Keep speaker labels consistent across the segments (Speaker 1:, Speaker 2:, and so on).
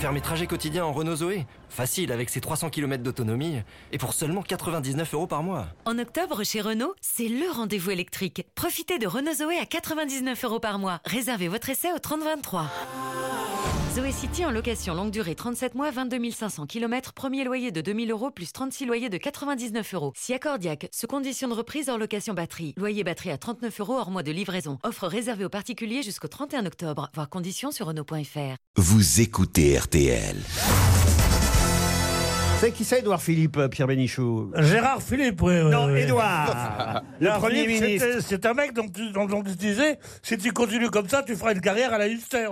Speaker 1: Faire mes trajets quotidiens en Renault Zoé Facile avec ses 300 km d'autonomie et pour seulement 99 euros par mois.
Speaker 2: En octobre, chez Renault, c'est le rendez-vous électrique. Profitez de Renault Zoé à 99 euros par mois. Réservez votre essai au 3023. Zoé City en location longue durée 37 mois, 22 500 km, premier loyer de 2000 euros plus 36 loyers de 99 euros. Si accordiaque, sous condition de reprise hors location batterie. Loyer batterie à 39 euros hors mois de livraison. Offre réservée aux particuliers jusqu'au 31 octobre. Voir conditions sur Renault.fr.
Speaker 3: Vous écoutez RTL.
Speaker 4: C'est qui c'est Édouard Philippe, euh, Pierre Bénichou
Speaker 5: Gérard Philippe, oui. oui,
Speaker 4: Non,
Speaker 5: oui.
Speaker 4: Édouard Le
Speaker 5: Gérard
Speaker 4: Premier
Speaker 5: Philippe,
Speaker 4: ministre.
Speaker 5: c'était- C'est un mec dont, tu- dont on disait si tu continues comme ça, tu feras une carrière à la Ulster.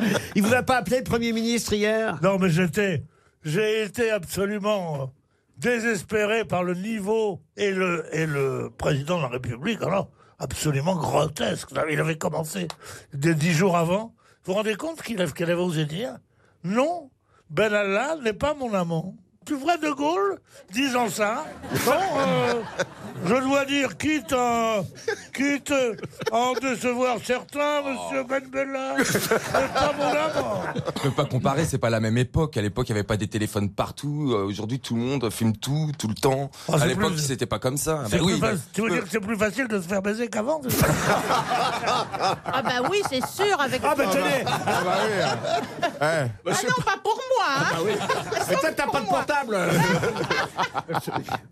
Speaker 4: Il vous a pas appelé le Premier ministre hier
Speaker 5: non, mais j'étais. J'ai été absolument euh, désespéré par le niveau et le, et le président de la République, alors, absolument grotesque. Il avait commencé des dix jours avant. Vous vous rendez compte qu'il avait, qu'elle avait osé dire Non, Benalla Ben n'est pas mon amant. Tu vois De Gaulle disant ça Bon, euh, je dois dire, quitte, à- quitte à en décevoir certains, monsieur Benalla n'est pas mon amant.
Speaker 6: Je peux pas comparer, c'est pas la même époque. À l'époque, il y avait pas des téléphones partout. Euh, Aujourd'hui, tout le monde filme tout, tout le temps.
Speaker 4: Oh,
Speaker 5: Ah, c'est
Speaker 6: à l'époque,
Speaker 5: plus-
Speaker 6: c'était pas comme ça. Ben
Speaker 5: C'est plus
Speaker 6: oui,
Speaker 5: fa-
Speaker 6: ben,
Speaker 5: tu veux dire que c'est plus facile de se faire baiser qu'avant c'est ça
Speaker 7: Ah bah oui, c'est sûr, avec...
Speaker 4: Ah bah ben tenez
Speaker 8: Ah bah oui. hein. Eh.
Speaker 7: Ah non, pas pour moi hein.
Speaker 4: Mais toi, t'as pas de portable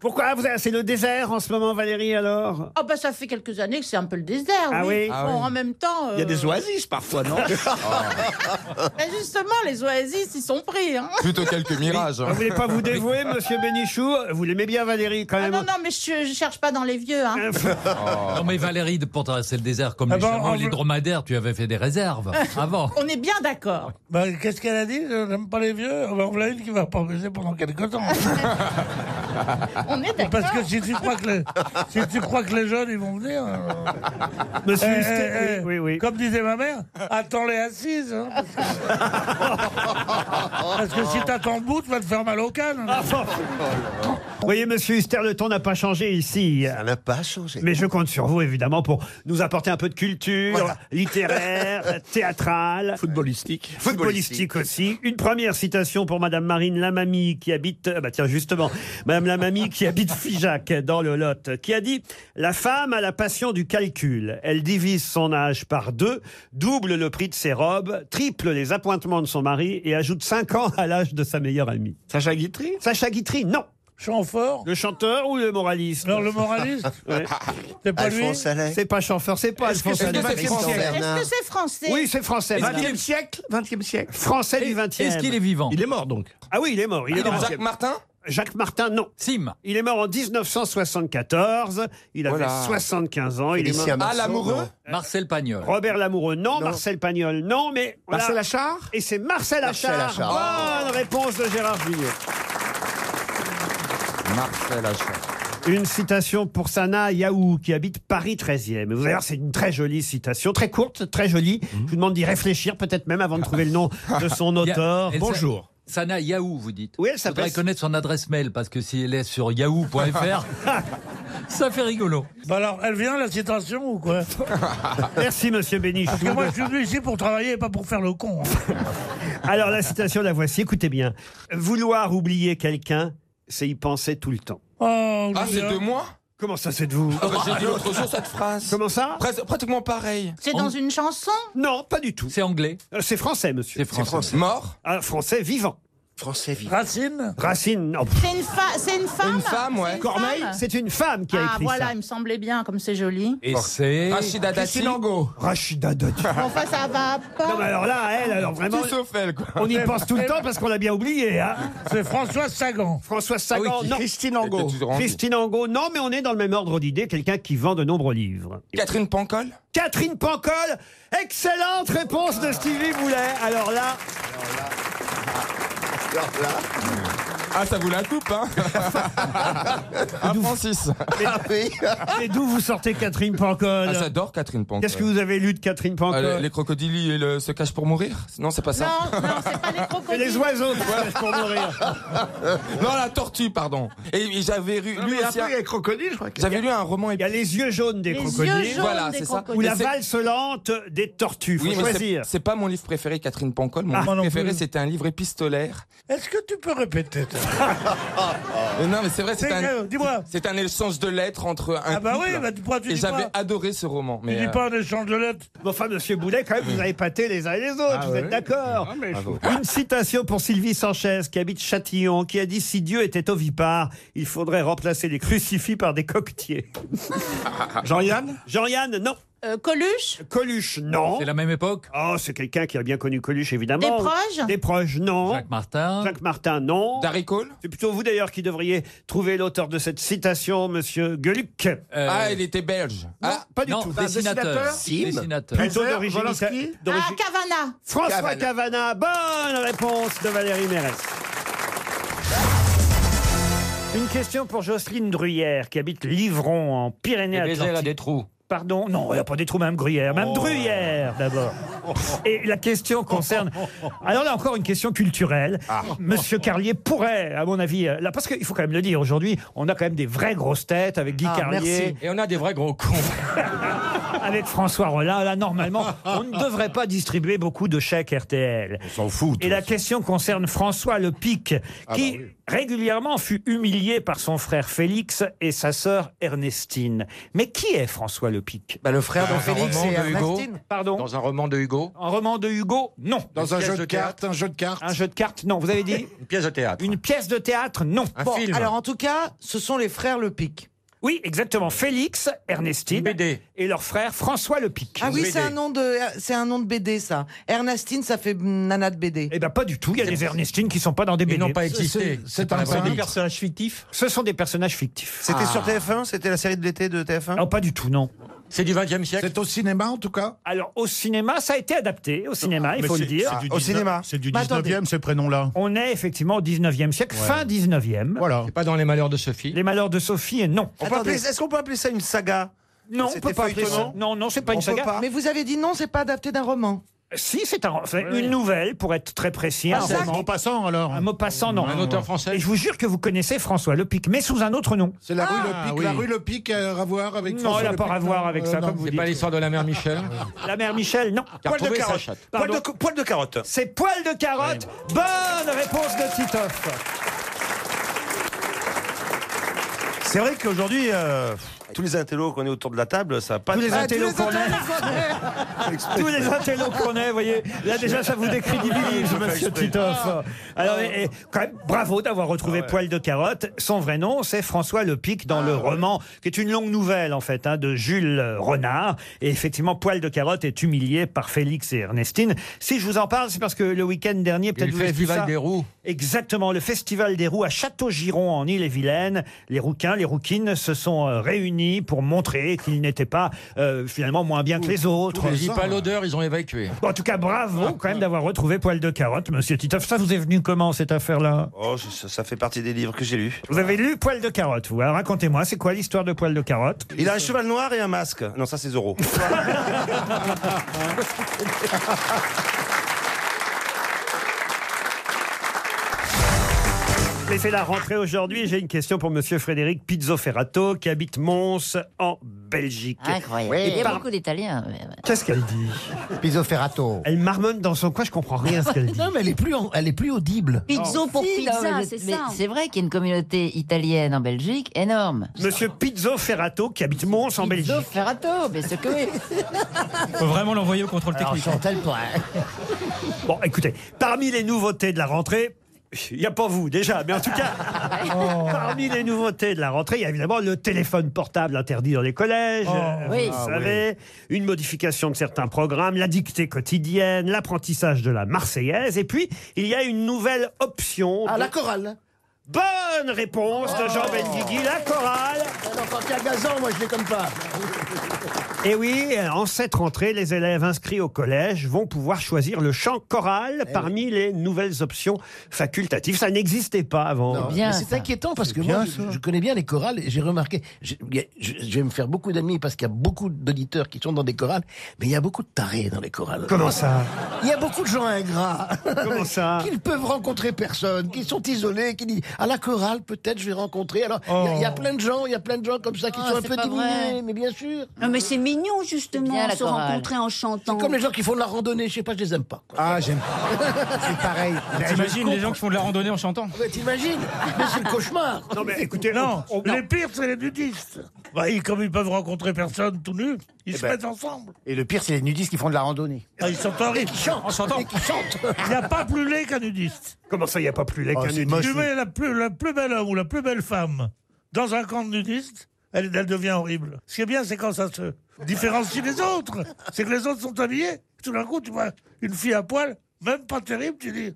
Speaker 4: Pourquoi Ah, vous avez- C'est le désert en ce moment, Valérie, alors
Speaker 7: Ah bah ça fait quelques années que c'est un peu le désert,
Speaker 4: Ah oui.
Speaker 7: Bon,
Speaker 6: Ah oui.
Speaker 7: en même temps... euh,
Speaker 4: oasis parfois, non
Speaker 6: Ah,
Speaker 7: ben justement, les oasis, ils sont pris, hein.
Speaker 6: plutôt quelques mirages. hein.
Speaker 4: Vous voulez pas vous dévouer, monsieur Bénichou Vous l'aimez bien, Valérie, quand
Speaker 7: Ah
Speaker 4: même
Speaker 7: non, non, mais je, je cherche pas dans les vieux, hein.
Speaker 9: Non mais Valérie, pour traverser le désert comme
Speaker 5: Ah
Speaker 9: les
Speaker 5: ben,
Speaker 9: chameaux
Speaker 5: en
Speaker 9: et les
Speaker 5: bleu-
Speaker 9: dromadaires, tu avais fait des réserves avant.
Speaker 7: On est bien d'accord.
Speaker 5: Bah, Qu'est-ce qu'elle a dit Je n'aime pas les vieux. Ah bah, on a une qui va pas baiser pendant quelques temps.
Speaker 7: On est d'accord.
Speaker 5: Parce que si tu crois que les, si tu crois que les jeunes, ils vont venir. euh,
Speaker 4: Monsieur
Speaker 5: eh,
Speaker 4: Huster-
Speaker 5: eh, eh,
Speaker 4: oui, oui, oui.
Speaker 5: Comme disait ma mère, attends-les assises. hein, parce, que... Parce que si t'attends debout, tu vas te faire mal au calme.
Speaker 4: Vous voyez, monsieur Huster, le ton n'a pas changé ici.
Speaker 8: Ça n'a pas changé.
Speaker 4: Mais je compte sur vous, évidemment, pour nous apporter un peu de culture littéraire, théâtrale.
Speaker 10: Footballistique.
Speaker 4: Footballistique aussi. Une première citation pour Madame Marine Lamami qui habite, euh, bah tiens justement, Madame Lamami qui habite Figeac dans le Lot, qui a dit La femme a la passion du calcul. Elle divise son âge par deux, double le prix de ses robes, triple les appointements de son mari et ajoute cinq ans à l'âge de sa meilleure amie.
Speaker 10: Sacha Guitry
Speaker 4: Sacha Guitry, non.
Speaker 5: Chamfort.
Speaker 4: Le chanteur ou le moraliste
Speaker 5: Alors le moraliste,
Speaker 4: Ouais.
Speaker 5: c'est pas lui.
Speaker 8: Alphonse Allais.
Speaker 4: C'est pas chanteur, c'est pas
Speaker 10: Est-ce que
Speaker 4: Alphonse
Speaker 10: c'est
Speaker 4: Allais.
Speaker 10: du XXe
Speaker 8: Tristan
Speaker 10: siècle
Speaker 8: Bernard.
Speaker 7: Est-ce que c'est français
Speaker 4: Oui, c'est français. madame.
Speaker 10: 20e siècle 20e siècle.
Speaker 4: Français du 20e.
Speaker 9: Est-ce qu'il est vivant
Speaker 10: Il est mort donc.
Speaker 4: Ah oui, il est mort. Il est mort.
Speaker 6: Jacques Martin
Speaker 4: Jacques Martin, non.
Speaker 9: Sim.
Speaker 4: Il est mort en 1974. Il avait
Speaker 6: Voilà.
Speaker 4: 75 ans. Il est mort.
Speaker 6: Ah, l'amoureux
Speaker 9: Marcel Pagnol.
Speaker 4: Robert Lamoureux, non. Marcel Pagnol, non. Mais on a-
Speaker 10: Marcel Achard
Speaker 4: Et c'est Marcel Achard.
Speaker 8: Marcel Achard.
Speaker 4: Bonne réponse de Gérard Villiers.
Speaker 6: Marcel Achard.
Speaker 4: Une citation pour Sana Yaou qui habite Paris 13e. Et Vous allez voir, c'est une très jolie citation, très courte, très jolie. Je vous demande d'y réfléchir peut-être même avant de trouver le nom de son
Speaker 9: Mhm. Il y a-
Speaker 4: auteur.
Speaker 9: elle s'a-
Speaker 10: Bonjour.
Speaker 9: Sana Yahoo, vous dites.
Speaker 4: Oui, elle s'appelle-
Speaker 9: Faudrait connaître son adresse mail parce que si elle est sur yahoo.fr, ça fait rigolo.
Speaker 5: Bah alors, elle vient la citation ou quoi
Speaker 4: Merci Monsieur Bénichou.
Speaker 5: Parce que moi, je suis venu ici pour travailler et pas pour faire le con. hein.
Speaker 4: Alors la citation, la voici. Écoutez bien. Vouloir oublier quelqu'un, c'est y penser tout le temps.
Speaker 5: Oh,
Speaker 6: Ah, c'est
Speaker 5: Julien.
Speaker 6: de moi
Speaker 4: Comment ça, c'est de vous
Speaker 6: Ah, bah, J'ai dit l'autre jour cette phrase.
Speaker 4: Comment ça
Speaker 6: Pres- pratiquement pareil.
Speaker 7: C'est dans une chanson
Speaker 4: Non, pas du tout.
Speaker 9: C'est anglais.
Speaker 4: Euh, C'est français, monsieur.
Speaker 9: C'est français.
Speaker 6: Mort
Speaker 4: Un français vivant.
Speaker 8: Français vivant.
Speaker 5: Racine
Speaker 4: Racine, non. pff,
Speaker 7: C'est une, fa- c'est une femme
Speaker 6: Une femme, ouais.
Speaker 7: C'est une
Speaker 4: Corneille,
Speaker 7: femme
Speaker 4: Ah, c'est une femme qui a
Speaker 7: Ah
Speaker 4: écrit
Speaker 7: voilà,
Speaker 4: ça.
Speaker 7: il me semblait bien, comme c'est joli.
Speaker 9: Et c'est.
Speaker 6: Rachida Dati.
Speaker 10: Christine Angot.
Speaker 4: Rachida Dati.
Speaker 7: Bon, Enfin, ça va
Speaker 4: Non, mais
Speaker 7: pas.
Speaker 4: alors là, elle, alors vraiment,
Speaker 6: Tout sauf elle, quoi.
Speaker 4: on y pense tout le temps parce qu'on l'a bien oublié. Hein.
Speaker 5: C'est François Sagan.
Speaker 4: François
Speaker 6: Ah
Speaker 4: Sagan, non.
Speaker 10: Christine
Speaker 6: Elle était
Speaker 10: Angot.
Speaker 6: toujours en vie.
Speaker 4: Christine Angot, non, mais on est dans le même ordre d'idée, quelqu'un qui vend de nombreux livres.
Speaker 6: Catherine Pancol
Speaker 4: Catherine Pancol, excellente réponse de Stevie Boulet. Alors là.
Speaker 6: Ah, ça vous la coupe, hein Ah, Francis
Speaker 4: Et d'où vous sortez Catherine Pancol
Speaker 6: Ah, j'adore Catherine Pancol.
Speaker 4: Qu'est-ce que vous avez lu de Catherine
Speaker 6: Ah,
Speaker 4: Pancol
Speaker 6: les, les crocodiles ils, euh, se cachent pour mourir Non, c'est pas ça.
Speaker 7: Non, non, c'est pas les
Speaker 4: Et
Speaker 7: crocodiles.
Speaker 4: les oiseaux qui se cachent pour mourir.
Speaker 6: Non, la tortue, pardon. Et, et j'avais lu, lu
Speaker 10: Lui,
Speaker 6: aussi.
Speaker 10: après,
Speaker 6: un-
Speaker 10: il y a les crocodiles, je crois. qu'il y a-
Speaker 6: J'avais lu un roman
Speaker 4: Il y a
Speaker 6: épique.
Speaker 4: les yeux jaunes des
Speaker 7: Les
Speaker 4: crocodiles
Speaker 7: yeux jaunes
Speaker 6: Voilà,
Speaker 7: des
Speaker 6: c'est ça.
Speaker 4: ou
Speaker 7: crocodiles.
Speaker 4: la
Speaker 6: Mais c'est-
Speaker 4: valse lente des tortues. Faut
Speaker 6: Oui, mais c'est-
Speaker 4: choisir.
Speaker 6: c'est pas mon livre préféré, Catherine Pancol. Mon
Speaker 5: Ah, moi
Speaker 6: livre
Speaker 5: non
Speaker 6: préféré,
Speaker 5: plus.
Speaker 6: c'était un livre épistolaire.
Speaker 5: Est-ce que tu peux répéter toi
Speaker 6: Euh, non, mais c'est vrai, c'est
Speaker 5: C'est
Speaker 6: un,
Speaker 5: que- dis-moi.
Speaker 6: c'est un échange de lettres entre un.
Speaker 5: Ah bah oui,
Speaker 6: couple.
Speaker 5: bah tu, pourquoi tu
Speaker 6: Et
Speaker 5: dis
Speaker 6: j'avais
Speaker 5: pas.
Speaker 6: adoré ce roman.
Speaker 5: Tu
Speaker 6: Mais
Speaker 5: dis
Speaker 6: euh,
Speaker 5: pas en échange de lettres.
Speaker 4: Bon, Enfin, monsieur Boulet, quand même, vous avez pâté les uns et les autres.
Speaker 10: Ah
Speaker 4: vous
Speaker 10: ouais.
Speaker 4: êtes d'accord
Speaker 10: Non, mais je-
Speaker 4: Une citation pour Sylvie Sanchez, qui habite Châtillon, qui a dit Si Dieu était ovipare, il faudrait remplacer les crucifix par des coquetiers.
Speaker 10: Jean-Yann
Speaker 4: Jean-Yann, non.
Speaker 7: Euh, Coluche,
Speaker 4: Coluche, non.
Speaker 9: C'est la même époque
Speaker 4: Oh, c'est quelqu'un qui a bien connu Coluche,
Speaker 7: des
Speaker 4: évidemment.
Speaker 7: proches.
Speaker 4: Des proches, non.
Speaker 9: Jacques Martin.
Speaker 4: Jacques Martin, non.
Speaker 6: Darry Cole
Speaker 4: C'est plutôt vous d'ailleurs qui devriez trouver l'auteur de cette citation, monsieur Gueluc.
Speaker 9: euh,
Speaker 6: Ah, il était belge. Ah,
Speaker 4: Pas du
Speaker 9: non,
Speaker 4: tout.
Speaker 9: dessinateur.
Speaker 8: Sim.
Speaker 9: Dessinateur.
Speaker 4: Plutôt
Speaker 10: Walzer,
Speaker 4: d'origine
Speaker 10: Wolanski
Speaker 4: italienne.
Speaker 7: Ah, Cavana.
Speaker 4: François Cavana, bonne réponse de Valérie Mérès. Une question pour Jocelyne Gruyère, qui habite Livron, en Pyrénées-Atlantiques.
Speaker 9: des trous. Oh.
Speaker 4: Pardon, non, il n'y a pas des trous, Mme Gruyère. Mme Gruyère, d'abord. Et la question concerne. Alors là, encore une question culturelle.
Speaker 9: Ah.
Speaker 4: Monsieur Carlier pourrait, à mon avis, euh, là, parce qu'il faut quand même le dire, aujourd'hui, on a quand même des vraies grosses têtes avec
Speaker 9: Ah,
Speaker 4: Guy Carlier,
Speaker 6: et on a des vrais gros cons.
Speaker 4: avec François Rollin. Là, normalement, on ne devrait pas distribuer beaucoup de chèques RTL.
Speaker 8: On s'en fout.
Speaker 4: Et la question concerne François Lepic, qui
Speaker 8: bah oui.
Speaker 4: régulièrement fut humilié par son frère Félix et sa sœur Ernestine. Mais qui est François Lepic
Speaker 6: Bah, le frère de Félix et Hugo.
Speaker 4: Pardon
Speaker 6: Dans un roman de Hugo.
Speaker 4: Un roman de Hugo Non.
Speaker 8: Dans un jeu de cartes, un jeu de cartes.
Speaker 4: Un jeu de cartes Non. Vous avez dit
Speaker 6: Une pièce de théâtre.
Speaker 4: une pièce de théâtre Non.
Speaker 6: Bon, film. alors,
Speaker 11: en tout cas, ce sont les frères Le Pic.
Speaker 4: Oui, exactement. Félix, Ernestine
Speaker 6: BD.
Speaker 4: et leur frère François Lepic.
Speaker 11: Ah oui,
Speaker 6: BD.
Speaker 11: c'est un nom de c'est un nom de BD ça. Ernestine, ça fait nana de BD.
Speaker 4: Eh bien, pas du tout. Il y a des Ernestines qui sont pas dans des BD.
Speaker 6: existé.
Speaker 8: C'est un
Speaker 6: vrai
Speaker 8: film.
Speaker 9: personnage fictif
Speaker 4: Ce sont des personnages fictifs.
Speaker 8: C'était sur TF1 C'était la série de l'été de TF1
Speaker 4: Non, pas du tout, non.
Speaker 6: C'est du 20 e siècle.
Speaker 8: C'est au cinéma en tout cas
Speaker 4: Alors, au cinéma, ça a été adapté. Au cinéma, il faut le dire. Bah,
Speaker 8: Au cinéma
Speaker 11: C'est du 19e.
Speaker 8: ces prénoms-là.
Speaker 4: On est effectivement au 19e siècle, fin 19e.
Speaker 8: Voilà.
Speaker 6: Pas dans Les Malheurs de Sophie.
Speaker 4: Les malheurs de Sophie, non.
Speaker 8: On peut appeler- Est-ce qu'on peut appeler ça une saga
Speaker 4: Non, on
Speaker 8: C'était
Speaker 4: peut pas appeler ça.
Speaker 8: feuilletonnant
Speaker 4: Non, non, c'est pas
Speaker 8: On
Speaker 4: une
Speaker 8: peut
Speaker 4: saga.
Speaker 8: pas.
Speaker 11: Mais vous avez dit non, c'est pas adapté d'un roman.
Speaker 4: Si, c'est un, enfin, une nouvelle, pour être très
Speaker 8: Ah,
Speaker 4: précis. un roman.
Speaker 8: passant alors
Speaker 4: Un mot passant, non.
Speaker 6: français.
Speaker 4: Et je vous jure que vous connaissez François Lepic, mais sous un autre nom. Ah,
Speaker 8: C'est la rue Le Pic, la rue Le Pic euh, à voir avec
Speaker 4: Non,
Speaker 8: François
Speaker 4: elle n'a
Speaker 8: Le
Speaker 4: pas
Speaker 8: Pic,
Speaker 4: à voir
Speaker 8: non,
Speaker 4: avec
Speaker 8: euh,
Speaker 4: ça,
Speaker 8: non.
Speaker 4: comme vous
Speaker 6: C'est
Speaker 4: dites.
Speaker 6: pas l'histoire de la mère Michel.
Speaker 4: La mère Michel, non.
Speaker 6: Car
Speaker 8: Poil de
Speaker 6: trouver sa
Speaker 8: carotte.
Speaker 6: chatte.
Speaker 8: Poil de,
Speaker 4: Pardon.
Speaker 8: ca- poil de carotte.
Speaker 4: C'est poil de carotte. Bonne réponse de Titoff.
Speaker 12: C'est vrai qu'aujourd'hui, euh, tous les intellos qu'on est autour de la table, ça n'a pas
Speaker 4: Ah, Tous
Speaker 12: de-
Speaker 4: les
Speaker 8: Ah,
Speaker 4: intellos qu'on est, tous les intellos qu'on est, vous voyez. Là, déjà, ça vous décrédibilise, monsieur
Speaker 6: Ah.
Speaker 4: Titoff. Alors, et- et quand même, bravo d'avoir retrouvé poil de carotte. Son vrai nom, c'est François Lepic
Speaker 6: Ah
Speaker 4: dans le roman, qui est une longue nouvelle, en fait, hein, de Jules Renard. Et effectivement, poil de carotte est humilié par Félix et Ernestine. Si je vous en parle, c'est parce que le week-end dernier, peut-être
Speaker 6: Le
Speaker 4: vous avez vu ça.
Speaker 6: festival des roues.
Speaker 4: Exactement, le Festival des roues à Château-Giron en Ille-et-Vilaine. Les rouquins, les rouquines se sont euh, réunis pour montrer qu'ils n'étaient pas euh, finalement moins bien que les autres.
Speaker 6: Je dis pas l'odeur, ils ont évacué.
Speaker 4: Bon, en tout cas,
Speaker 12: Ah,
Speaker 4: bravo quand même d'avoir retrouvé Poil de Carotte, monsieur Titoff. Ça vous est venu comment cette affaire-là
Speaker 12: Oh, je- ça, ça fait partie des livres que j'ai lus.
Speaker 4: Vous avez lu Poil de Carotte, vous Alors, Racontez-moi, c'est quoi l'histoire de Poil de Carotte
Speaker 12: Il a un cheval noir et un masque. Non, ça c'est Zorro.
Speaker 4: Mais c'est la rentrée aujourd'hui. J'ai une question pour monsieur Frédéric Pizzoferrato qui habite Mons en Belgique.
Speaker 11: Incroyable.
Speaker 4: Et par-
Speaker 11: d'Italiens.
Speaker 4: Qu'est-ce qu'elle dit
Speaker 8: Pizzo Ferrato.
Speaker 4: Elle marmonne dans son coin, je comprends rien à ce qu'elle dit.
Speaker 11: mais elle est plus elle est plus audible.
Speaker 7: Pizzo pour pizza, c'est ça.
Speaker 11: C'est vrai qu'il y a une communauté italienne en Belgique énorme.
Speaker 4: Monsieur Pizzo Ferrato qui habite Mons en Belgique.
Speaker 11: Ferrato, mais ce que
Speaker 9: Faut vraiment l'envoyer au contrôle technique.
Speaker 4: Bon, écoutez, parmi les nouveautés de la rentrée, il n'y a pas vous déjà, mais en tout cas, Oh. parmi les nouveautés de la rentrée, il y a évidemment le téléphone portable interdit dans les collèges,
Speaker 10: Oh.
Speaker 4: euh,
Speaker 11: oui.
Speaker 4: vous
Speaker 11: Ah
Speaker 4: savez, une modification de certains programmes, la dictée quotidienne, l'apprentissage de la Marseillaise, et puis il y a une nouvelle option.
Speaker 10: Ah,
Speaker 4: de-
Speaker 10: la chorale.
Speaker 4: Bonne réponse de Jean Benguigui, la chorale.
Speaker 10: Ah, Alors, quand il y a gazon, moi, je les comme pas.
Speaker 4: Et Eh oui, en cette rentrée, les élèves inscrits au collège vont pouvoir choisir le chant choral
Speaker 5: Eh
Speaker 4: parmi les nouvelles options facultatives. Ça n'existait pas avant.
Speaker 13: Hein, Mais C'est inquiétant parce que moi, je, je connais bien les chorales et j'ai remarqué, je, je- je vais me faire beaucoup d'amis parce qu'il y a beaucoup d'auditeurs qui sont dans des chorales, mais il y a beaucoup de tarés dans les chorales.
Speaker 4: Comment ça
Speaker 13: Il y a beaucoup de gens ingrats.
Speaker 4: Comment ça
Speaker 13: Qui ne peuvent rencontrer personne, qui sont isolés, qui disent à la chorale peut-être je vais rencontrer. Alors il y a- il y, a plein de gens, il y a plein de gens comme ça qui
Speaker 14: Oh,
Speaker 13: sont un
Speaker 14: c'est
Speaker 13: peu
Speaker 14: pas
Speaker 13: diminués,
Speaker 14: vrai.
Speaker 13: mais bien sûr.
Speaker 14: Non, mais c'est mignon, justement,
Speaker 13: Bien, la
Speaker 14: se
Speaker 13: chorale.
Speaker 14: rencontrer en chantant.
Speaker 13: Comme les gens qui font de la randonnée, je sais pas, je les aime pas. Ah, j'aime pas. C'est pareil.
Speaker 15: T'imagines les gens qui font de la randonnée en chantant
Speaker 13: T'imagines Mais c'est le cauchemar.
Speaker 4: Non, mais écoutez,
Speaker 5: non, les pires, c'est les nudistes. Bah, ils- comme ils peuvent rencontrer personne tout nu, ils se mettent ensemble.
Speaker 16: Et le pire, c'est les nudistes qui font de la randonnée.
Speaker 5: Ah, ils sont horribles. Ils chantent. Il n'y a pas plus laid qu'un nudiste.
Speaker 4: Comment ça, il n'y a pas plus laid
Speaker 16: Oh,
Speaker 4: qu'un
Speaker 16: c'est
Speaker 4: nudiste
Speaker 16: moche,
Speaker 5: Tu
Speaker 16: oui.
Speaker 5: mets la plus, la plus belle homme ou la plus belle femme dans un camp de nudistes, elle, elle devient horrible. Ce qui est bien, c'est quand ça se différencie des autres. C'est que les autres sont habillés. Tout d'un coup, tu vois une fille à poil, même pas terrible, tu dis.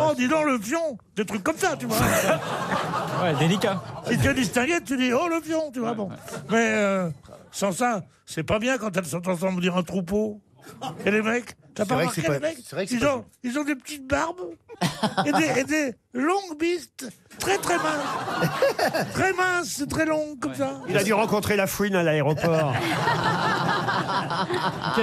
Speaker 5: oh, dis donc, le pion Des trucs comme ça, tu vois.
Speaker 15: Ouais, délicat.
Speaker 5: Si tu es distingué, tu dis, oh, le pion, tu vois, bon. Mais euh, sans ça, c'est pas bien quand elles sont ensemble dire un troupeau. Et les mecs, t'as
Speaker 16: C'est
Speaker 5: pas
Speaker 16: vrai que
Speaker 5: remarqué
Speaker 16: c'est
Speaker 5: les
Speaker 16: pas-
Speaker 5: mecs
Speaker 16: c'est vrai que c'est
Speaker 5: ils,
Speaker 16: pas
Speaker 5: ont, ils ont des petites barbes et des, et des longues bistes, très très minces. Très minces, très longues, comme ça.
Speaker 4: Il a dû rencontrer la fouine à l'aéroport.
Speaker 15: Ah.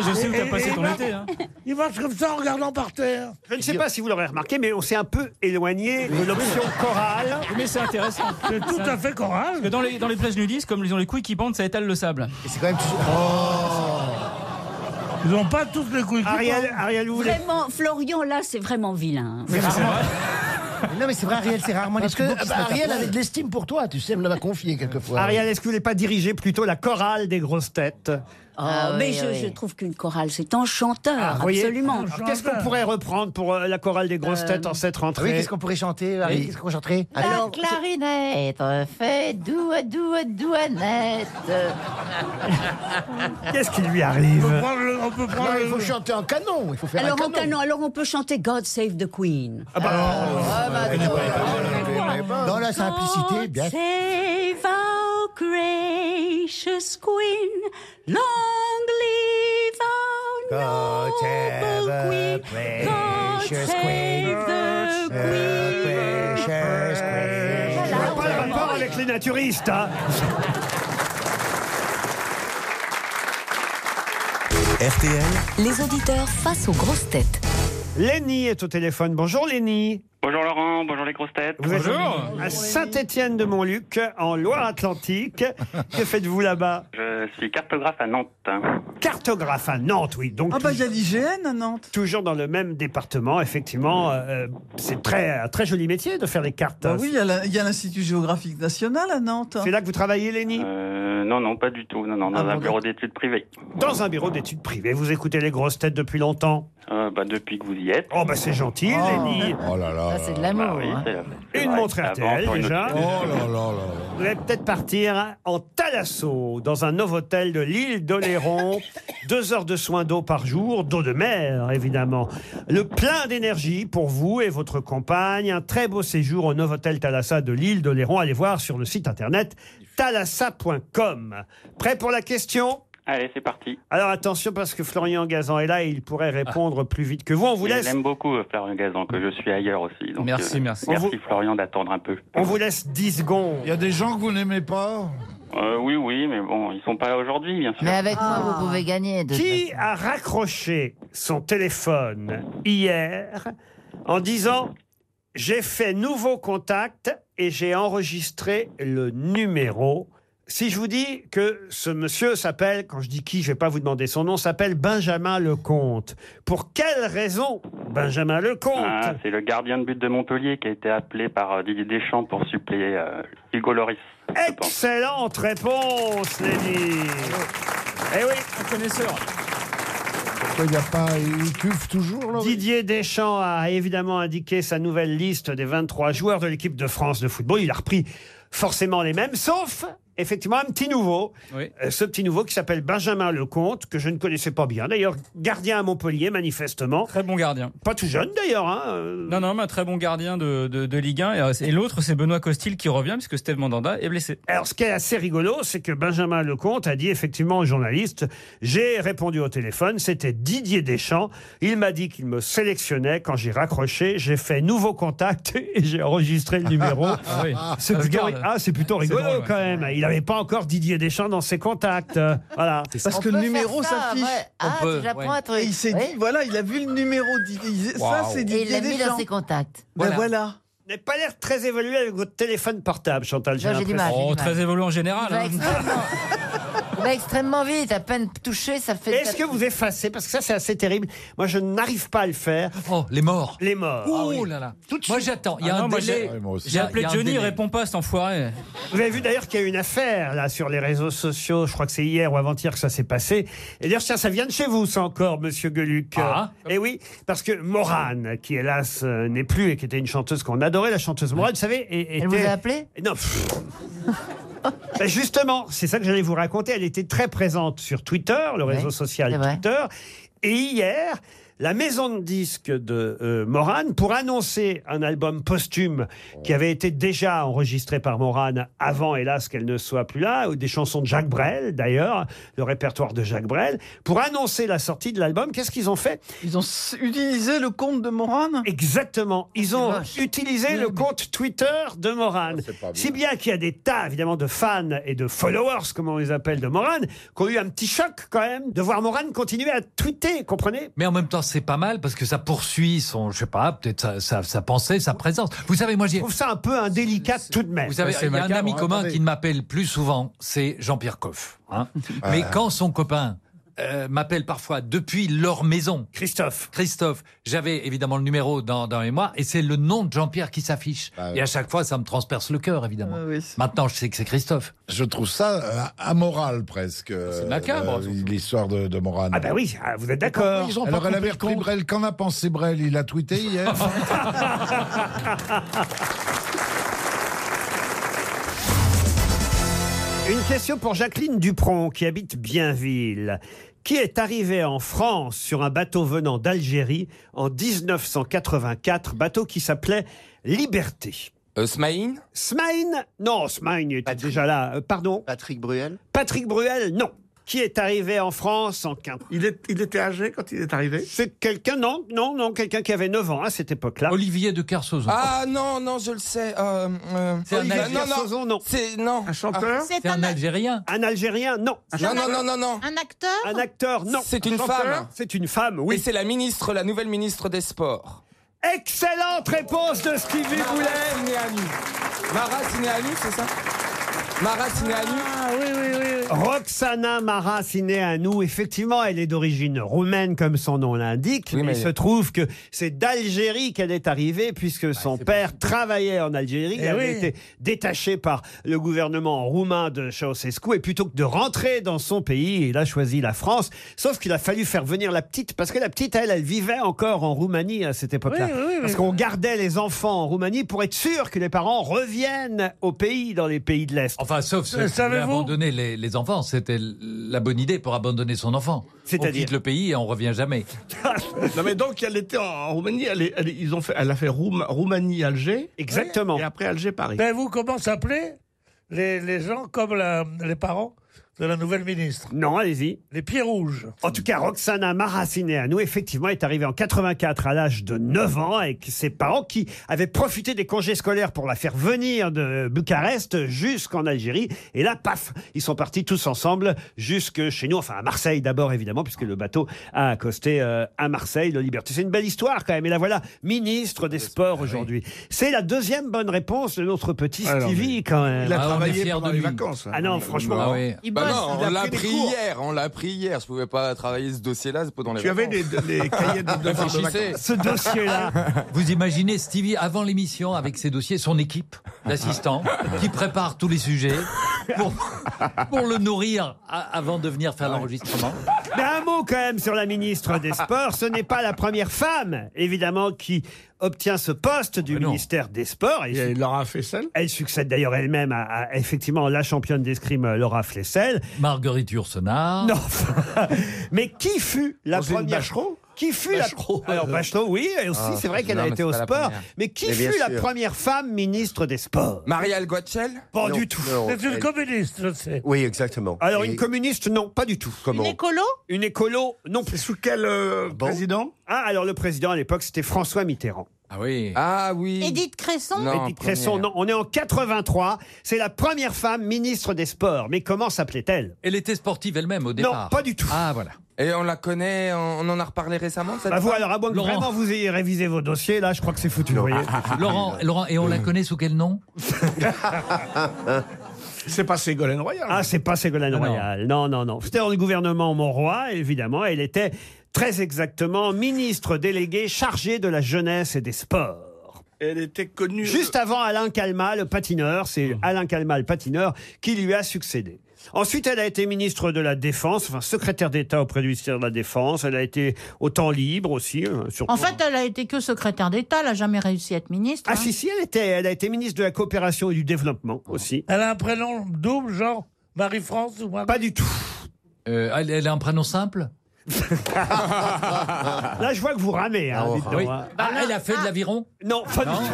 Speaker 5: je sais où t'as passé ton été, Eh, hein. Il marche comme ça en regardant par terre.
Speaker 4: Je ne sais pas si vous l'aurez remarqué, mais on s'est un peu éloigné de l'option chorale.
Speaker 15: Mais c'est intéressant.
Speaker 5: C'est tout à fait choral. Parce
Speaker 15: que dans les, dans les plages nudistes, comme ils ont les couilles qui bandent, ça étale le sable. Et c'est quand même.
Speaker 4: Oh.
Speaker 5: Ils n'ont pas toutes les couilles
Speaker 4: Ariel, Ariel, vous voulez-
Speaker 14: Vraiment, Florian, là, c'est vraiment vilain.
Speaker 13: Non, mais c'est vrai, Ariel, c'est rarement
Speaker 14: les
Speaker 13: Parce que
Speaker 14: plus beaux qui se
Speaker 13: bah,
Speaker 14: mettent à
Speaker 13: Ariel
Speaker 14: poil.
Speaker 13: avait de l'estime pour toi, tu sais, elle me l'a confié quelquefois.
Speaker 4: Ariel, Ah, est-ce que vous voulez pas diriger plutôt la chorale des grosses têtes
Speaker 14: Ah, mais je, je trouve qu'une chorale, c'est enchanteur,
Speaker 4: Ah, voyez.
Speaker 14: absolument.
Speaker 4: Alors, Qu'est-ce qu'on pourrait reprendre pour euh, la chorale des grosses
Speaker 14: Euh,
Speaker 4: têtes en cette rentrée Bah,
Speaker 14: oui, qu'est-ce
Speaker 13: qu'on pourrait chanter,
Speaker 4: Harry
Speaker 13: Qu'est-ce qu'on chanterait
Speaker 14: Alors,
Speaker 17: clarinette fait doua doua douanette.
Speaker 4: Qu'est-ce qui lui arrive
Speaker 5: on peut prendre
Speaker 13: il faut chanter en canon, il faut faire
Speaker 14: Alors,
Speaker 13: un
Speaker 14: en canon, alors on peut chanter God Save the Queen.
Speaker 13: Ah
Speaker 4: euh,
Speaker 13: bah, Dans la simplicité, bien.
Speaker 17: Save our gracious queen, long live our
Speaker 16: God save the precious queen.
Speaker 17: the
Speaker 16: The precious queen.
Speaker 4: Je vois pas le rapport avec les naturistes. hein.
Speaker 11: RTL.
Speaker 18: Les auditeurs face aux grosses têtes.
Speaker 4: Lenny est au téléphone. Bonjour Lenny.
Speaker 19: Bonjour Laurent, bonjour les grosses têtes.
Speaker 4: Vous êtes à Saint-Étienne-de-Montluc, en Loire-Atlantique. que faites-vous là-bas
Speaker 19: Je suis cartographe à Nantes.
Speaker 4: Cartographe à Nantes, oui. Donc, ah bah il y a l'IGN à Nantes. Toujours dans le même département, effectivement. euh, c'est très, un très joli métier de faire les cartes.
Speaker 19: Bah
Speaker 20: oui, il y a la- il y a l'Institut géographique national à Nantes.
Speaker 4: C'est là que vous travaillez, Lenny
Speaker 19: Euh, non, non, pas du tout. Non, non, dans un bureau d'études privées.
Speaker 4: Dans un bureau d'études privées, vous écoutez les grosses têtes depuis longtemps.
Speaker 19: Euh, bah, depuis que vous y êtes.
Speaker 4: Oh, bah c'est gentil, Lenny.
Speaker 19: Oh là là.
Speaker 4: Ça, Ah, c'est de hein.
Speaker 19: l'amour.
Speaker 4: Une montre RTL, déjà.
Speaker 19: Oh là là.
Speaker 4: Vous allez peut-être partir en Thalasso, dans un Novotel de l'île d'Oléron. Deux heures de soins d'eau par jour, d'eau de mer, évidemment. Le plein d'énergie pour vous et votre compagne. Un très beau séjour au Novotel Thalassa de l'île d'Oléron. Allez voir sur le site internet thalassa.com. Prêt pour la question
Speaker 19: Allez, c'est parti.
Speaker 4: alors attention parce que Florian Gazan est là et il pourrait
Speaker 19: Ah.
Speaker 4: répondre plus vite que vous. On vous
Speaker 19: Je
Speaker 4: laisse
Speaker 19: l'aime beaucoup, euh, Florian Gazan, que je suis ailleurs aussi. donc,
Speaker 15: Merci,
Speaker 19: euh,
Speaker 15: merci.
Speaker 19: Merci
Speaker 15: On vous-
Speaker 19: Florian d'attendre un peu.
Speaker 4: On vous laisse 10 secondes.
Speaker 19: Il y a des gens que vous n'aimez pas Euh, Oui, oui, mais bon, ils sont pas là aujourd'hui, bien sûr.
Speaker 17: Mais avec moi, vous pouvez gagner. de-
Speaker 4: Qui a raccroché son téléphone hier en disant J'ai fait nouveau contact et j'ai enregistré le numéro. Si je vous dis que ce monsieur s'appelle, quand je dis qui, je vais pas vous demander son nom, s'appelle Benjamin Lecomte. Pour quelle raison Benjamin Lecomte
Speaker 19: Ah, c'est le gardien de but de Montpellier qui a été appelé par euh, Didier Deschamps pour suppléer euh, Hugo Loris.
Speaker 4: Excellente réponse, Lenny. Eh oui,
Speaker 15: un connaisseur.
Speaker 16: Pourquoi il n'y a pas. Il cuve toujours, là
Speaker 4: Didier Deschamps a évidemment indiqué sa nouvelle liste des 23 joueurs de l'équipe de France de football. Il a repris forcément les mêmes, sauf effectivement un petit nouveau. Euh, Ce petit nouveau qui s'appelle Benjamin Lecomte, que je ne connaissais pas bien. D'ailleurs, gardien à Montpellier, manifestement. Très
Speaker 15: bon gardien.
Speaker 4: Pas tout jeune, d'ailleurs. Hein. euh,
Speaker 15: Non, non, mais un très bon gardien de, de- de Ligue 1. Et, euh, c'est- Et l'autre, c'est Benoît Costil qui revient, puisque Steve Mandanda est blessé.
Speaker 4: Alors, ce qui est assez rigolo, c'est que Benjamin Lecomte a dit effectivement aux journalistes J'ai répondu au téléphone, c'était Didier Deschamps. Il m'a dit qu'il me sélectionnait. Quand j'ai raccroché, j'ai fait nouveau contact et j'ai enregistré le numéro.
Speaker 15: Ah oui,
Speaker 4: C'est
Speaker 15: ça se
Speaker 4: plutôt,
Speaker 15: garde.
Speaker 4: ah, c'est plutôt
Speaker 15: C'est
Speaker 4: rigolo
Speaker 15: drôle, ouais,
Speaker 4: quand même. Il n'avait pas encore Didier Deschamps dans ses contacts. Euh, voilà.
Speaker 19: Parce que le numéro s'affiche.
Speaker 17: Ah,
Speaker 4: peut,
Speaker 17: tu apprends
Speaker 4: ouais.
Speaker 17: un truc.
Speaker 19: Et il s'est dit, voilà, il a vu le numéro. di- il- Ça,
Speaker 4: Waouh.
Speaker 19: c'est
Speaker 17: Et
Speaker 19: Didier
Speaker 17: il l'a mis dans
Speaker 19: Deschamps.
Speaker 17: ses contacts.
Speaker 19: Ben voilà.
Speaker 4: Vous n'avez pas l'air très évolué avec votre téléphone portable, Chantal.
Speaker 17: Non, j'ai du mal, j'ai
Speaker 4: l'impression.
Speaker 17: du mal.
Speaker 15: Oh, évolué en général. hein.
Speaker 17: Il va extrêmement, il va extrêmement vite. À peine touché, ça fait.
Speaker 4: Est-ce que vous effacez Parce que ça, c'est assez terrible. Moi, je n'arrive pas à le faire.
Speaker 9: Oh, les morts.
Speaker 4: Les morts.
Speaker 9: Oh là là. Moi, j'attends. Il y a
Speaker 4: Ah
Speaker 9: un
Speaker 4: non, moi,
Speaker 9: délai.
Speaker 4: j'ai- Ouais, moi aussi.
Speaker 9: Il y a-
Speaker 15: J'ai appelé
Speaker 9: il y a un
Speaker 15: Johnny, il
Speaker 9: délai.
Speaker 15: répond pas, cet enfoiré.
Speaker 4: Vous avez vu d'ailleurs qu'il y a eu une affaire là sur les réseaux sociaux. Je crois que c'est hier ou avant-hier que ça s'est passé. Et d'ailleurs, tiens, ça vient de chez vous, ça encore, Monsieur Gueluc.
Speaker 9: Ah.
Speaker 4: Et oui, parce que Morane, qui hélas euh, n'est plus et qui était une chanteuse qu'on adorait, la chanteuse Morane, vous savez, et,
Speaker 17: Elle vous a appelé
Speaker 4: Non. pff. Ben, justement, c'est ça que j'allais vous raconter. Elle était très présente sur Twitter, le réseau social Twitter. Et hier, la maison de disques de euh, Morane, pour annoncer un album posthume qui avait été déjà enregistré par Morane avant, hélas, qu'elle ne soit plus là, ou des chansons de Jacques Brel, d'ailleurs, le répertoire de Jacques Brel, pour annoncer la sortie de l'album, qu'est-ce qu'ils ont fait
Speaker 19: Ils ont s- utilisé le compte de Morane Ah,
Speaker 4: Exactement. Ils ont utilisé le compte Twitter de Morane. si bien qu'il y a des tas, évidemment, de fans et de followers, comme on les appelle, de Morane, qui ont eu un petit choc, quand même, de voir Morane continuer à tweeter, comprenez
Speaker 9: Mais en même temps, c'est pas mal parce que ça poursuit son, je sais pas, peut-être sa, sa- sa pensée, sa présence. Vous savez, moi, j'ai. Je trouve
Speaker 4: ça un peu indélicat tout de même.
Speaker 9: Vous savez,
Speaker 4: Ouais, c'est
Speaker 9: il y a un
Speaker 4: macabre,
Speaker 9: ami
Speaker 4: hein,
Speaker 9: commun
Speaker 4: attendez.
Speaker 9: qui ne m'appelle plus souvent, c'est Jean-Pierre Coff. hein.
Speaker 8: Ah.
Speaker 9: Mais quand son copain. euh, m'appelle parfois depuis leur maison.
Speaker 4: Christophe.
Speaker 9: Christophe. J'avais évidemment le numéro dans, dans les mois et c'est le nom de Jean-Pierre qui s'affiche.
Speaker 8: Ah
Speaker 9: Et à chaque fois, ça me transperce le cœur, évidemment. Maintenant, je sais que c'est Christophe. Ah,
Speaker 8: Je trouve ça euh, amoral Euh, presque. C'est
Speaker 9: macabre,
Speaker 8: L'histoire de, de Morane.
Speaker 4: Ah bah oui, ah, vous êtes d'accord.
Speaker 8: Ils ont Alors elle avait repris Brel. Qu'en a pensé Brel Il a tweeté hier.
Speaker 4: Une question pour Jacqueline Dupron, qui habite Bienville. Qui est arrivée en France sur un bateau venant d'Algérie en 1984, bateau qui s'appelait Liberté
Speaker 9: Euh,
Speaker 6: Smaïn
Speaker 4: Smaïn Non, Smaïn était déjà là. Euh, pardon
Speaker 19: Patrick Bruel
Speaker 4: Patrick Bruel, non. Qui est arrivé en France en quin-
Speaker 19: il, était âgé quand il est arrivé
Speaker 4: C'est quelqu'un, non, non, non, quelqu'un qui avait 9 ans à cette époque-là.
Speaker 9: Olivier de Kersauzon.
Speaker 6: Ah non, non, je le sais. euh, euh,
Speaker 4: C'est un
Speaker 6: Olivier-
Speaker 4: Algérien. Sauzon, non. Ah.
Speaker 6: C'est non. Un
Speaker 4: chanteur
Speaker 6: C'est
Speaker 4: C'est
Speaker 6: un
Speaker 4: un
Speaker 9: Algérien.
Speaker 4: Un Algérien, non.
Speaker 6: Non, non, non, non, non.
Speaker 7: Un acteur
Speaker 4: Un acteur, non.
Speaker 6: C'est une
Speaker 4: Un chanteur
Speaker 6: femme.
Speaker 4: C'est une femme, oui.
Speaker 6: Et c'est la ministre, la nouvelle ministre des Sports.
Speaker 4: Excellente réponse de Stevie
Speaker 6: Boulet. Mara Sineanu, c'est ça Mara Sineanu
Speaker 7: Ah oui, oui, oui.
Speaker 4: Roxana Mara Sineanu, effectivement, elle est d'origine roumaine, comme son nom l'indique, mais,
Speaker 6: mais-
Speaker 4: il se trouve que c'est d'Algérie qu'elle est arrivée, puisque son père travaillait en Algérie,
Speaker 19: Bah, Eh
Speaker 4: elle
Speaker 19: oui.
Speaker 4: a été détachée par le gouvernement roumain de Ceausescu, et plutôt que de rentrer dans son pays, il a choisi la France, sauf qu'il a fallu faire venir la petite, parce que la petite, elle, elle vivait encore en Roumanie à cette époque-là,
Speaker 19: Oui, oui, oui,
Speaker 4: parce
Speaker 19: oui.
Speaker 4: qu'on gardait les enfants en Roumanie pour être sûr que les parents reviennent au pays, dans les pays de l'Est.
Speaker 9: Enfin, sauf ceux qui voulaient
Speaker 4: Euh, savez-vous
Speaker 9: abandonner les, les enfants. C'était l- la bonne idée pour abandonner son enfant.
Speaker 4: C'est-à-dire
Speaker 9: On quitte le pays et on revient jamais.
Speaker 10: non mais donc elle était en, en Roumanie, elle, est- elle est- ils ont fait, elle a fait Roum- Roumanie-Alger.
Speaker 4: Exactement.
Speaker 10: Et après Alger-Paris.
Speaker 5: Ben vous, comment s'appelaient les, les gens comme la- les parents de la nouvelle ministre
Speaker 4: Non, allez-y.
Speaker 5: Les pieds rouges.
Speaker 4: En tout cas, Roxana Maracineanu, effectivement, est arrivée en 84 à l'âge de 9 ans avec ses parents qui avaient profité des congés scolaires pour la faire venir de Bucarest jusqu'en Algérie. Et là, paf, ils sont partis tous ensemble jusque chez nous, enfin à Marseille d'abord, évidemment, puisque le bateau a accosté euh, à Marseille, le Liberté. C'est une belle histoire quand même. Et la voilà, ministre
Speaker 10: Ah
Speaker 4: des Sports aujourd'hui. C'est la deuxième bonne réponse de notre petit
Speaker 10: Alors,
Speaker 4: Stevie quand même.
Speaker 10: il a Ah, on est travaillé fiers pendant de les lui. vacances, hein.
Speaker 4: Ah non, franchement.
Speaker 6: Ah oui.
Speaker 10: Il
Speaker 6: Bah
Speaker 10: bosse,
Speaker 6: non,
Speaker 10: il a
Speaker 6: on l'a
Speaker 10: pris des
Speaker 6: pris
Speaker 10: cours.
Speaker 6: hier, on l'a pris hier. Je pouvais pas travailler ce dossier-là pendant les
Speaker 10: Tu avais
Speaker 6: vacances.
Speaker 10: des- des cahiers de devoirs de
Speaker 6: Réfléchissez.
Speaker 10: vacances. Ce dossier-là.
Speaker 9: Vous imaginez Stevie avant l'émission avec ses dossiers, son équipe d'assistants qui prépare tous les sujets. pour, pour le nourrir a- avant de venir faire l'enregistrement.
Speaker 4: Mais un mot quand même sur la ministre des Sports. Ce n'est pas la première femme, évidemment, qui obtient ce poste du ministère des Sports. Elle, Laura Flessel Elle succède d'ailleurs elle-même à, à, effectivement la championne d'escrime euh, Laura Flessel.
Speaker 9: Marguerite Yourcenar.
Speaker 4: Non. Mais qui fut la
Speaker 9: Roselyne
Speaker 4: première
Speaker 9: Bachelot
Speaker 4: Qui fut
Speaker 9: Bachelot.
Speaker 4: la Alors Bachelot, oui, et aussi
Speaker 6: Ah,
Speaker 4: c'est vrai qu'elle
Speaker 6: non,
Speaker 4: a
Speaker 6: mais
Speaker 4: été
Speaker 6: c'est
Speaker 4: au
Speaker 6: pas la
Speaker 4: sport.
Speaker 6: première.
Speaker 4: Mais qui
Speaker 6: Mais bien
Speaker 4: fut la
Speaker 6: sûr.
Speaker 4: première femme ministre des Sports
Speaker 6: Marielle Guatchel
Speaker 4: Pas du tout.
Speaker 5: C'est une communiste, je sais.
Speaker 12: Oui, exactement.
Speaker 4: Alors,
Speaker 12: Et-
Speaker 4: une communiste, non, pas du tout.
Speaker 12: Comment Une
Speaker 4: écolo Une écolo, non. C'est sous quel président Ah, alors le président à l'époque, c'était François Mitterrand.
Speaker 9: Ah oui.
Speaker 6: Ah oui.
Speaker 7: Edith Cresson
Speaker 4: Edith Cresson, non. On est en 83. C'est la première femme ministre des Sports. Mais comment s'appelait-elle
Speaker 9: Elle était sportive elle-même au
Speaker 4: Non,
Speaker 9: départ.
Speaker 4: pas du tout.
Speaker 9: Ah voilà.
Speaker 6: Et on la connaît, on on en a reparlé récemment, cette
Speaker 4: Bah vous,
Speaker 6: femme
Speaker 4: alors, à moins que vraiment vous ayez révisé vos dossiers, là, je crois que c'est foutu. vous voyez.
Speaker 9: Ah, Laurent, Laurent, et on la connaît sous quel nom
Speaker 4: C'est pas Ségolène Royal. Ah, c'est pas Ségolène Royal. Non, non, non. C'était dans le gouvernement Monroy, évidemment. Elle était très exactement ministre déléguée chargée de la jeunesse et des sports.
Speaker 10: Elle était connue.
Speaker 4: Juste avant Alain Calma, le patineur, c'est Alain Calma, le patineur, qui lui a succédé. Ensuite, elle a été ministre de la Défense, enfin secrétaire d'État auprès du ministère de la Défense. Elle a été au temps libre aussi. euh, surtout.
Speaker 7: En fait, elle a été que secrétaire d'État, elle n'a jamais réussi à être ministre. hein.
Speaker 4: ah si, si, elle, était, elle a été ministre de la Coopération et du Développement aussi.
Speaker 5: Elle a un prénom double, genre Marie-France ou Marie
Speaker 4: Pas du tout.
Speaker 9: Euh, elle, elle a un prénom simple
Speaker 4: Là, je vois que vous ramez. hein, dites donc,
Speaker 9: Oui.
Speaker 4: hein.
Speaker 9: Ah, elle a fait de l'aviron
Speaker 4: Ah, Non, pas du tout.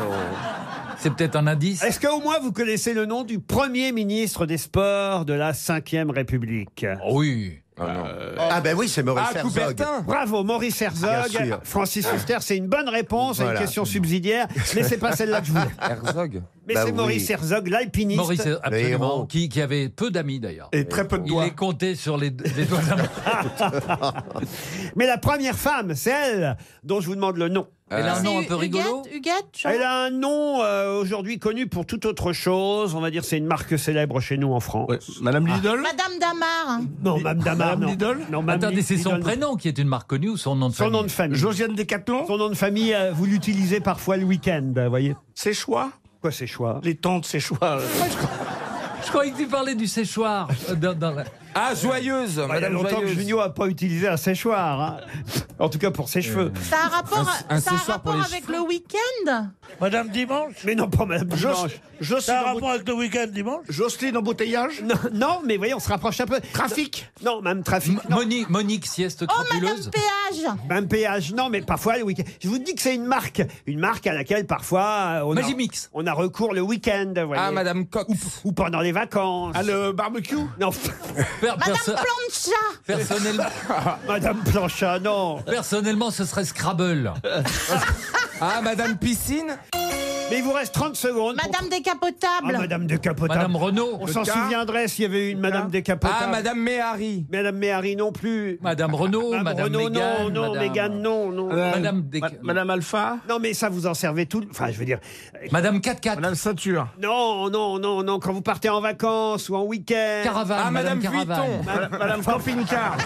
Speaker 9: C'est peut-être
Speaker 6: Ah,
Speaker 9: un indice.
Speaker 4: Est-ce qu'au moins vous connaissez le nom du premier ministre des Sports de la Ve République
Speaker 9: Oui.
Speaker 12: Ah ben oui, c'est Maurice Herzog.
Speaker 4: Bravo, Maurice
Speaker 12: Bien
Speaker 4: Herzog.
Speaker 12: sûr.
Speaker 4: Francis Huster, c'est une bonne réponse à
Speaker 12: Voilà.
Speaker 4: une question subsidiaire, mais c'est pas celle-là que je voulais.
Speaker 6: Herzog
Speaker 4: Mais
Speaker 6: Bah
Speaker 4: c'est
Speaker 6: oui.
Speaker 4: Maurice Herzog, l'alpiniste.
Speaker 9: Maurice, absolument,
Speaker 4: héros.
Speaker 9: qui, qui avait peu d'amis d'ailleurs.
Speaker 4: Et très peu de
Speaker 9: Il
Speaker 4: doigts.
Speaker 9: est compté sur les, les doigts d'un
Speaker 4: Mais la première femme, c'est elle dont je vous demande le nom.
Speaker 9: Euh. Elle
Speaker 7: Ah,
Speaker 9: a un nom un peu rigolo
Speaker 4: Elle a un nom euh, aujourd'hui connu pour toute autre chose. On va dire c'est une marque célèbre chez nous en France.
Speaker 10: Madame
Speaker 4: Lidl
Speaker 7: Madame Damar.
Speaker 4: Non, Madame Damar. non. Non, Madame
Speaker 9: Attendez, c'est son
Speaker 4: Lidl, non.
Speaker 9: prénom qui est une marque connue ou son nom de
Speaker 4: Son
Speaker 9: famille
Speaker 4: nom de famille. Josiane Décathlon Son nom de famille, euh, vous l'utilisez parfois le week-end, vous voyez. Ses choix Quoi ses choix Les tantes, ses choix. euh.
Speaker 9: Je croyais que tu parlais du séchoir. euh, dans- dans la-
Speaker 6: Ah, joyeuse
Speaker 4: Bah, Il y a
Speaker 6: Madame
Speaker 4: longtemps
Speaker 6: Joyeuse.
Speaker 4: que Junio n'a pas utilisé un séchoir. hein. En tout cas pour ses cheveux.
Speaker 7: Ça a un rapport,
Speaker 4: Un- un
Speaker 7: ça a un
Speaker 4: ce soir pour
Speaker 7: rapport
Speaker 4: les
Speaker 7: avec le week-end
Speaker 5: Madame Dimanche
Speaker 4: Mais non, pas Madame Dimanche.
Speaker 5: Ça a un rapport avec le week-end dimanche
Speaker 4: Jocelyne embouteillage non, non, mais voyez, on se rapproche un peu. Trafic Non, même trafic.
Speaker 9: Monique, Monique sieste crapuleuse.
Speaker 7: Péage
Speaker 4: Même péage, non, mais parfois le week-end. Je vous dis que c'est une marque, une marque à laquelle parfois euh, on, a,
Speaker 9: Magimix.
Speaker 4: on a recours le week-end. vous voyez.
Speaker 6: Ah, Madame Cox.
Speaker 4: Ou, ou pendant les vacances. Ah, le barbecue Non.
Speaker 9: Per- perso-
Speaker 7: Plancha
Speaker 9: personnellement,
Speaker 4: Madame Planchat, non.
Speaker 9: personnellement, ce serait Scrabble.
Speaker 6: Ah, Madame Piscine
Speaker 4: Mais il vous reste 30 secondes. pour-
Speaker 7: Madame décapotable
Speaker 4: Ah, Madame décapotable.
Speaker 9: Madame Renaud.
Speaker 4: On
Speaker 9: Le
Speaker 4: s'en
Speaker 9: cas.
Speaker 4: souviendrait s'il y avait eu une Madame décapotable.
Speaker 6: Ah, Madame Méhari.
Speaker 4: Madame Méhari non plus.
Speaker 9: Madame Renaud, Madame
Speaker 4: Renaud, non,
Speaker 9: Mégane,
Speaker 4: non,
Speaker 9: Madame-
Speaker 4: Mégane, non, non.
Speaker 9: Madame Déc-
Speaker 4: Alpha Non, mais ça, vous en servez tout. Enfin, je veux dire.
Speaker 9: Madame 4-4.
Speaker 10: Madame Ceinture.
Speaker 4: Non, non, non, non. Quand vous partez en vacances ou en week-end.
Speaker 9: Caravane, Ah, Madame Madame Caravane. Vuitton.
Speaker 4: Madame-
Speaker 10: Madame Camping-Car.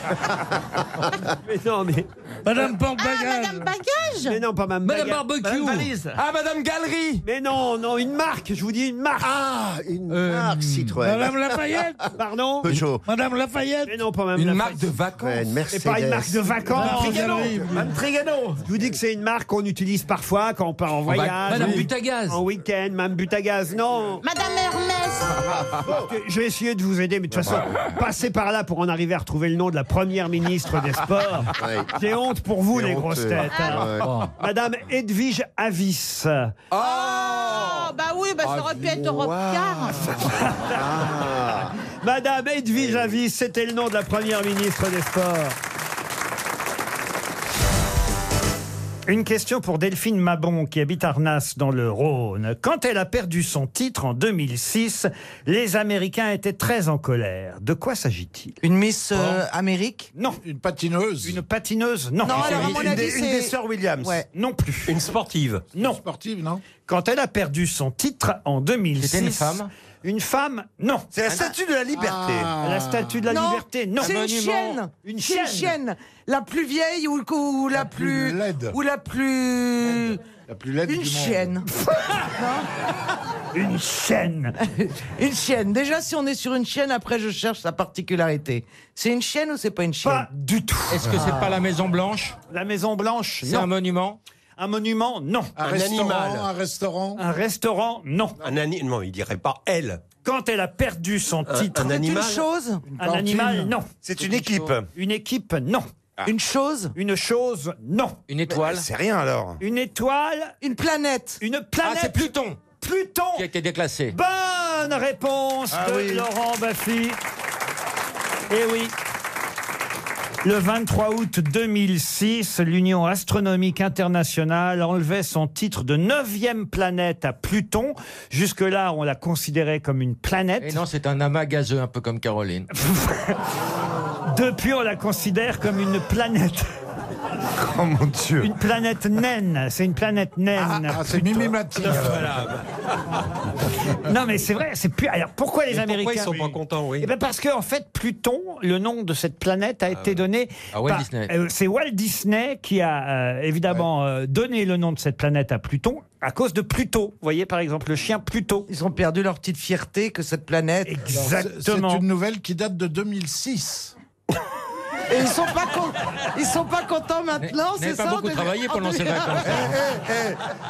Speaker 4: mais non, mais.
Speaker 5: Madame Porte
Speaker 7: Madame Bagage
Speaker 4: Mais non, pas Madame
Speaker 9: Madame
Speaker 4: Bagage.
Speaker 9: Barbecue.
Speaker 10: Madame Valise.
Speaker 6: Ah, Madame Galerie
Speaker 4: Mais non, non, une marque, je vous dis une marque.
Speaker 12: Ah, une marque Citroën.
Speaker 5: Madame Lafayette
Speaker 4: Pardon
Speaker 12: Peugeot.
Speaker 5: Madame Lafayette
Speaker 4: Mais non, pas Madame
Speaker 6: Une
Speaker 4: Lafayette.
Speaker 6: marque de vacances.
Speaker 12: Ouais, une
Speaker 4: C'est
Speaker 12: Mercedes.
Speaker 4: pas une marque de
Speaker 10: Madame
Speaker 4: vacances.
Speaker 10: Trigano. Madame Trigano.
Speaker 4: Je vous dis que c'est une marque qu'on utilise parfois quand on part en
Speaker 9: va-
Speaker 4: voyage.
Speaker 9: Madame
Speaker 4: Oui.
Speaker 9: Butagaz.
Speaker 4: En week-end, Madame Butagaz, non.
Speaker 7: Madame Hermès
Speaker 4: Je vais essayer de vous aider, mais de toute façon, passez par là pour en arriver à retrouver le nom de la première ministre des Sports.
Speaker 12: Ouais.
Speaker 4: J'ai honte pour vous,
Speaker 12: C'est
Speaker 4: les grosses
Speaker 12: honteux.
Speaker 4: têtes. hein.
Speaker 12: euh, Ouais.
Speaker 9: Oh.
Speaker 4: Madame Edwige Avis.
Speaker 7: Oh, bah oui, bah ça aurait pu être Europe Car
Speaker 12: Ah.
Speaker 4: Madame Edwige Avis, c'était le nom de la première ministre des Sports. Une question pour Delphine Mabon qui habite Arnas dans le Rhône. Quand elle a perdu son titre en 2006, les Américains étaient très en colère. De quoi s'agit-il Oh.
Speaker 11: Une Miss euh, Amérique
Speaker 4: Non. Une patineuse Une patineuse Non.
Speaker 11: Non, alors, à mon avis,
Speaker 12: Une des
Speaker 11: c'est...
Speaker 12: sœurs Williams.
Speaker 11: Ouais.
Speaker 4: Non plus.
Speaker 12: Une sportive.
Speaker 4: Non.
Speaker 19: Sportive, non
Speaker 4: Quand elle a perdu son titre en 2006.
Speaker 6: C'était une femme
Speaker 4: Une femme Ah Non. Ah.
Speaker 12: C'est la statue de la liberté.
Speaker 4: La statue de la
Speaker 11: Non,
Speaker 4: liberté Non.
Speaker 11: C'est une chienne.
Speaker 4: Une
Speaker 11: C'est
Speaker 4: chienne.
Speaker 11: une chienne. La plus vieille ou, ou la,
Speaker 8: plus
Speaker 11: plus.
Speaker 8: laide.
Speaker 11: Ou la plus.
Speaker 8: La plus laide
Speaker 11: Une
Speaker 8: du monde.
Speaker 11: chienne.
Speaker 4: Une chienne.
Speaker 11: une chienne. Déjà, si on est sur une chienne, après, je cherche sa particularité. C'est une chienne ou c'est pas une chienne Pas
Speaker 4: du tout.
Speaker 21: Est-ce que c'est pas la Maison Blanche
Speaker 4: La Maison Blanche,
Speaker 21: C'est un monument
Speaker 4: Un monument, non.
Speaker 21: Un animal.
Speaker 8: Un restaurant.
Speaker 4: Un restaurant, non.
Speaker 21: Un Non, il dirait pas elle.
Speaker 4: Quand elle a perdu son
Speaker 21: Un-
Speaker 4: titre.
Speaker 21: un C'est animal une
Speaker 11: chose
Speaker 4: Un animal, non.
Speaker 12: C'est une équipe.
Speaker 4: Une équipe, non.
Speaker 11: Ah. Une chose
Speaker 4: Une chose, non.
Speaker 21: Une étoile
Speaker 12: C'est rien alors.
Speaker 4: Une étoile.
Speaker 11: Une planète.
Speaker 4: Une planète.
Speaker 21: Ah, c'est Pluton
Speaker 4: Pluton
Speaker 21: Qui a été déclassé.
Speaker 4: Bonne réponse
Speaker 21: Ah
Speaker 4: de
Speaker 21: oui.
Speaker 4: Laurent Baffy. Eh oui. Le 23 août 2006, l'Union astronomique internationale enlevait son titre de neuvième planète à Pluton. Jusque-là, on la considérait comme une planète.
Speaker 21: Et Eh non, c'est un amas gazeux, un peu comme Caroline.
Speaker 4: Depuis, on la considère comme une planète. Oh mon Dieu Une planète naine. C'est une planète naine.
Speaker 8: Ah, c'est
Speaker 4: Pluton.
Speaker 8: Mimi Mati.
Speaker 4: Non, mais c'est vrai. C'est plus. Alors pourquoi les
Speaker 21: Et pourquoi
Speaker 4: Américains
Speaker 21: ils sont pas contents, oui.
Speaker 4: Eh ben parce que en fait, Pluton, le nom de cette planète a été donné.
Speaker 21: À Ah, Walt
Speaker 4: par-
Speaker 21: Disney.
Speaker 4: euh, c'est Walt Disney qui a euh, évidemment euh, donné le nom de cette planète à Pluton à cause de Pluto. Vous voyez par exemple le chien Pluto.
Speaker 11: Ils ont perdu leur petite fierté que cette planète.
Speaker 4: Exactement.
Speaker 8: C'est une nouvelle qui date de 2006.
Speaker 11: Et ils sont pas, con- ils sont pas contents maintenant,
Speaker 21: Vous
Speaker 11: c'est
Speaker 21: n'avez
Speaker 11: ça Eh,
Speaker 21: pas beaucoup
Speaker 11: on est-
Speaker 21: travaillé pendant
Speaker 11: on est-
Speaker 21: ces vacances. hein.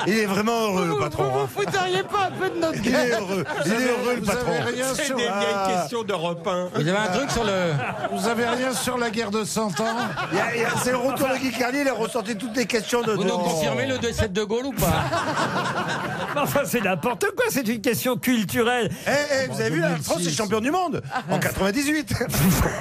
Speaker 12: Il est vraiment heureux, le patron. hein.
Speaker 11: Vous foutiriez pas un peu de notre
Speaker 12: Il
Speaker 11: gueule
Speaker 12: est heureux. Il est heureux, le patron.
Speaker 21: C'est des vieilles questions d'Europe 1. Vous avez un truc sur le...
Speaker 8: Vous avez rien sur la guerre de 100 ans
Speaker 12: Il y a- il y a- C'est le retour de Guy Carlier, il a ressorti toutes les questions de.
Speaker 21: Vous nous confirmez le 2-7 de Gaulle ou pas
Speaker 4: Enfin, c'est n'importe quoi. C'est une question culturelle. Ah,
Speaker 12: Eh, eh, vous avez vu, la France est champion du monde en 98.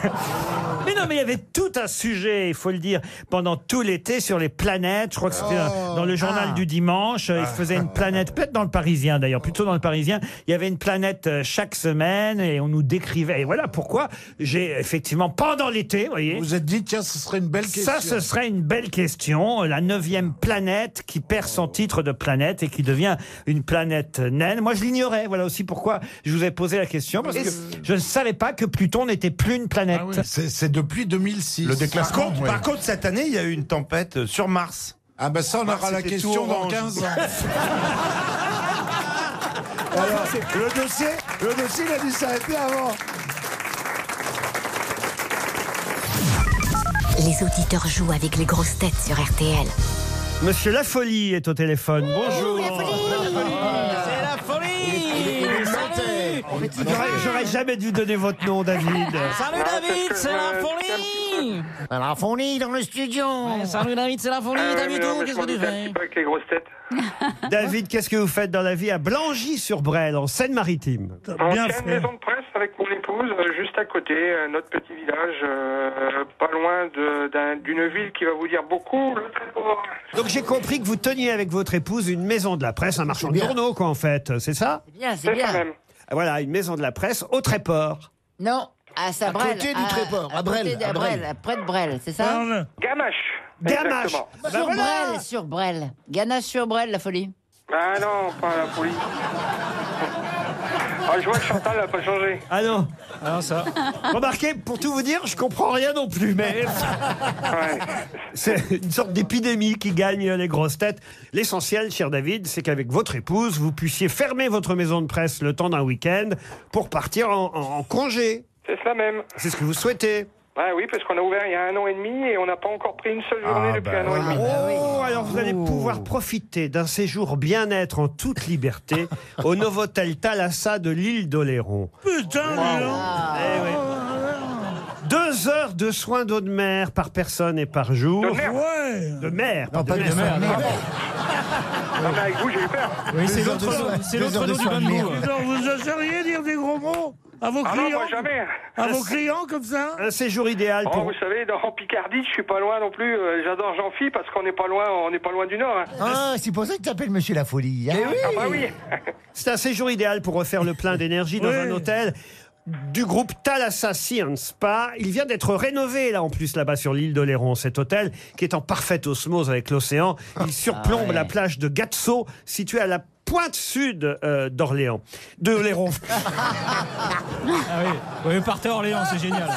Speaker 4: Mais non, mais il y avait tout un sujet, il faut le dire, pendant tout l'été sur les planètes. Je crois que c'était
Speaker 12: Oh.
Speaker 4: dans- dans le journal
Speaker 12: Ah.
Speaker 4: du dimanche. euh, Il faisait une planète, peut-être dans le Parisien d'ailleurs, plutôt dans le Parisien. Il y avait une planète euh, chaque semaine et on nous décrivait. Et voilà pourquoi j'ai effectivement, pendant l'été, vous voyez.
Speaker 8: Vous êtes dit, tiens, ce serait une belle question.
Speaker 4: Ça, ce serait une belle question. La neuvième planète qui perd
Speaker 8: Oh.
Speaker 4: son titre de planète et qui devient une planète naine. Moi, je l'ignorais. Voilà aussi pourquoi je vous ai posé la question. Parce que je ne savais pas que Pluton n'était plus une planète.
Speaker 8: Ah oui, c'est c'est depuis 2006.
Speaker 12: Le déclasse
Speaker 8: Par contre, par
Speaker 12: Par
Speaker 8: contre-
Speaker 12: contre, cette année, il y a eu une tempête euh, sur Mars.
Speaker 8: Ah ben ça, on
Speaker 12: Mars
Speaker 8: aura la
Speaker 12: était
Speaker 8: question
Speaker 12: tout
Speaker 8: dans
Speaker 12: orange.
Speaker 8: 15 ans.
Speaker 12: Alors, le dossier, le dossier, il a dû s'arrêter avant.
Speaker 22: Les auditeurs jouent avec les grosses têtes sur RTL.
Speaker 4: Monsieur Lafolie est au téléphone. Bonjour.
Speaker 22: C'est
Speaker 19: la
Speaker 22: folie
Speaker 17: Oh,
Speaker 4: J'aurais- J'aurais jamais dû donner votre nom, David.
Speaker 17: Ah,
Speaker 19: Salut David, c'est la folie
Speaker 17: La folie dans le studio
Speaker 19: Salut David, c'est la folie, David, qu'est-ce que tu fais
Speaker 23: Avec les grosses têtes.
Speaker 4: David, qu'est-ce que vous faites dans la vie à Blangy-sur-Brel, en Seine-Maritime
Speaker 23: Ancienne maison de presse avec mon épouse, euh, juste à côté, euh, notre petit village, euh, pas loin de- d'un- d'une ville qui va vous dire beaucoup, le Tréport.
Speaker 4: Donc j'ai compris que vous teniez avec votre épouse une maison de la presse, un marchand de journaux, quoi, en fait. C'est ça
Speaker 17: Bien, c'est bien.
Speaker 4: Ah, Voilà, une maison de la presse au Tréport.
Speaker 17: Non, à Sabrel.
Speaker 24: côté du Tréport, à
Speaker 17: côté
Speaker 24: Brel,
Speaker 17: de-
Speaker 24: à Brel.
Speaker 17: Brel, Près de Brel, c'est ça
Speaker 23: Gamache.
Speaker 4: Gamache.
Speaker 23: Exactement.
Speaker 4: Bah
Speaker 17: Sur
Speaker 4: voilà.
Speaker 17: Brel, sur Brel. Ganache sur Brel, la folie.
Speaker 23: Ah non, pas la folie. Ah, je vois que Chantal n'a pas changé.
Speaker 4: Ah non
Speaker 23: Ah ça.
Speaker 4: Remarquez, pour tout vous dire, je comprends rien non plus, mais c'est une sorte d'épidémie qui gagne les grosses têtes. L'essentiel, cher David, c'est qu'avec votre épouse, vous puissiez fermer votre maison de presse le temps d'un week-end pour partir en, en- en congé.
Speaker 23: C'est cela même.
Speaker 4: C'est ce que vous souhaitez.
Speaker 23: Ah oui, parce qu'on a ouvert il y a un an et demi et on n'a pas encore pris une seule journée
Speaker 12: Ah bah
Speaker 23: depuis un an et demi.
Speaker 4: Oh, alors vous allez pouvoir profiter d'un séjour bien-être en toute liberté au Novotel Thalassa de l'île d'Oléron.
Speaker 5: Putain, dis donc.
Speaker 4: Eh oui. Deux heures de soins d'eau de mer par personne et par jour.
Speaker 23: De mer.
Speaker 5: Ouais.
Speaker 4: De mer,
Speaker 24: Non, pas de mer, non.
Speaker 23: Ah, mais avec vous, j'ai eu peur.
Speaker 15: Oui, c'est
Speaker 24: Des
Speaker 15: l'autre
Speaker 24: heures de
Speaker 15: nom-
Speaker 24: soins-
Speaker 15: c'est
Speaker 24: des
Speaker 15: l'autre
Speaker 24: heures de
Speaker 15: nom du
Speaker 24: soins
Speaker 15: bain
Speaker 24: de
Speaker 15: de
Speaker 24: mer.
Speaker 15: boue.
Speaker 5: Dis donc, vous oseriez dire des gros mots à vos
Speaker 23: Ah non,
Speaker 5: clients
Speaker 23: moi jamais.
Speaker 5: À vos clients comme ça
Speaker 4: Un séjour idéal
Speaker 23: Oh,
Speaker 4: pour...
Speaker 23: vous savez, dans en Picardie, je suis pas loin non plus. Euh, J'adore Jean-Phi parce qu'on n'est pas loin, on n'est pas loin du Nord. hein.
Speaker 24: Ah, c'est pour ça que t'appelles Monsieur la Folie. hein.
Speaker 23: Ah bah oui.
Speaker 4: Eh C'est un séjour idéal pour refaire le plein d'énergie dans
Speaker 5: Oui.
Speaker 4: un hôtel du groupe Thalassa Science Spa. Il vient d'être rénové, là, en plus, là-bas, sur l'île d'Oléron, cet hôtel,
Speaker 24: Ah,
Speaker 4: qui est en parfaite osmose avec l'océan. Il surplombe
Speaker 17: ouais.
Speaker 4: la plage de Gatso, située à la pointe sud euh, d'Orléans, de l'Héron.
Speaker 15: Ah oui, oui, partez à Orléans, c'est génial.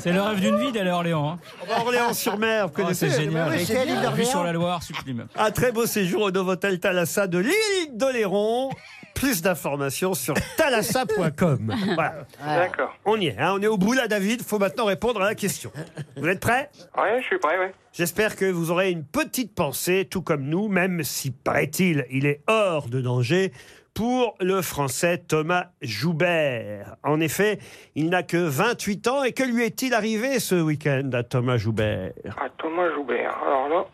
Speaker 15: C'est le rêve d'une vie d'aller à Orléans. hein.
Speaker 4: Orléans-sur-Mer, vous
Speaker 15: Oh,
Speaker 4: connaissez
Speaker 15: c'est génial.
Speaker 4: Oui, c'est bien.
Speaker 15: Vue sur la Loire, sublime.
Speaker 4: Un très beau séjour au Novotel Thalassa de l'île d'Oléron. Plus d'informations sur thalassa.com. Voilà.
Speaker 23: D'accord.
Speaker 4: On y est, hein, on est au bout là, David. faut maintenant répondre à la question. Vous êtes prêts
Speaker 23: Ouais, je suis prêt, ouais.
Speaker 4: J'espère que vous aurez une petite pensée, tout comme nous, même si, paraît-il, il est hors de danger, pour le français Thomas Joubert. En effet, il n'a que 28 ans et que lui est-il arrivé ce week-end à Thomas Joubert
Speaker 23: Ah, Thomas Joubert. Alors là,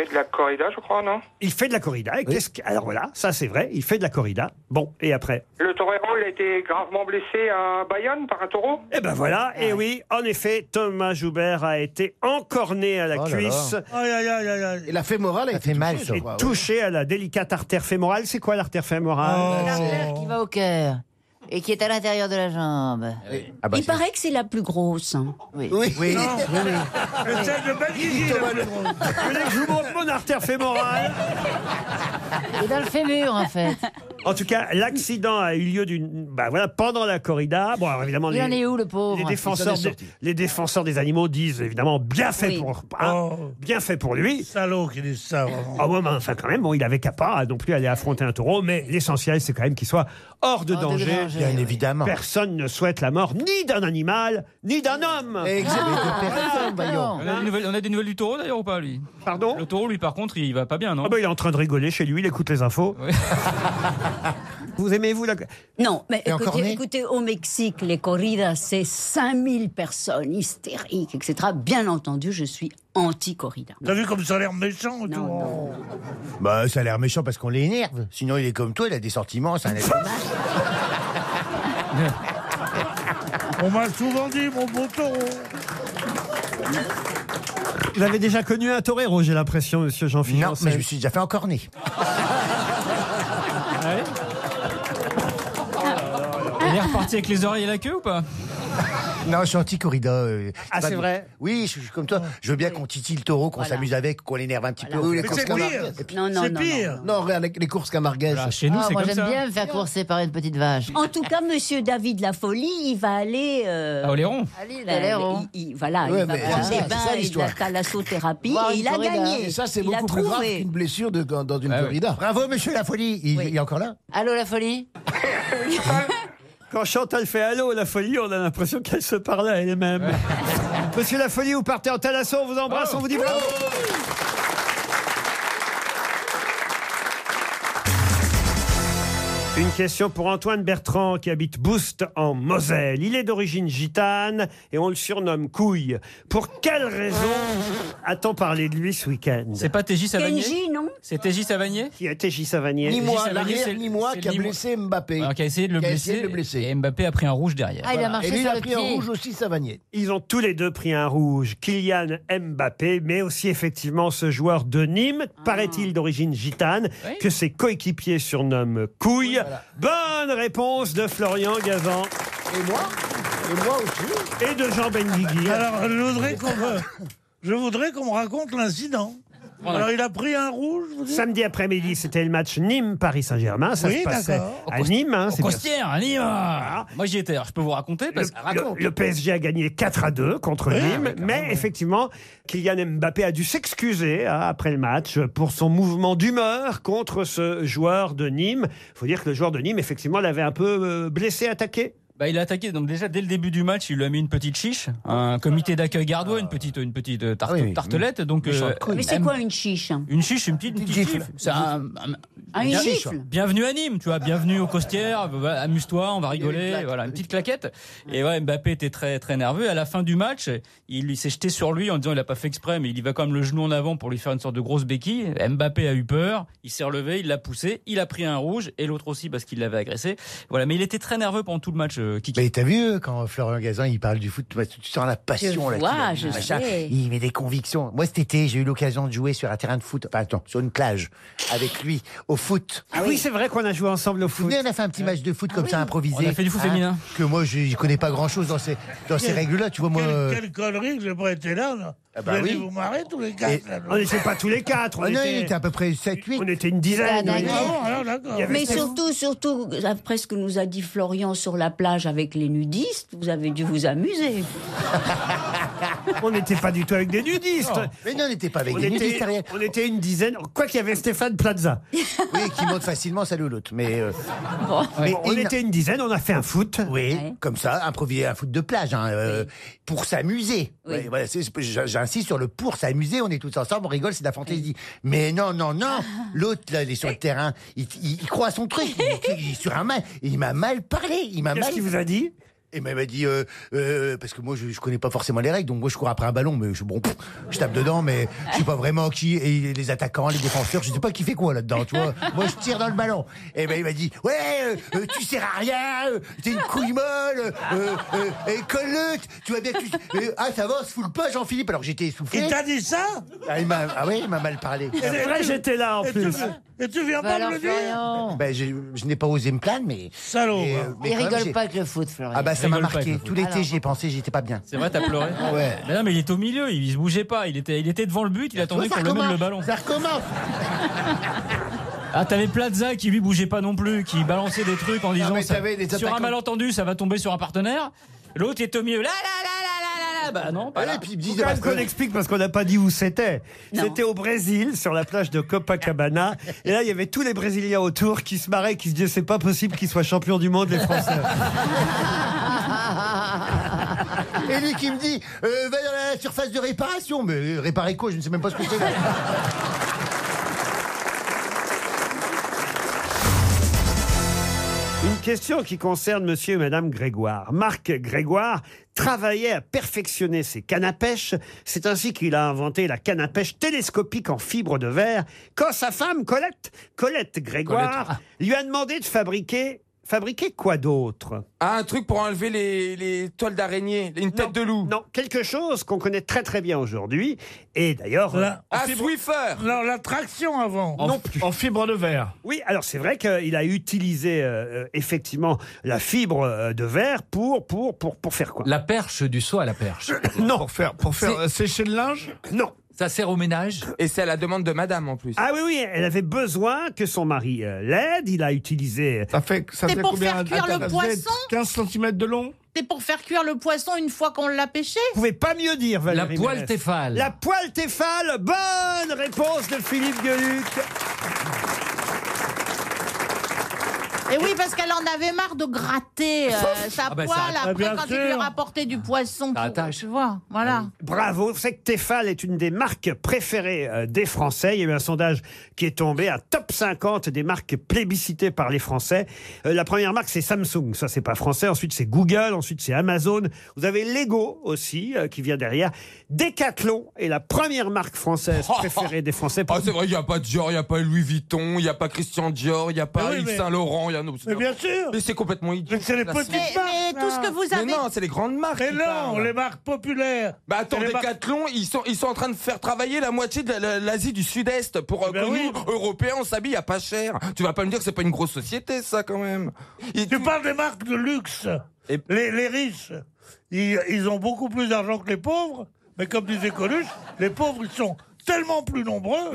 Speaker 23: il fait de la corrida, je crois, non
Speaker 4: Il fait de la corrida. Et qu'est-ce que- Alors voilà, ça c'est vrai, il fait de la corrida. Bon, et après
Speaker 23: Le torero, il a été gravement blessé à Bayonne par un taureau
Speaker 4: Eh ben voilà,
Speaker 23: Ah
Speaker 4: et oui, en effet, Thomas Joubert a été encorné à la
Speaker 24: Oh là
Speaker 4: cuisse.
Speaker 24: là.
Speaker 4: Et la fémorale a été
Speaker 24: mal, Bah
Speaker 4: touchée,
Speaker 24: je
Speaker 4: et
Speaker 24: crois, ouais.
Speaker 4: touchée à la délicate artère fémorale. C'est quoi l'artère
Speaker 17: C'est
Speaker 4: fémorale
Speaker 17: l'artère qui va au cœur et qui est à l'intérieur de la jambe.
Speaker 14: Il paraît que c'est la plus grosse. hein.
Speaker 17: Oui. Oui.
Speaker 14: Non.
Speaker 5: Le tête de Belgique,
Speaker 14: Thomas
Speaker 5: le plus drôle.
Speaker 4: Vous voulez que je vous
Speaker 5: Oh.
Speaker 4: montre mon artère fémorale
Speaker 17: Et dans le fémur, en fait.
Speaker 4: En tout cas, l'accident a eu lieu d'une, bah voilà, pendant la corrida. Bon, alors évidemment,
Speaker 17: Il
Speaker 4: les,
Speaker 17: en est où, le pauvre
Speaker 4: les défenseurs,
Speaker 17: Il s'en est
Speaker 4: des,
Speaker 17: sorti.
Speaker 4: les défenseurs des animaux disent évidemment bien fait
Speaker 17: Oui.
Speaker 4: pour, hein, bien fait pour lui.
Speaker 5: Oh. Salaud qui dit ça. vraiment.
Speaker 4: Ah ouais, mais enfin quand même, bon, il avait qu'à pas non plus aller affronter un taureau, mais l'essentiel c'est quand même qu'il soit hors de danger.
Speaker 24: Bien évidemment.
Speaker 4: Personne ne souhaite la mort ni d'un animal, ni d'un homme.
Speaker 15: Ah, on, a des nouvelles, on a des nouvelles du taureau d'ailleurs ou pas lui
Speaker 4: Pardon
Speaker 15: Le taureau lui par contre il va pas bien non
Speaker 4: Ah bah, il est en train de rigoler chez lui, il écoute les infos. vous aimez, vous, la...
Speaker 14: Non, mais
Speaker 4: Et encore né
Speaker 14: écoutez, écoutez, au Mexique, les corridas, c'est 5000 personnes hystériques, etc. Bien entendu, je suis anti-corrida.
Speaker 5: T'as vu comme ça a l'air méchant et tout hein.
Speaker 24: Bah, ça a l'air méchant parce qu'on l'énerve. Sinon, il est comme toi, il a des sentiments, c'est un être humain.
Speaker 5: On m'a souvent dit, mon beau taureau.
Speaker 4: Vous avez déjà connu un torero, j'ai l'impression, monsieur Jean-Philippe.
Speaker 24: Non, mais je me suis déjà fait encorner.
Speaker 15: Il est reparti avec les oreilles et la queue ou pas
Speaker 24: Non, je suis anti-corrida. euh,
Speaker 15: Ah,
Speaker 24: pas
Speaker 15: c'est
Speaker 24: de-
Speaker 15: vrai
Speaker 24: Oui, je, je suis comme toi. Je veux bien qu'on titille le taureau, qu'on s'amuse avec, qu'on l'énerve un petit
Speaker 14: Voilà.
Speaker 24: peu.
Speaker 14: Mais c'est pire. Non, non, C'est non, pire.
Speaker 24: Non, regarde, les, les courses camarguaises.
Speaker 17: Ah, moi, j'aime bien me faire courser par une petite vache.
Speaker 14: En tout cas, monsieur David Lafolie, il va aller. euh,
Speaker 17: À Oléron.
Speaker 14: à l'île
Speaker 17: À Oléron.
Speaker 14: Il, il- voilà,
Speaker 24: Ouais,
Speaker 14: il va
Speaker 24: mais
Speaker 14: prendre
Speaker 24: c'est ça,
Speaker 14: des
Speaker 24: c'est ça,
Speaker 14: bains et de la
Speaker 24: l'histoire.
Speaker 14: thalassothérapie
Speaker 24: Voir
Speaker 14: et
Speaker 24: une
Speaker 14: il a
Speaker 24: corrida.
Speaker 14: gagné.
Speaker 24: Et ça, c'est
Speaker 14: il a
Speaker 24: beaucoup plus grave
Speaker 14: trouvé.
Speaker 24: qu'une blessure de- dans dans une
Speaker 14: Ah oui.
Speaker 24: corrida. Bravo, monsieur La Folie. Il, il est encore là
Speaker 17: Allô, la folie
Speaker 4: Quand Chantal fait allô, la folie, on a l'impression qu'elle se parle à elle-même. Monsieur la folie, vous partez en talasso, on vous embrasse, on vous
Speaker 23: Oh.
Speaker 4: dit bravo. Une question pour Antoine Bertrand qui habite Boust en Moselle. Il est d'origine gitane et on le surnomme Couille. Pour quelle raison a-t-on parlé de lui ce week-end C'est
Speaker 15: pas TJ Savanier Kenji,
Speaker 14: non
Speaker 15: C'est TJ Savanier
Speaker 4: Qui a TJ Savanier
Speaker 24: Ni moi,
Speaker 15: Savanier, c'est
Speaker 24: l'arrière,
Speaker 15: le-
Speaker 24: ni moi
Speaker 15: c'est
Speaker 24: qui a
Speaker 15: le Nîmois.
Speaker 24: blessé Mbappé.
Speaker 15: Alors, qui a essayé de le
Speaker 24: Qui a
Speaker 15: blesser,
Speaker 24: essayé de le blesser.
Speaker 15: Et Mbappé a pris un rouge derrière.
Speaker 24: Ah, il a marché
Speaker 15: Et lui,
Speaker 24: sur
Speaker 15: a
Speaker 24: le
Speaker 15: pris un
Speaker 24: pied.
Speaker 15: rouge.
Speaker 24: aussi Savanier.
Speaker 4: Ils ont tous les deux pris un rouge, Kylian Mbappé, mais aussi effectivement ce joueur de Nîmes, paraît-il d'origine gitane, que ses coéquipiers surnomment Couille. Bonne réponse de Florian Gazan.
Speaker 24: Et moi Et moi aussi
Speaker 4: Et de Jean Benguigui.
Speaker 5: Alors, je voudrais qu'on me, je voudrais qu'on me raconte l'incident. Alors, il a pris un rouge, vous dites
Speaker 4: Samedi après-midi, c'était le match Nîmes-Paris Saint-Germain. Ah, Ça
Speaker 5: Oui,
Speaker 4: se passait
Speaker 5: d'accord.
Speaker 4: à Nîmes. hein, c'est bien
Speaker 15: Costière, allez, ah. Moi j'y étais, alors je peux vous raconter parce que
Speaker 4: Le, le PSG a gagné 4 à 2 contre
Speaker 15: Ouais,
Speaker 4: Nîmes, mais effectivement, Kylian Mbappé a dû s'excuser hein, après le match pour son mouvement d'humeur contre ce joueur de Nîmes. faut dire que le joueur de Nîmes, effectivement, l'avait un peu euh, blessé, attaqué.
Speaker 15: Bah, il a attaqué. Donc déjà dès le début du match, il lui a mis une petite chiche, un comité d'accueil gardois, une petite, une petite euh,
Speaker 24: Ah
Speaker 4: Ah
Speaker 15: tarte- tartelette. Donc euh,
Speaker 14: Mais c'est quoi une chiche hein
Speaker 15: Une chiche, une petite, une petite gifle. C'est un, un-
Speaker 14: Ah, une
Speaker 15: bien-
Speaker 14: gifle.
Speaker 15: Bienvenue à Nîmes, tu vois. Bienvenue aux costières. va- va- bah, Amuse-toi, on va rigoler. voilà, une petite claquette. Et ouais, Mbappé était très, très nerveux. À la fin du match, il, il s'est jeté sur lui en disant il a pas fait exprès, mais il y va quand même le genou en avant pour lui faire une sorte de grosse béquille. Mbappé a eu peur. Il s'est relevé, il l'a poussé, il a pris un rouge et l'autre aussi parce qu'il l'avait agressé. Voilà, mais il était très nerveux pendant tout le match, euh, euh, Kiki.
Speaker 13: Mais t'as vu euh, quand Florian Gazan il parle du foot, tu, vois, tu sens la passion
Speaker 14: Je
Speaker 13: là. qu'il
Speaker 14: vois,
Speaker 13: a,
Speaker 14: je
Speaker 13: machin.
Speaker 14: sais.
Speaker 13: Il met des convictions. Moi cet été j'ai eu l'occasion de jouer sur un terrain de foot, enfin attends, sur une plage avec lui au foot.
Speaker 4: Ah oui, c'est vrai qu'on a joué ensemble au foot.
Speaker 13: On a fait un petit match de
Speaker 14: Ah
Speaker 13: foot comme ça improvisé. On a fait du foot féminin. Que moi je je connais pas grand chose dans ces dans ces
Speaker 5: Quel-
Speaker 13: règles là, tu vois moi.
Speaker 5: Quelle,
Speaker 13: euh,
Speaker 5: quelle connerie que j'ai pas été là, là.
Speaker 13: Ah bah
Speaker 5: vous allez
Speaker 13: oui.
Speaker 5: vous marrer tous les quatre.
Speaker 13: Et-
Speaker 5: là, là.
Speaker 13: On n'était pas tous les quatre, on Ah non,
Speaker 5: était-
Speaker 13: il était à peu près 7 8.
Speaker 4: On était une
Speaker 5: dizaine,
Speaker 14: Ah,
Speaker 5: oui.
Speaker 14: d'accord.
Speaker 5: Ah bon, alors, d'accord. Il y avait
Speaker 14: Mais
Speaker 5: sept-
Speaker 14: surtout, surtout, après ce que nous a dit Florian sur la plage avec les nudistes, vous avez dû vous amuser.
Speaker 4: On n'était pas du tout avec des nudistes.
Speaker 13: Mais non, on n'était pas avec
Speaker 4: on
Speaker 13: des
Speaker 4: était-
Speaker 13: nudistes, Ariel.
Speaker 4: On était une dizaine. Quoi qu'il y avait Stéphane Plaza.
Speaker 13: Oui, qui monte facilement, salut l'autre. Mais, euh, mais
Speaker 4: Bon, on était une dizaine, on a fait un foot.
Speaker 13: Oui, comme ça, improvisé, un foot de plage, hein, euh, pour s'amuser.
Speaker 4: Oui.
Speaker 13: Ouais, voilà, c'est- j'- J'insiste sur le pour s'amuser, on est tous ensemble, on rigole, c'est de la fantaisie. Mais non, non, non, l'autre, là, il est sur le terrain, il, il- il croit à son truc, il, il est sur un mal, il m'a mal parlé, il m'a
Speaker 4: Qu'est-ce
Speaker 13: mal...
Speaker 4: qu'il vous a dit
Speaker 13: et ben, il m'a dit, euh, euh, parce que moi je, je connais pas forcément les règles, donc moi je cours après un ballon, mais je, bon, pff, je tape dedans, mais je sais pas vraiment qui, et les attaquants, les défenseurs, je sais pas qui fait quoi là-dedans, tu vois. Moi je tire dans le ballon. Et ben il m'a dit, ouais, euh, euh, tu sers à rien, euh, t'es une couille molle, euh, euh, et colle-le, tu- tu vas bien que tu- euh, ah ça va, on se fout le pas Jean-Philippe, alors que j'étais essoufflé.
Speaker 5: Il t'a dit ça
Speaker 13: ah, il m'a- ah ouais, il m'a mal parlé.
Speaker 5: Et tu- et tu- Et tu
Speaker 17: Bah
Speaker 5: viens pas me le dire
Speaker 13: Ben, je je n'ai pas osé me plaindre, mais.
Speaker 5: Salaud hein.
Speaker 13: mais, euh, mais
Speaker 17: Il
Speaker 13: quand même,
Speaker 17: rigole
Speaker 13: j'ai-
Speaker 17: pas avec le foot, Florian.
Speaker 13: Ah bah ça m'a
Speaker 15: Rigole pas avec
Speaker 13: marqué.
Speaker 15: le
Speaker 13: Tout
Speaker 15: foot.
Speaker 13: l'été
Speaker 15: Alors.
Speaker 13: j'y ai pensé, j'étais pas bien.
Speaker 15: C'est vrai, t'as pleuré
Speaker 13: Ouais.
Speaker 15: Mais non, mais il est au milieu, il se bougeait pas, il était, il était devant le but, il attendait
Speaker 13: ça
Speaker 15: qu'on le mène le
Speaker 13: recommence,
Speaker 15: ballon.
Speaker 13: Ça recommence.
Speaker 15: Ah, t'avais Plaza qui lui bougeait pas non plus, qui balançait des trucs en disant
Speaker 13: mais
Speaker 15: ça-
Speaker 13: t'avais des
Speaker 15: sur un
Speaker 13: attaquants.
Speaker 15: malentendu, ça va tomber sur un partenaire. L'autre est au milieu, là, là, là, là, là, là, bah non, pas là.
Speaker 13: Et puis ils me disent,
Speaker 4: Quand
Speaker 13: bah,
Speaker 4: même qu'on explique parce qu'on n'a pas dit où c'était. C'était au Brésil, sur la plage de Copacabana. Et là, il y avait tous les Brésiliens autour qui se marraient, qui se disaient c'est pas possible qu'ils soient champions du monde, les Français.
Speaker 13: Et lui qui me dit, euh, va dans la surface de réparation. Mais euh, réparer quoi Je ne sais même pas ce que c'est.
Speaker 4: Une question qui concerne monsieur et madame Grégoire. Marc Grégoire travaillait à perfectionner ses cannes à pêche. C'est ainsi qu'il a inventé la canne à pêche télescopique en fibre de verre quand sa femme Colette, Colette Grégoire,
Speaker 6: Colette. ah.
Speaker 4: lui a demandé de fabriquer, fabriquer quoi d'autre
Speaker 6: Ah, un truc pour enlever les, les toiles d'araignée, une tête de loup.
Speaker 4: Non, quelque chose qu'on connaît très très bien aujourd'hui. Et d'ailleurs...
Speaker 5: La-
Speaker 4: euh,
Speaker 5: en fibre- Non, l'attraction avant.
Speaker 4: Non,
Speaker 10: En fibre de
Speaker 9: Ah.
Speaker 10: verre.
Speaker 4: Oui, alors c'est vrai qu'il a utilisé euh, euh, effectivement la fibre euh, de verre pour, pour, pour, pour faire quoi
Speaker 9: La perche du seau à la perche.
Speaker 10: Non. Pour faire, pour faire
Speaker 9: C'est-
Speaker 10: euh, sécher le linge
Speaker 4: Non.
Speaker 9: Ça sert au ménage
Speaker 6: Et c'est à la demande de madame en plus.
Speaker 4: Ah oui, oui, elle avait besoin que son mari euh, l'aide. Il a utilisé. euh,
Speaker 10: Ça fait, ça
Speaker 7: C'est fait pour combien faire cuire Attends, le ça faisait poisson
Speaker 10: 15 cm de long
Speaker 7: C'est pour faire cuire le poisson une fois qu'on l'a pêché
Speaker 4: Vous pouvez pas mieux dire, Valérie.
Speaker 9: La poêle
Speaker 4: Mérès.
Speaker 9: Tefal.
Speaker 4: La poêle Tefal. Bonne réponse de Philippe Gueluc.
Speaker 7: Et oui, parce qu'elle en avait marre de gratter euh, sa
Speaker 9: Ah bah, ça
Speaker 7: poêle
Speaker 9: attache.
Speaker 7: après
Speaker 9: Bien
Speaker 7: quand il
Speaker 9: sûr.
Speaker 7: lui rapportait du poisson.
Speaker 9: Ça
Speaker 7: pour-
Speaker 9: attache. Ah
Speaker 7: Tu vois, voilà.
Speaker 4: Bravo, vous savez que Tefal est une des marques préférées euh, des Français. Il y a eu un sondage qui est tombé à top 50 des marques plébiscitées par les Français. Euh, la première marque, c'est Samsung, ça c'est pas français. Ensuite, c'est Google, ensuite c'est Amazon. Vous avez Lego aussi euh, qui vient derrière. Decathlon est la première marque française préférée des Français.
Speaker 6: Ah, c'est vrai, il n'y a pas Dior, il n'y a pas Louis Vuitton, il n'y a pas Christian Dior, il n'y a pas
Speaker 5: Mais oui,
Speaker 6: Yves
Speaker 5: mais-
Speaker 6: Saint Laurent, il y a. non, c'est-
Speaker 5: Mais bien sûr
Speaker 6: Mais c'est complètement idiot.
Speaker 5: Mais c'est les
Speaker 6: là,
Speaker 5: petites
Speaker 6: c'est-
Speaker 7: Mais, mais tout ce que vous
Speaker 6: Mais
Speaker 7: avez.
Speaker 6: non, c'est les grandes marques.
Speaker 5: Mais
Speaker 6: qui
Speaker 5: non,
Speaker 6: parlent.
Speaker 5: les marques populaires.
Speaker 6: Bah attends,
Speaker 5: C'est les marques-
Speaker 6: Decathlon, ils sont, ils sont en train de faire travailler la moitié de la- la- l'Asie du Sud-Est pour euh,
Speaker 5: Ben
Speaker 6: que
Speaker 5: oui.
Speaker 6: nous, Européens, on s'habille à pas cher. Tu vas pas me dire que c'est pas une grosse société, ça, quand même. Ils-
Speaker 5: Tu parles des marques de luxe. Les, les riches, ils, ils ont beaucoup plus d'argent que les pauvres. Mais comme disait Coluche, les pauvres, ils sont tellement plus nombreux.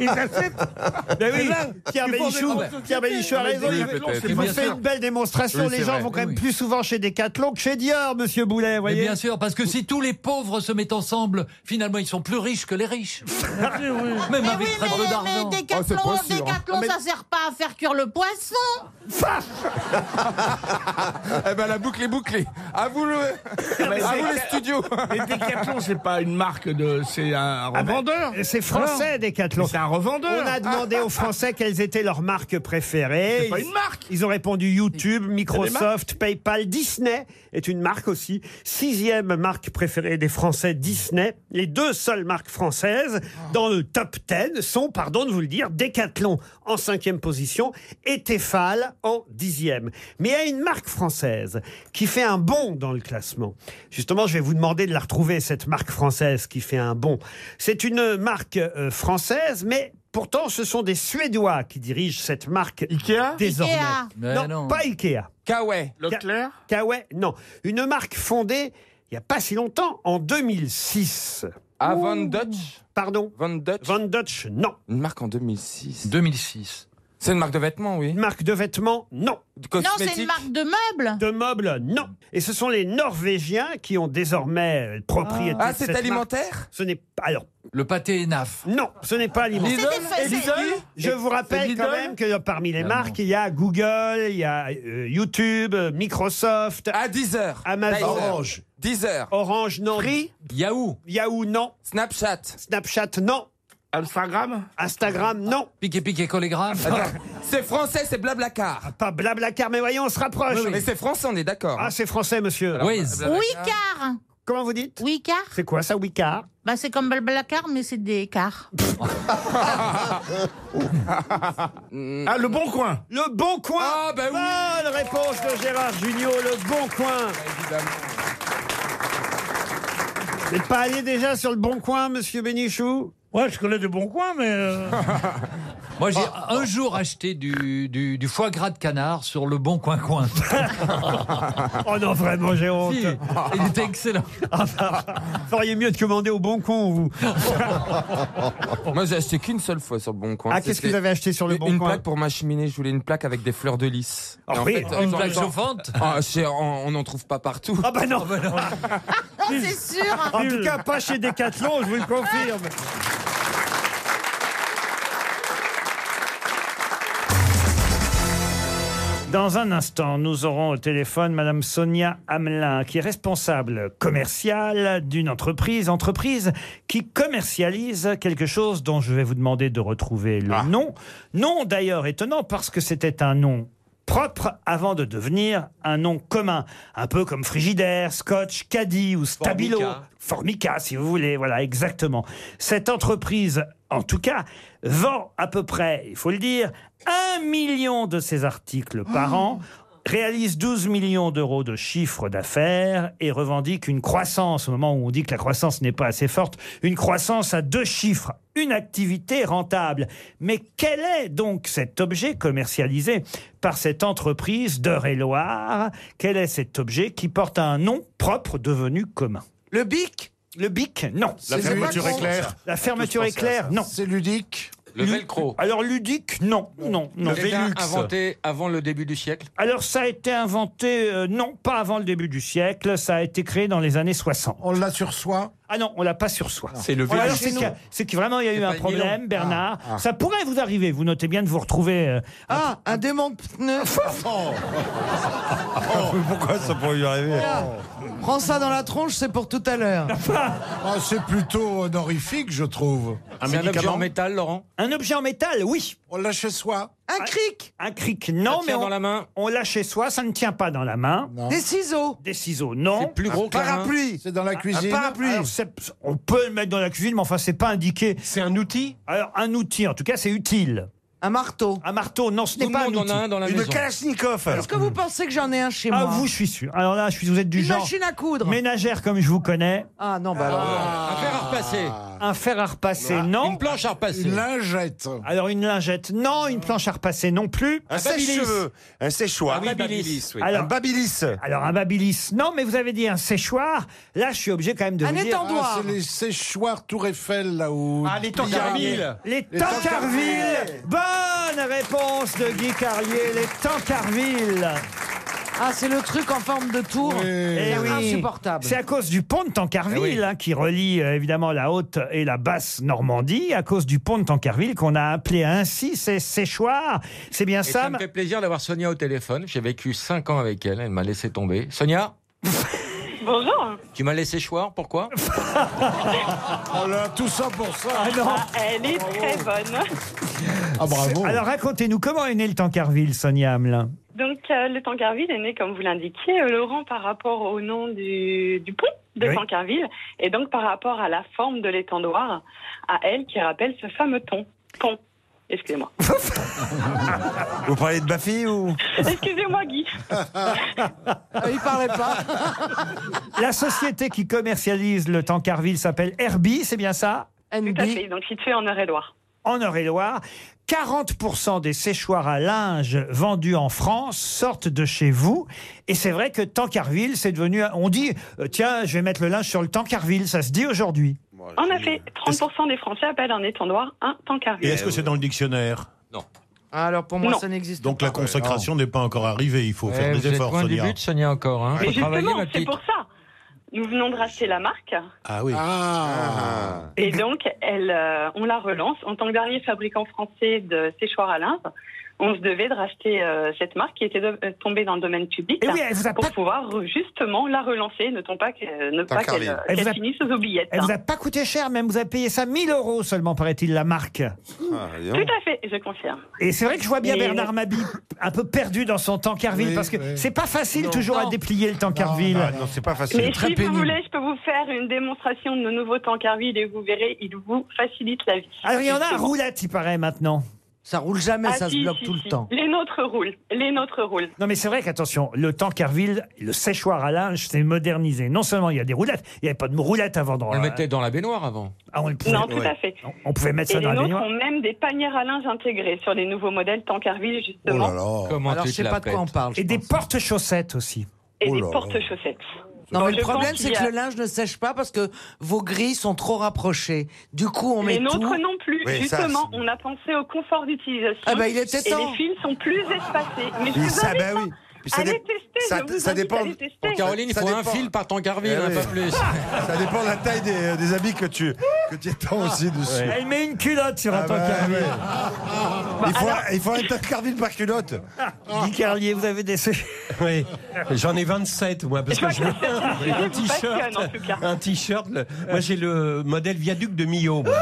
Speaker 5: ils achètent.
Speaker 4: Ben
Speaker 5: Et
Speaker 4: oui,
Speaker 5: là,
Speaker 4: Pierre
Speaker 5: ils font des
Speaker 4: Bénichou,
Speaker 5: grandes sociétés.
Speaker 4: Pierre Bénichou a
Speaker 5: Ah, mais
Speaker 4: raison.
Speaker 5: oui,
Speaker 4: il-
Speaker 5: peut-être.
Speaker 4: Il
Speaker 9: Mais
Speaker 4: vous
Speaker 9: bien
Speaker 4: fait
Speaker 9: sûr.
Speaker 4: une belle démonstration.
Speaker 9: Oui,
Speaker 4: les
Speaker 9: c'est
Speaker 4: gens
Speaker 9: vrai.
Speaker 4: vont quand même
Speaker 9: Oui, oui.
Speaker 4: plus souvent chez Decathlon que chez Dior, Monsieur Boulet,
Speaker 9: Mais
Speaker 4: voyez.
Speaker 9: bien sûr, parce que si tous les pauvres se mettent ensemble, finalement, ils sont plus riches que les riches. Même
Speaker 7: Mais
Speaker 9: avec
Speaker 7: oui,
Speaker 9: très
Speaker 7: mais,
Speaker 9: peu
Speaker 7: mais
Speaker 9: d'argent. Oh,
Speaker 7: Décathlon,
Speaker 9: hein. Ah,
Speaker 7: Décathlon, ça sert pas à faire cuire le poisson.
Speaker 6: Eh ben la boucle est bouclée. À vous le, à vous les studios.
Speaker 10: Et Decathlon, c'est pas une marque de, euh, c'est un
Speaker 4: Ah ben,
Speaker 10: revendeur.
Speaker 4: C'est français,
Speaker 10: Alors
Speaker 4: Decathlon.
Speaker 10: Mais C'est un revendeur.
Speaker 4: On a demandé aux Français quelles étaient leurs marques préférées.
Speaker 10: C'est pas
Speaker 4: Ils-
Speaker 10: une marque.
Speaker 4: Ils ont répondu YouTube, Microsoft, PayPal, Disney est une marque aussi. Sixième marque préférée des Français, Disney. Les deux seules marques françaises dans le top 10 sont, pardon de vous le dire, Decathlon en cinquième position et Tefal en dixième. Mais il y a une marque française qui fait un bond dans le classement. Justement, je vais vous demander de la retrouver, cette marque française qui fait un bond. C'est une marque euh, française, mais pourtant, ce sont des Suédois qui dirigent cette marque Ikea désormais.
Speaker 9: Ikea. Mais
Speaker 4: Non,
Speaker 9: non.
Speaker 4: pas Ikea. Kawaii. Leclerc Kawaii, non. Une marque fondée il n'y a pas si longtemps, en 2006.
Speaker 6: Ah, Van Dutch
Speaker 4: Pardon
Speaker 6: Van Dutch
Speaker 4: Van Dutch, non.
Speaker 6: Une marque en 2006.
Speaker 9: 2006.
Speaker 6: C'est une marque de vêtements, oui. Une
Speaker 4: marque de vêtements, non.
Speaker 6: De
Speaker 7: Non, c'est une
Speaker 6: cosmétiques
Speaker 7: marque de meubles.
Speaker 4: De meubles, non. Et ce sont les Norvégiens qui ont désormais euh, propriété.
Speaker 6: Ah,
Speaker 4: de
Speaker 6: c'est
Speaker 4: cette marque.
Speaker 6: alimentaire
Speaker 4: Ce n'est pas. Alors.
Speaker 9: Le pâté ENAF.
Speaker 4: Non, ce n'est pas alimentaire.
Speaker 9: Lidl C'est des- Lidl
Speaker 4: Je vous rappelle
Speaker 9: C'est
Speaker 4: quand
Speaker 9: Lidl
Speaker 4: même que parmi les
Speaker 9: Ah,
Speaker 4: marques, il y a Google, il y a euh, YouTube, euh, Microsoft.
Speaker 6: Ah, Deezer.
Speaker 4: Amazon.
Speaker 6: Deezer. Deezer.
Speaker 4: Orange, non.
Speaker 6: Free.
Speaker 9: Yahoo.
Speaker 4: Yahoo, non.
Speaker 6: Snapchat.
Speaker 4: Snapchat, non.
Speaker 10: Instagram
Speaker 4: Instagram, non.
Speaker 9: Piqué, piqué, collégramme.
Speaker 6: C'est français, c'est Blablacar.
Speaker 4: Ah, Pas Blablacar, mais voyons, on se rapproche.
Speaker 6: Mais c'est français, on est d'accord.
Speaker 4: Ah, c'est français, monsieur.
Speaker 6: Alors, Waze. Blablacar.
Speaker 7: Wicard.
Speaker 4: Comment vous dites
Speaker 7: Wicard.
Speaker 4: C'est quoi ça, Wicard
Speaker 7: Bah, c'est comme Blablacar, mais c'est des cars.
Speaker 10: Ah, le bon coin. Ah, bah
Speaker 4: Le Bon Coin Bonne réponse de Gérard Junior, Le Bon Coin Vous n'êtes pas allé déjà sur Le Bon Coin, monsieur Bénichou
Speaker 5: Ouais, je connais des bons coins, mais. euh,
Speaker 9: Moi, j'ai
Speaker 6: Oh.
Speaker 9: un jour acheté du, du, du foie gras de canard sur le bon coin-coin.
Speaker 4: Oh non, vraiment, j'ai honte
Speaker 9: Si, il était excellent.
Speaker 4: Ah, bah, Feriez mieux de commander au Bon Coin, vous
Speaker 6: Moi, j'ai acheté qu'une seule fois sur le Bon Coin.
Speaker 4: Ah, qu'est-ce que
Speaker 6: C'était
Speaker 4: vous avez acheté sur le
Speaker 6: une-
Speaker 4: Bon
Speaker 6: Une
Speaker 4: Coin
Speaker 6: plaque pour ma cheminée. Je voulais une plaque avec des fleurs de lys.
Speaker 4: Ah
Speaker 6: Et en
Speaker 4: oui,
Speaker 6: fait,
Speaker 9: une
Speaker 6: j'en-
Speaker 9: plaque
Speaker 6: j'en-
Speaker 9: chauffante
Speaker 6: Ah, chez- on on n'en trouve pas partout.
Speaker 4: Ah bah non
Speaker 7: Ah, c'est sûr.
Speaker 4: En tout cas, pas chez Decathlon, je vous le confirme Dans un instant, nous aurons au téléphone Madame Sonia Hamelin, qui est responsable commerciale d'une entreprise, entreprise qui commercialise quelque chose dont je vais vous demander de retrouver le nom. Nom d'ailleurs étonnant parce que c'était un nom propre avant de devenir un nom commun, un peu comme Frigidaire, Scotch, Caddy ou Stabilo.
Speaker 21: Formica.
Speaker 4: Formica, si vous voulez, voilà, exactement. Cette entreprise, en tout cas, vend à peu près, il faut le dire, un million de ses articles par an, réalise 12 millions d'euros de chiffre d'affaires et revendique une croissance, au moment où on dit que la croissance n'est pas assez forte, une croissance à deux chiffres, une activité rentable. Mais quel est donc cet objet commercialisé par cette entreprise d'Eure-et-Loire Quel est cet objet qui porte un nom propre devenu commun
Speaker 11: Le bic
Speaker 4: le bic, non.
Speaker 11: La C'est fermeture pas con, éclair. ça.
Speaker 4: La fermeture éclair, non.
Speaker 11: C'est ludique.
Speaker 4: Le velcro. Alors ludique, non, non, non.
Speaker 21: Quelqu'un inventé avant le début du siècle.
Speaker 4: Alors ça a été inventé, euh, non, pas avant le début du siècle, ça a été créé dans les années 60.
Speaker 8: On l'a sur soi
Speaker 4: Ah non, on l'a pas sur soi.
Speaker 21: C'est le
Speaker 4: Voilà,
Speaker 21: vélo.
Speaker 4: alors, C'est
Speaker 21: Chez
Speaker 4: que,
Speaker 21: nous.
Speaker 4: c'est que vraiment il y a eu
Speaker 21: pas
Speaker 4: un
Speaker 21: le
Speaker 4: problème,
Speaker 21: nylon.
Speaker 4: Bernard.
Speaker 21: Ah, ah.
Speaker 4: Ça pourrait vous arriver. Vous notez bien de vous retrouver. euh,
Speaker 11: Ah, un démon de pneu.
Speaker 8: oh,
Speaker 12: Pourquoi ça pourrait lui arriver
Speaker 11: Prends ça dans la tronche, c'est pour tout à l'heure.
Speaker 8: Ah, c'est plutôt honorifique, je trouve.
Speaker 21: C'est un objet en métal, Laurent.
Speaker 4: un objet en métal, oui.
Speaker 8: On l'a chez soi.
Speaker 11: Un cric.
Speaker 4: Un cric, non,
Speaker 21: Ça
Speaker 4: mais
Speaker 21: tient
Speaker 4: on,
Speaker 21: dans la main.
Speaker 4: on l'a chez soi, ça ne tient pas dans la main.
Speaker 11: Des ciseaux.
Speaker 4: Des ciseaux, non.
Speaker 21: Plus gros qu'un
Speaker 11: Parapluie.
Speaker 8: C'est dans la
Speaker 11: Un
Speaker 8: cuisine.
Speaker 11: parapluie.
Speaker 4: Alors, c'est- on peut le mettre dans la cuisine, mais enfin, c'est pas indiqué.
Speaker 21: C'est un outil
Speaker 4: Alors, un outil, en tout cas, c'est utile.
Speaker 11: Un marteau.
Speaker 4: Un marteau, non, ce n'est
Speaker 21: Tout le
Speaker 4: pas un
Speaker 21: monde
Speaker 4: outil.
Speaker 21: en a un dans la
Speaker 12: Une
Speaker 21: maison.
Speaker 12: Kalachnikov
Speaker 11: Est-ce que vous pensez que j'en ai un chez
Speaker 4: Ah,
Speaker 11: moi
Speaker 4: vous, je suis sûr. Alors là, je suis, vous êtes du
Speaker 11: Une
Speaker 4: genre
Speaker 11: machine à coudre.
Speaker 4: ménagère comme je vous connais.
Speaker 11: Ah non, bah alors.
Speaker 21: Un fer à repasser.
Speaker 13: Ah.
Speaker 4: Un fer à repasser, non.
Speaker 21: Une planche à repasser.
Speaker 8: Une lingette.
Speaker 4: Alors une lingette, non. Une planche à repasser, non plus.
Speaker 12: Un
Speaker 21: Babilis.
Speaker 12: sèche-cheveux. Un séchoir.
Speaker 21: Ah oui, Babilis, oui.
Speaker 12: Un
Speaker 4: Alors,
Speaker 12: babilis.
Speaker 4: alors un babilis, non. Mais vous avez dit un séchoir. Là, je suis obligé quand même de
Speaker 11: Un
Speaker 4: vous dire.
Speaker 11: étendoir.
Speaker 8: Ah, c'est les séchoirs Tour Eiffel, là où.
Speaker 21: Ah, les temps Carmille.
Speaker 4: Les
Speaker 8: Les Tancarville.
Speaker 4: Tancarville Bonne réponse de Guy Carlier, les Tancarville
Speaker 11: Ah, c'est le truc en forme de tour.
Speaker 4: Eh
Speaker 11: C'est
Speaker 4: oui.
Speaker 11: insupportable.
Speaker 4: C'est à cause du pont de Tancarville
Speaker 21: Eh oui.
Speaker 4: hein, qui relie euh, évidemment la haute et la basse Normandie. À cause du pont de Tancarville qu'on a appelé ainsi ces séchoirs. C'est bien
Speaker 21: Et ça
Speaker 4: ça
Speaker 21: me fait plaisir d'avoir Sonia au téléphone. J'ai vécu 5 ans avec elle. Elle m'a laissé tomber. Sonia
Speaker 1: Bonjour.
Speaker 21: Tu m'as laissé choir, pourquoi
Speaker 25: Oh
Speaker 10: On l'a tout ça pour ça.
Speaker 1: Ah, elle est très bonne.
Speaker 26: Ah, bravo. Alors racontez-nous comment est né le Tancarville, Sonia Hamelin
Speaker 1: Donc, euh, le Tancarville est né, comme vous l'indiquiez, euh, Laurent, par rapport au nom du, du pont de
Speaker 26: Oui.
Speaker 1: Tancarville, et donc par rapport à la forme de l'étendoir, à elle qui rappelle ce fameux ton. Pont. Excusez-moi.
Speaker 12: Vous parlez de Baffy ou
Speaker 1: Excusez-moi, Guy.
Speaker 11: Il parlait pas.
Speaker 26: La société qui commercialise le Tancarville s'appelle Herbie, c'est bien ça
Speaker 1: Tout à fait, donc situé en Eure-et-Loire.
Speaker 26: En Eure-et-Loire, 40% des séchoirs à linge vendus en France sortent de chez vous. Et c'est vrai que Tancarville, c'est devenu. On dit, euh, tiens, je vais mettre le linge sur le Tancarville, ça se dit aujourd'hui.
Speaker 25: Oh,
Speaker 1: En effet, 30% des Français appellent un étendoir un Tancarville.
Speaker 25: Et est-ce que c'est dans le dictionnaire Non.
Speaker 1: Alors pour
Speaker 26: moi, Non.
Speaker 1: ça n'existe
Speaker 25: Donc la consécration n'est pas encore arrivée. Il faut
Speaker 21: Eh,
Speaker 25: faire
Speaker 21: vous
Speaker 25: des
Speaker 21: êtes
Speaker 25: efforts,
Speaker 21: loin du
Speaker 25: Sonia.
Speaker 21: but, Sonia, encore. Hein.
Speaker 1: Mais
Speaker 21: Faut travailler,
Speaker 26: Ah,
Speaker 1: justement,
Speaker 21: ma
Speaker 1: c'est
Speaker 21: petite.
Speaker 1: pour ça. Nous venons de racheter la marque.
Speaker 25: Ah oui. Ah.
Speaker 1: Et donc, elle, euh, on la relance. En tant que dernier fabricant français de séchoirs à linge, on se devait de racheter euh, cette marque qui était de- euh, tombée dans le domaine public
Speaker 26: Eh oui, elle vous a
Speaker 1: pour
Speaker 26: pas-
Speaker 1: pouvoir euh, justement la relancer, ne tombe pas que- euh, ne pas
Speaker 26: Tancarville.
Speaker 1: qu'elle euh,
Speaker 26: Elle vous
Speaker 1: qu'elle
Speaker 26: a-
Speaker 1: finisse aux oubliettes.
Speaker 26: Elle vous
Speaker 1: hein.
Speaker 26: a pas coûté cher, même vous avez payé ça 1000 euros seulement, paraît-il, la marque.
Speaker 25: Ah,
Speaker 1: Tout à fait, je confirme.
Speaker 26: Et c'est vrai que je vois bien
Speaker 1: Et-
Speaker 26: Bernard Mabille un peu perdu dans son Tancarville
Speaker 1: Oui,
Speaker 26: parce que
Speaker 1: oui.
Speaker 26: c'est pas facile
Speaker 1: Non.
Speaker 26: toujours à
Speaker 1: Non.
Speaker 26: déplier le Tancarville.
Speaker 25: Non, non, non, c'est pas facile.
Speaker 1: Mais si vous voulez, je peux vous faire une démonstration de nos nouveaux Tancarville et vous verrez, il vous facilite la vie.
Speaker 26: Alors Ah, il y en a à
Speaker 1: Justement.
Speaker 26: roulette, il paraît maintenant. Ça roule jamais,
Speaker 1: Ah, si, si, si. Les nôtres roulent, les nôtres roulent.
Speaker 26: Non mais c'est vrai qu'attention, le Tancarville, le séchoir à linge, c'est modernisé. Non seulement il y a des roulettes, il n'y avait pas de roulettes avant dans
Speaker 21: On le
Speaker 26: la-
Speaker 21: mettait dans la baignoire avant.
Speaker 26: Ah, on le pouvait-
Speaker 1: Non, tout à fait.
Speaker 26: On pouvait mettre
Speaker 1: Et
Speaker 26: ça
Speaker 1: les
Speaker 26: dans la
Speaker 1: nôtres
Speaker 26: baignoire.
Speaker 1: ont même des panières à linge intégrées sur les nouveaux modèles Tancarville, justement.
Speaker 26: Comment
Speaker 11: Oh Alors,
Speaker 26: tu
Speaker 11: je sais
Speaker 26: te la
Speaker 11: pas de quoi
Speaker 26: pètes
Speaker 11: on parle.
Speaker 26: Et des porte-chaussettes aussi.
Speaker 1: Et
Speaker 11: oh
Speaker 1: des porte-chaussettes.
Speaker 11: Non,
Speaker 1: Bon,
Speaker 11: mais le
Speaker 1: je
Speaker 11: problème,
Speaker 1: pense
Speaker 11: c'est
Speaker 1: qu'il y
Speaker 11: que
Speaker 1: a-
Speaker 11: le linge ne sèche pas parce que vos grilles sont trop rapprochées. Du coup, on met
Speaker 1: les nôtres
Speaker 11: tout.
Speaker 1: non plus. Justement, on a pensé au confort d'utilisation.
Speaker 11: Ah bah, il était
Speaker 1: Et
Speaker 11: temps.
Speaker 1: les fils sont plus espacés. Mais je
Speaker 11: Oui,
Speaker 1: vous
Speaker 11: ça,
Speaker 1: invite,
Speaker 11: bah
Speaker 1: hein.
Speaker 11: oui.
Speaker 12: Puis ça
Speaker 1: allez
Speaker 12: dé-
Speaker 1: tester.
Speaker 12: ça-
Speaker 1: je vous
Speaker 12: ça
Speaker 1: invite,
Speaker 12: dépend-
Speaker 1: allez tester.
Speaker 12: Pour Caroline, il
Speaker 21: Il
Speaker 12: Ça
Speaker 21: faut un
Speaker 12: dépend.
Speaker 21: fil par Tancarville,
Speaker 12: Eh
Speaker 21: hein,
Speaker 12: oui.
Speaker 21: pas plus.
Speaker 12: Ça dépend de la taille des, des habits que tu que tu étends
Speaker 1: Ah.
Speaker 12: aussi dessus.
Speaker 21: Ouais.
Speaker 26: Elle met une culotte sur un
Speaker 12: bah,
Speaker 26: Tancarville.
Speaker 12: ouais. Il faut, un- il faut un Tancarville par culotte.
Speaker 26: Guy Carlier, vous avez des
Speaker 25: Oui.
Speaker 21: J'en ai 27, moi, parce
Speaker 25: que
Speaker 21: je- un t-shirt.
Speaker 25: Un t-shirt. le- Moi, j'ai le modèle viaduc de Millau. moi.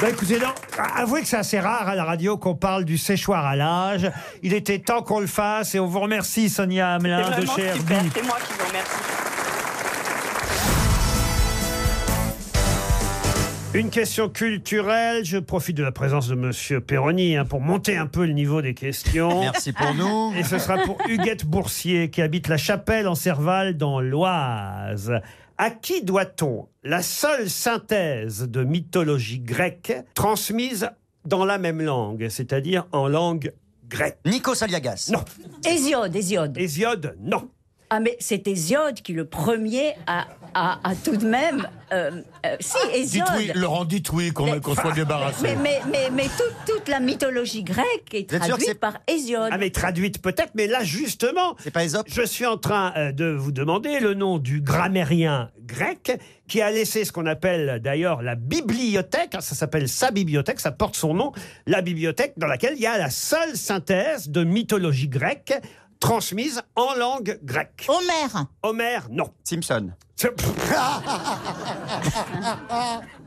Speaker 26: Bah, écoutez, non, a- avouez que c'est assez rare à la radio qu'on parle du séchoir à l'âge. Il était temps qu'on le fasse et on vous remercie Sonia
Speaker 1: C'est
Speaker 26: Hamelin de
Speaker 1: vraiment
Speaker 26: chez
Speaker 1: super.
Speaker 26: Herbie.
Speaker 1: C'est moi qui vous remercie.
Speaker 4: Une question culturelle. Je profite de la présence de Monsieur Perroni hein, pour monter un peu le niveau des questions.
Speaker 25: Merci pour nous.
Speaker 4: Et ce sera pour Huguette Boursier qui habite la Chapelle en Serval dans l'Oise. À qui doit-on la seule synthèse de mythologie grecque transmise dans la même langue, c'est-à-dire en langue grecque
Speaker 27: Nikos Aliagas.
Speaker 4: Non.
Speaker 14: Hésiode, Hésiode.
Speaker 4: Hésiode, non.
Speaker 14: Ah, mais c'est Hésiode qui, le premier, a, a- a tout de même. euh, euh, si, Hésiode.
Speaker 25: Dites oui, Laurent, dites oui, qu'on qu'on soit
Speaker 4: Ah,
Speaker 25: débarrassé.
Speaker 14: Mais, mais, mais, mais toute, toute la mythologie grecque est
Speaker 4: Vous êtes sûr que
Speaker 14: traduite
Speaker 4: c'est-
Speaker 14: par Hésiode.
Speaker 4: Ah mais traduite peut-être, mais là justement, je suis en train euh, de vous demander le nom du grammairien grec qui a laissé ce qu'on appelle d'ailleurs la bibliothèque, hein, ça s'appelle sa bibliothèque, ça porte son nom, la bibliothèque dans laquelle il y a la seule synthèse de mythologie grecque transmise en langue grecque.
Speaker 7: Homère
Speaker 4: Homère, non.
Speaker 27: Simpson.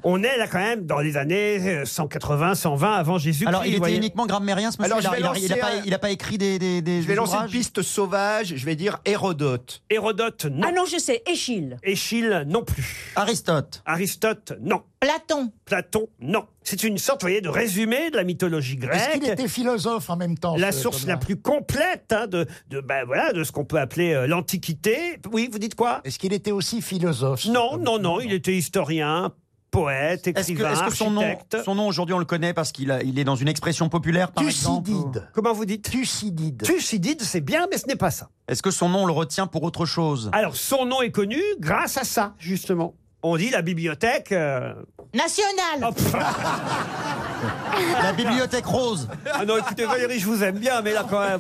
Speaker 4: On est là quand même dans les années euh, 180, 120 avant Jésus-Christ.
Speaker 27: Alors, il
Speaker 4: vous
Speaker 27: était
Speaker 4: voyez.
Speaker 27: uniquement grammairien, ce monsieur.
Speaker 4: Alors, je
Speaker 27: il, a,
Speaker 4: vais
Speaker 27: il a- il a
Speaker 4: lancer
Speaker 27: pas,
Speaker 4: un-
Speaker 27: il a pas écrit des, des, des
Speaker 4: Je vais lancer une
Speaker 27: piste sauvage. Je vais dire Hérodote.
Speaker 4: Hérodote, non.
Speaker 14: Ah non, je sais, Échille.
Speaker 4: Échille, non plus.
Speaker 27: Aristote.
Speaker 4: Aristote, non.
Speaker 7: Platon.
Speaker 4: Platon, non. C'est une sorte, vous voyez, de résumé de la mythologie
Speaker 8: Est-ce qu'il
Speaker 4: grecque.
Speaker 8: était philosophe en même temps
Speaker 4: La
Speaker 8: ce
Speaker 4: source
Speaker 8: Thomas
Speaker 4: la plus complète hein, de, de, ben, voilà, de ce qu'on peut appeler euh, l'Antiquité. Oui, vous dites quoi
Speaker 8: Est-ce qu'il était aussi philosophe
Speaker 4: Non, non, non, il était historien, poète,
Speaker 27: Est-ce que,
Speaker 4: écrivain,
Speaker 27: est-ce que son nom,
Speaker 4: architecte.
Speaker 27: son nom aujourd'hui on le connaît parce qu'il a- il est dans une expression populaire par exemple ou-
Speaker 4: Comment vous dites
Speaker 8: Thucydide.
Speaker 4: Thucydide, c'est bien, mais ce n'est pas ça.
Speaker 27: Est-ce que son nom on le retient pour autre chose
Speaker 4: Alors, son nom est connu grâce à ça, justement. On dit la bibliothèque. euh,
Speaker 7: National
Speaker 4: La bibliothèque rose. Ah non, écoutez, Valérie, je vous aime bien, mais là, quand même.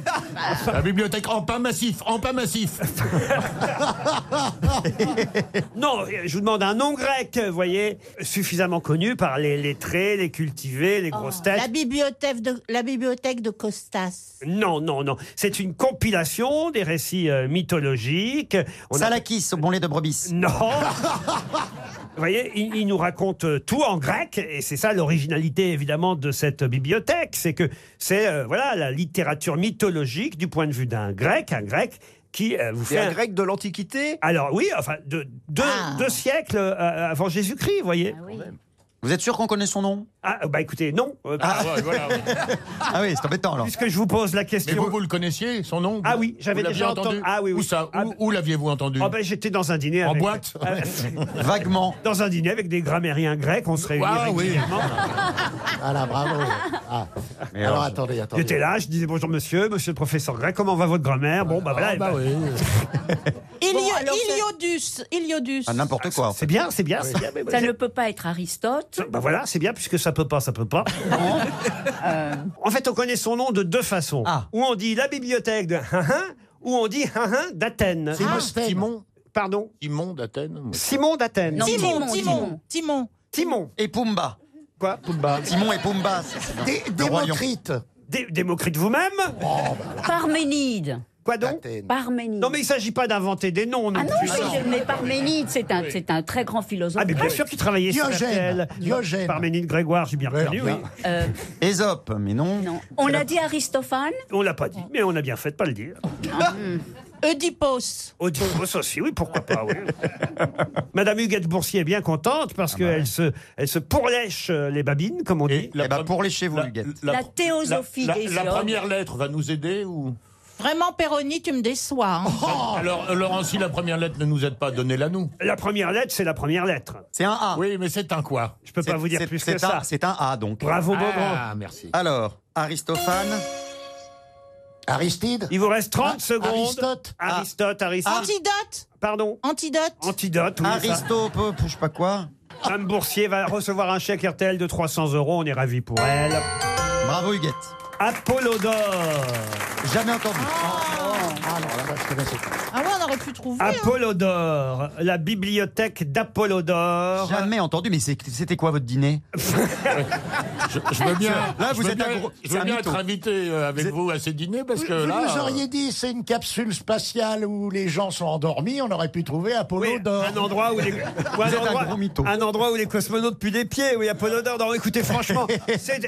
Speaker 4: La bibliothèque en pain massif, en pain massif.
Speaker 21: Ah
Speaker 4: non, je vous demande un nom grec, vous voyez, suffisamment connu par les lettrés, les cultivés, les grosses têtes.
Speaker 7: Oh, La bibliothèque de, la bibliothèque de Costas.
Speaker 4: Non, non, non. C'est une compilation des récits euh, mythologiques. Salakis, au bon lait de brebis. Non. Vous voyez, il, il nous raconte euh, tout en grec, et c'est ça l'originalité évidemment de cette bibliothèque, c'est que c'est euh, voilà la littérature mythologique du point de vue d'un grec, un grec qui euh, vous
Speaker 2: C'est
Speaker 4: fait
Speaker 2: un grec de l'Antiquité
Speaker 4: Alors oui, enfin de, deux, deux siècles euh, avant Jésus-Christ, vous voyez. Vous êtes sûr qu'on connaît son nom Ah bah écoutez, non. Euh,
Speaker 5: bah,
Speaker 27: Ah, ouais, voilà, ouais. Ah oui, c'est embêtant alors.
Speaker 4: Puisque je vous pose la question.
Speaker 27: Mais vous, vous le connaissiez, son nom
Speaker 4: Ah oui, j'avais
Speaker 27: Vous l'aviez
Speaker 4: déjà entendu. Ah oui, oui.
Speaker 27: Où ça Où,
Speaker 4: Ah,
Speaker 27: où l'aviez-vous entendu
Speaker 4: Ah ben, j'étais dans un dîner
Speaker 27: En
Speaker 4: avec-
Speaker 27: boîte
Speaker 4: Ah,
Speaker 27: Vaguement.
Speaker 4: Dans un dîner avec des grammairiens grecs, on se réunit
Speaker 27: Ah oui.
Speaker 4: régulièrement.
Speaker 12: bah.
Speaker 13: Ah là, bravo. Ah. Alors,
Speaker 4: alors,
Speaker 13: attendez, attendez.
Speaker 4: J'étais là, je disais bonjour monsieur, monsieur le professeur grec, comment va votre grammaire Bon bah voilà.
Speaker 27: Ah
Speaker 13: bah
Speaker 4: eh ben-
Speaker 7: Ilio- Iliodus. Iliodus.
Speaker 13: Ah,
Speaker 4: Ah, quoi. C'est bien, c'est bien, c'est bien. mais
Speaker 14: Ça
Speaker 4: j'ai-
Speaker 14: ne peut pas être Aristote.
Speaker 4: Bah voilà, c'est bien puisque ça peut pas, ça peut pas. Euh. En fait, on connaît son nom de deux façons. Ou on dit la bibliothèque de Hahin, ou on dit Hahin d'Athènes.
Speaker 13: Simon- Ah, Athènes.
Speaker 4: Simon. Pardon.
Speaker 13: Timon d'Athènes.
Speaker 4: Simon d'Athènes.
Speaker 13: Non, Timon, Timon,
Speaker 7: Timon.
Speaker 4: Timon.
Speaker 27: Et Pumba.
Speaker 4: Quoi Pumba.
Speaker 27: Timon et Pumba. c'est- c'est-
Speaker 13: Dé-
Speaker 27: le roi lion.
Speaker 4: Dé- Démocrite vous-même
Speaker 14: Parménide.
Speaker 4: Quoi donc
Speaker 14: Parménide.
Speaker 4: Non mais il s'agit pas d'inventer des noms non
Speaker 14: Ah non,
Speaker 4: plus.
Speaker 14: oui, mais Parménide, c'est un, c'est un très grand philosophe.
Speaker 4: Ah mais bien sûr qu'il travaillait sur
Speaker 14: Diogène.
Speaker 4: RTL. Diogène. Parménide Grégoire, j'ai bien reconnu, oui.
Speaker 14: Euh,
Speaker 27: Ésope, mais non.
Speaker 14: on l'a dit Aristophane
Speaker 4: On l'a pas dit, mais on a bien fait de pas le dire.
Speaker 7: Oedipos.
Speaker 4: Oedipos aussi, oui, pourquoi pas, oui. Madame Huguette Boursier est bien contente
Speaker 27: Ah,
Speaker 4: parce
Speaker 27: bah
Speaker 4: qu'elle se, elle se pourlèche euh, les babines, comme on dit.
Speaker 27: pourléchez-vous, Huguette.
Speaker 14: Eh ben, La théosophie
Speaker 27: la-
Speaker 14: des
Speaker 27: la
Speaker 14: hommes.
Speaker 27: première lettre va nous aider ou
Speaker 7: Vraiment, Péroni, tu me déçois. hein.
Speaker 9: Oh.
Speaker 27: Alors, euh, Laurent, si la première lettre ne nous aide pas, donnez-la nous.
Speaker 4: Oh. La première lettre, c'est la première lettre.
Speaker 27: C'est un A. Oui, mais c'est un quoi Je
Speaker 4: peux pas vous dire plus que ça.
Speaker 27: C'est un A, donc.
Speaker 4: Bravo, Beaugrand.
Speaker 27: Ah, merci. Alors, Aristophane.
Speaker 13: Aristide
Speaker 4: Il vous reste 30 secondes.
Speaker 13: Aristote.
Speaker 4: Aristote, Aristote.
Speaker 7: Antidote.
Speaker 4: Pardon
Speaker 7: Antidote.
Speaker 4: Antidote, oui.
Speaker 27: Aristo, peu, peu, je sais pas quoi.
Speaker 4: Madame Boursier va recevoir un chèque RTL de 300 euros. On est ravis pour elle.
Speaker 27: Bravo, Huguette.
Speaker 4: Apollodore.
Speaker 27: Jamais entendu.
Speaker 9: Oh.
Speaker 7: Ah ouais, on aurait pu trouver. hein.
Speaker 4: Apollodore, la bibliothèque d'Apollodore.
Speaker 27: Jamais entendu, mais c'est- c'était quoi votre dîner
Speaker 3: Je, je veux bien.
Speaker 27: Là,
Speaker 3: je
Speaker 27: vous
Speaker 3: veux
Speaker 27: êtes
Speaker 3: bien-
Speaker 27: un gros-
Speaker 3: Je
Speaker 27: c'est
Speaker 3: veux
Speaker 27: un
Speaker 3: bien
Speaker 27: mytho.
Speaker 3: être invité euh, avec vous, à ces dîners parce que
Speaker 13: vous
Speaker 3: là.
Speaker 13: nous
Speaker 3: euh,
Speaker 13: auriez dit, c'est une capsule spatiale où les gens sont endormis, on aurait pu trouver Apollo d'or.
Speaker 4: Un endroit où les, ou un, endroit, un endroit où les cosmonautes puent des pieds, oui, Apollodore. Non, écoutez, franchement, c'est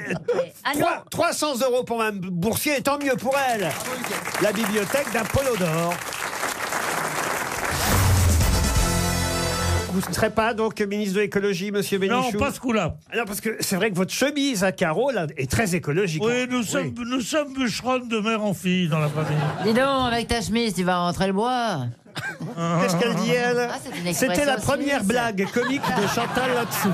Speaker 14: Ah non.
Speaker 4: trois- 300 euros pour Mme Boursier, et tant mieux pour elle. La bibliothèque d'Apollodore. Vous ne serez pas donc ministre de l'écologie, monsieur Bénichou
Speaker 5: Non, pas ce coup-là.
Speaker 4: Alors, parce que c'est vrai que votre chemise à carreaux, là, est très écologique.
Speaker 5: Oui, nous sommes, nous sommes bûcherons de mère en fille dans la famille.
Speaker 17: Dis donc, avec ta chemise, tu vas rentrer le bois.
Speaker 4: Qu'est-ce qu'elle dit, elle
Speaker 17: Ah, c'est une expression
Speaker 4: C'était la première
Speaker 17: suisse.
Speaker 4: blague comique de Chantal là-dessous.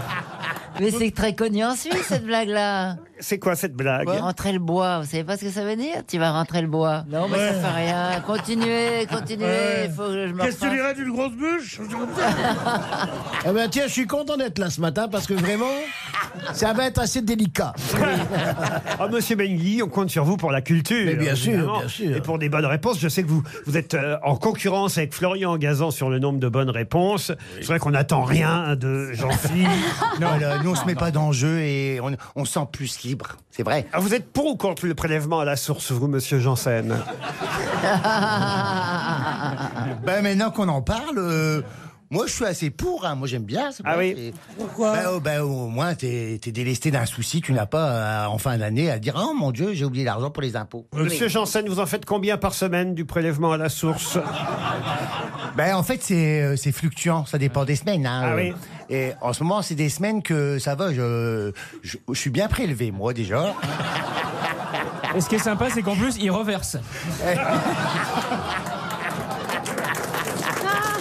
Speaker 17: Mais c'est très connu en Suisse, cette blague-là.
Speaker 4: C'est quoi cette blague
Speaker 17: Rentrer le bois, vous savez pas ce que ça veut dire Tu vas rentrer le bois. Non, mais ça fait rien. Continuez, continuez.
Speaker 5: Ouais.
Speaker 17: Il faut que je me
Speaker 5: Qu'est-ce que tu
Speaker 17: refasse.
Speaker 5: dirais d'une grosse bûche
Speaker 13: Eh ben tiens, je suis content d'être là ce matin parce que vraiment, ça va être assez délicat.
Speaker 4: Ah, monsieur Bengui, on compte sur vous pour la culture.
Speaker 13: Mais bien sûr,
Speaker 4: évidemment.
Speaker 13: bien sûr.
Speaker 4: Et pour des bonnes réponses. Je sais que vous, vous êtes euh, en concurrence avec Florian Gazan sur le nombre de bonnes réponses. C'est vrai qu'on n'attend rien de Jean-Philippe.
Speaker 13: Voilà, nous, on se met pas dans le jeu et on, on se sent plus libre. C'est vrai.
Speaker 4: Ah, vous êtes pour ou contre le prélèvement à la source, vous, monsieur Janssen
Speaker 13: Ben maintenant qu'on en parle, euh, moi je suis assez pour. hein. Moi j'aime bien. Ah oui. Pourquoi ben, oh, ben, au moins t'es es délesté d'un souci. Tu n'as pas euh, en fin d'année à dire oh mon Dieu j'ai oublié l'argent pour les impôts.
Speaker 4: Monsieur Janssen, vous en faites combien par semaine du prélèvement à la source
Speaker 13: Ben en fait c'est euh, c'est fluctuant. Ça dépend des semaines. hein.
Speaker 4: Ah
Speaker 13: Euh,
Speaker 4: oui.
Speaker 13: Et en ce moment c'est des semaines que ça va. Je je, je suis bien prélevé moi déjà.
Speaker 25: Et ce qui est sympa, c'est qu'en plus, il reverse.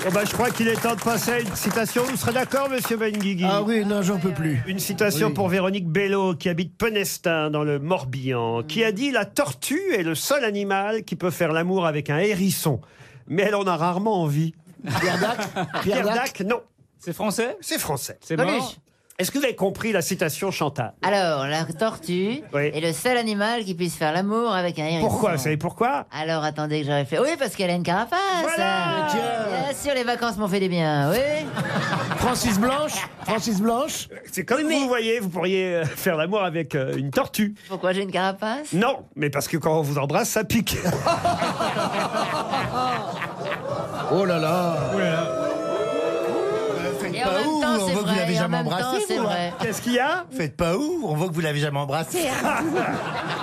Speaker 4: Eh ben, je crois qu'il est temps de passer à une citation. Vous serez d'accord, monsieur Benguigui Ah
Speaker 13: oui, non, j'en peux plus.
Speaker 4: Une citation
Speaker 13: Oui.
Speaker 4: pour Véronique Bello, qui habite Penestin, dans le Morbihan, qui a dit La tortue est le seul animal qui peut faire l'amour avec un hérisson. Mais elle en a rarement envie. Pierre Dac Pierre Dac, non.
Speaker 15: C'est français
Speaker 4: C'est français.
Speaker 15: C'est mort Coluche.
Speaker 4: Est-ce que vous avez compris la citation Chantal
Speaker 17: Alors, la tortue est le seul animal qui puisse faire l'amour avec un hérisson.
Speaker 4: Pourquoi Vous savez pourquoi
Speaker 17: Alors, attendez que j'aurais fait. Oui, parce qu'elle a une carapace. Bien sûr, les vacances m'ont fait des biens, oui.
Speaker 4: Francis Blanche Francis Blanche C'est comme vous voyez, vous pourriez euh, faire l'amour avec euh, une tortue.
Speaker 17: Pourquoi j'ai une carapace
Speaker 4: Non, mais parce que quand on vous embrasse, ça pique. oh là là
Speaker 17: Et en même
Speaker 13: Euh, ouf,
Speaker 17: temps, c'est
Speaker 13: on voit que vous
Speaker 17: vrai.
Speaker 13: l'avez
Speaker 17: et en
Speaker 13: jamais
Speaker 17: même temps,
Speaker 13: embrassé,
Speaker 17: c'est
Speaker 13: vous, hein.
Speaker 17: vrai.
Speaker 4: Qu'est-ce qu'il y a
Speaker 13: Faites pas ouf, on voit que vous l'avez jamais embrassé.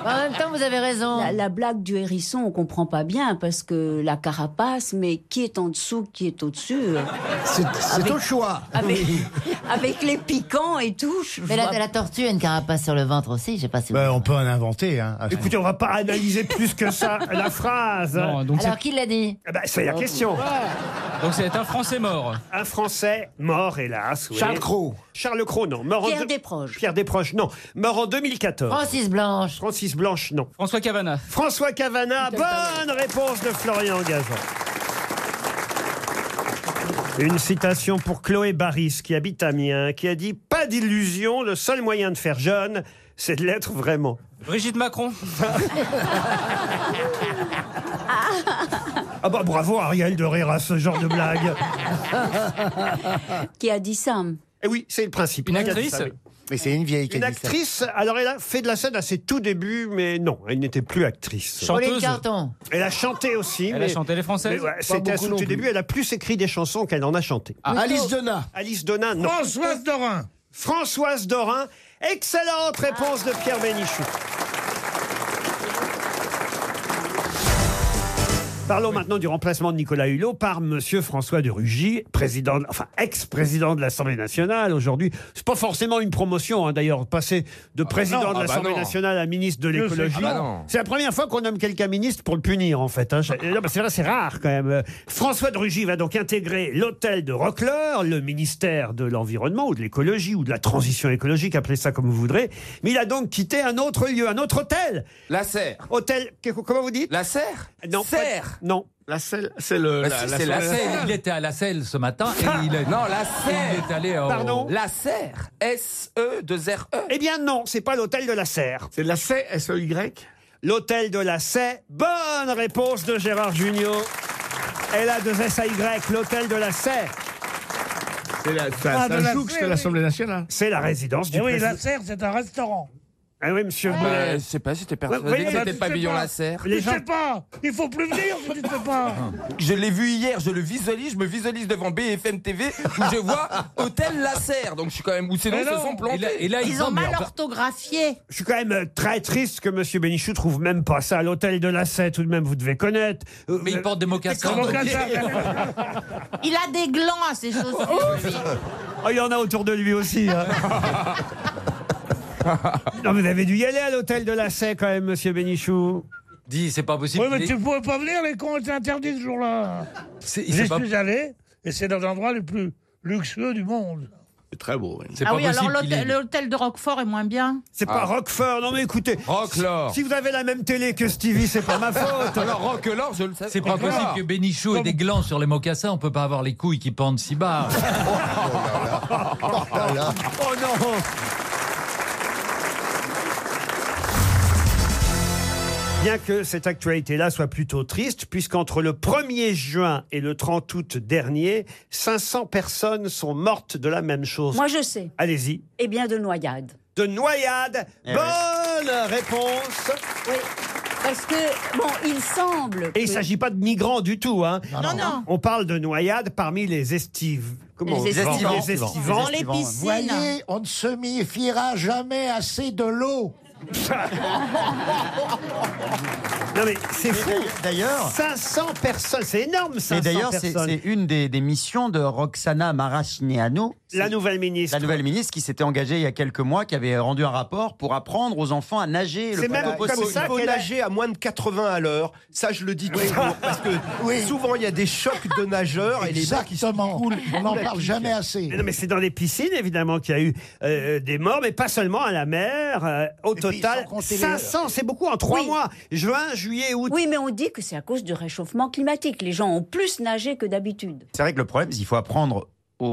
Speaker 17: En même temps, vous avez raison.
Speaker 14: La, la blague du hérisson, on comprend pas bien parce que la carapace, mais qui est en dessous, qui est au-dessus euh, avec- Avec, avec les piquants et tout. je-
Speaker 17: Mais
Speaker 14: je
Speaker 17: la,
Speaker 14: vois-
Speaker 17: la tortue a une carapace sur le ventre aussi, je sais pas si vous...
Speaker 13: Bah, on peut en inventer. Hein,
Speaker 15: Ah,
Speaker 4: Écoutez, on va pas analyser plus que ça la phrase.
Speaker 15: Non, donc
Speaker 17: Alors, qui l'a dit
Speaker 13: Eh ben,
Speaker 4: Ah bah, c'est la question.
Speaker 15: Donc c'est un Français mort.
Speaker 4: Un Français mort, hélas. oui.
Speaker 15: Charles Cros.
Speaker 4: Charles Cros, non. Mort
Speaker 15: Pierre
Speaker 4: Desproges. Pierre Desproges, non. Mort en 2014.
Speaker 17: Francis Blanche.
Speaker 4: Francis Blanche, non.
Speaker 15: François Cavana.
Speaker 4: François Cavana, bonne réponse de Florian Gazan. Une citation pour Chloé Baris, qui habite Amiens, qui a dit Pas d'illusion, le seul moyen de faire jeune, c'est de l'être vraiment.
Speaker 15: Brigitte Macron.
Speaker 14: Ah,
Speaker 4: Ah bah bravo Ariel de rire à ce genre de blague.
Speaker 14: Qui a dit ça hein?
Speaker 4: Eh oui, c'est le principe.
Speaker 15: Une
Speaker 4: Il y a
Speaker 15: actrice
Speaker 4: ça, oui.
Speaker 13: Mais c'est une vieille qui
Speaker 4: Une
Speaker 13: a dit ça.
Speaker 4: actrice, alors elle a fait de la scène à ses tout débuts, mais non, elle n'était plus actrice.
Speaker 17: Pauline Carton.
Speaker 4: Elle a chanté aussi.
Speaker 15: Elle
Speaker 4: mais-
Speaker 15: a chanté les Françaises
Speaker 4: mais ouais,
Speaker 15: Pas
Speaker 4: C'était à
Speaker 15: beaucoup
Speaker 4: son
Speaker 15: non
Speaker 4: tout
Speaker 15: plus.
Speaker 4: début, elle a plus écrit des chansons qu'elle en a chanté.
Speaker 15: Ah. Alice
Speaker 4: Donna. Alice Donna, non.
Speaker 5: Françoise Dorin.
Speaker 4: Françoise Dorin. Excellente réponse de Pierre Bénichou. Parlons maintenant du remplacement de Nicolas Hulot par Monsieur François de Rugy, président, de- enfin ex-président de l'Assemblée nationale aujourd'hui. C'est pas forcément une promotion, hein, d'ailleurs, passer de président
Speaker 6: non, ah
Speaker 4: de
Speaker 6: bah
Speaker 4: l'Assemblée
Speaker 6: non.
Speaker 4: nationale à ministre de
Speaker 6: Je sais.
Speaker 4: l'écologie.
Speaker 6: Ah bah non.
Speaker 4: c'est la première fois qu'on nomme quelqu'un ministre pour le punir, en fait. hein. Je- Non, bah, c'est vrai, c'est rare quand même. Euh, François de Rugy va donc intégrer l'hôtel de Roquelaure, le ministère de l'environnement ou de l'écologie ou de la transition écologique, appelez ça comme vous voudrez. Mais il a donc quitté un autre lieu, un autre hôtel. La Serre. Hôtel, que- comment vous dites
Speaker 6: La Serre.
Speaker 4: Non. pas-
Speaker 6: Serre.
Speaker 4: Non.
Speaker 10: La selle, c'est
Speaker 9: Euh,
Speaker 10: le.
Speaker 6: Bah, si, c'est la selle.
Speaker 9: Il était à la selle ce matin et il a-
Speaker 6: Non, la
Speaker 9: Il
Speaker 6: serre.
Speaker 9: est allé au-
Speaker 4: Pardon
Speaker 6: La serre. S-E-2-R-E.
Speaker 4: Eh bien non, c'est pas l'hôtel de la Serre.
Speaker 10: E. C'est la C, S-E-Y
Speaker 4: L'hôtel de la Serre. Bonne réponse de Gérard Junior. Elle a deux S A Y, l'hôtel de la Serre.
Speaker 10: C'est la. Ça,
Speaker 5: Ah, de
Speaker 10: ça
Speaker 5: la
Speaker 10: joue que
Speaker 5: selle,
Speaker 10: c'est
Speaker 5: oui.
Speaker 10: l'Assemblée nationale.
Speaker 4: C'est la résidence du
Speaker 5: Eh oui,
Speaker 4: président.
Speaker 5: la serre, c'est un restaurant.
Speaker 4: Ah oui, monsieur.
Speaker 6: Bah, je
Speaker 4: Boulet.
Speaker 6: sais pas, j'étais
Speaker 4: Ouais,
Speaker 6: persuadé
Speaker 4: vous voyez,
Speaker 6: que
Speaker 4: bah,
Speaker 6: c'était
Speaker 4: tu
Speaker 6: le
Speaker 4: sais
Speaker 6: pavillon
Speaker 4: pas.
Speaker 6: La Serre.
Speaker 5: Tu sais pas Il faut plus venir si tu sais pas
Speaker 6: Je l'ai vu hier, je le visualise, je me visualise devant BFM TV où je vois Hôtel La Serre. Donc je suis quand même. Ou sinon,
Speaker 9: Mais
Speaker 6: ils se
Speaker 9: non,
Speaker 6: sont plantés.
Speaker 9: et là- et là,
Speaker 7: Ils ont mal orthographié.
Speaker 4: Je suis quand même euh, très triste que Monsieur Bénichou trouve même pas ça à l'hôtel de la Sète, tout de même, vous devez connaître. Euh,
Speaker 9: Mais
Speaker 4: euh,
Speaker 9: il porte des mocassins.
Speaker 4: Des
Speaker 9: donc-
Speaker 7: Il a des glands à ces choses.
Speaker 4: oh, il y en a autour de lui aussi. hein. non, mais vous avez dû y aller à l'hôtel de la Sète quand même, Monsieur Bénichou.
Speaker 9: Dis, c'est pas possible.
Speaker 5: Oui, mais
Speaker 9: qu'il
Speaker 5: tu
Speaker 9: ait-
Speaker 5: pouvais pas venir, les cons étaient interdits ce jour-là.
Speaker 9: C'est- il
Speaker 5: J'y
Speaker 9: s'est pas-
Speaker 5: suis allé, et c'est l'un des endroits les plus luxueux du monde.
Speaker 10: C'est très beau.
Speaker 9: C'est
Speaker 7: Ah
Speaker 9: pas
Speaker 7: oui, alors
Speaker 9: possible qu'il
Speaker 7: l'hôtel
Speaker 9: ait-
Speaker 7: l'hôtel de Roquefort est moins bien.
Speaker 4: C'est pas
Speaker 6: Ah.
Speaker 4: Roquefort, non mais écoutez.
Speaker 6: Roquelaure.
Speaker 4: Si vous avez la même télé que Stevie, c'est pas ma faute.
Speaker 6: Alors Roquelaure, je le sais.
Speaker 9: C'est pas possible que Bénichou ait des glands sur les mocassins. On peut pas avoir les couilles qui pendent si bas.
Speaker 4: Oh non Bien que cette actualité-là soit plutôt triste, puisqu'entre le 1er juin et le 30 août dernier, 500 personnes sont mortes de la même chose.
Speaker 14: Moi, je sais.
Speaker 4: Allez-y.
Speaker 14: Eh bien, de noyade.
Speaker 4: De noyade.
Speaker 14: Eh
Speaker 4: Bonne réponse.
Speaker 14: Oui. Parce que, bon, il semble.
Speaker 4: Et il
Speaker 14: que-
Speaker 4: s'agit pas de migrants du tout. Hein.
Speaker 14: Non, non.
Speaker 4: On parle de noyade parmi les estives. Comment
Speaker 14: Les
Speaker 4: on dit
Speaker 14: estivants.
Speaker 4: Les estivants.
Speaker 14: Dans les
Speaker 13: Vous
Speaker 14: piscines.
Speaker 13: voyez, on ne se méfiera jamais assez de l'eau.
Speaker 4: Non mais c'est fou.
Speaker 27: D'ailleurs,
Speaker 4: 500 personnes, c'est énorme. 500
Speaker 27: mais d'ailleurs, c'est
Speaker 4: personnes.
Speaker 27: c'est une des, des missions de Roxana Maracineanu.
Speaker 4: La nouvelle ministre.
Speaker 27: La nouvelle ministre qui s'était engagée il y a quelques mois, qui avait rendu un rapport pour apprendre aux enfants à nager. le plus
Speaker 4: C'est même
Speaker 27: tôt
Speaker 4: comme
Speaker 27: possible.
Speaker 4: ça
Speaker 27: Il faut
Speaker 4: qu'elle a-
Speaker 27: nager à moins de 80 à l'heure. Ça, je le dis toujours. Parce que souvent, il y a des chocs de nageurs et les mecs, ils sont cool.
Speaker 13: On n'en parle jamais assez.
Speaker 4: Mais non, mais c'est dans les piscines, évidemment, qu'il y a eu euh, des morts, mais pas seulement à la mer. euh, au total,
Speaker 13: sans compter les-
Speaker 4: 500, c'est beaucoup en trois
Speaker 14: Oui.
Speaker 4: mois. Juin, juillet, août.
Speaker 14: Oui, mais on dit que c'est à cause du réchauffement climatique. Les gens ont plus nagé que d'habitude.
Speaker 27: C'est vrai que le problème, c'est qu'il faut apprendre
Speaker 2: aux,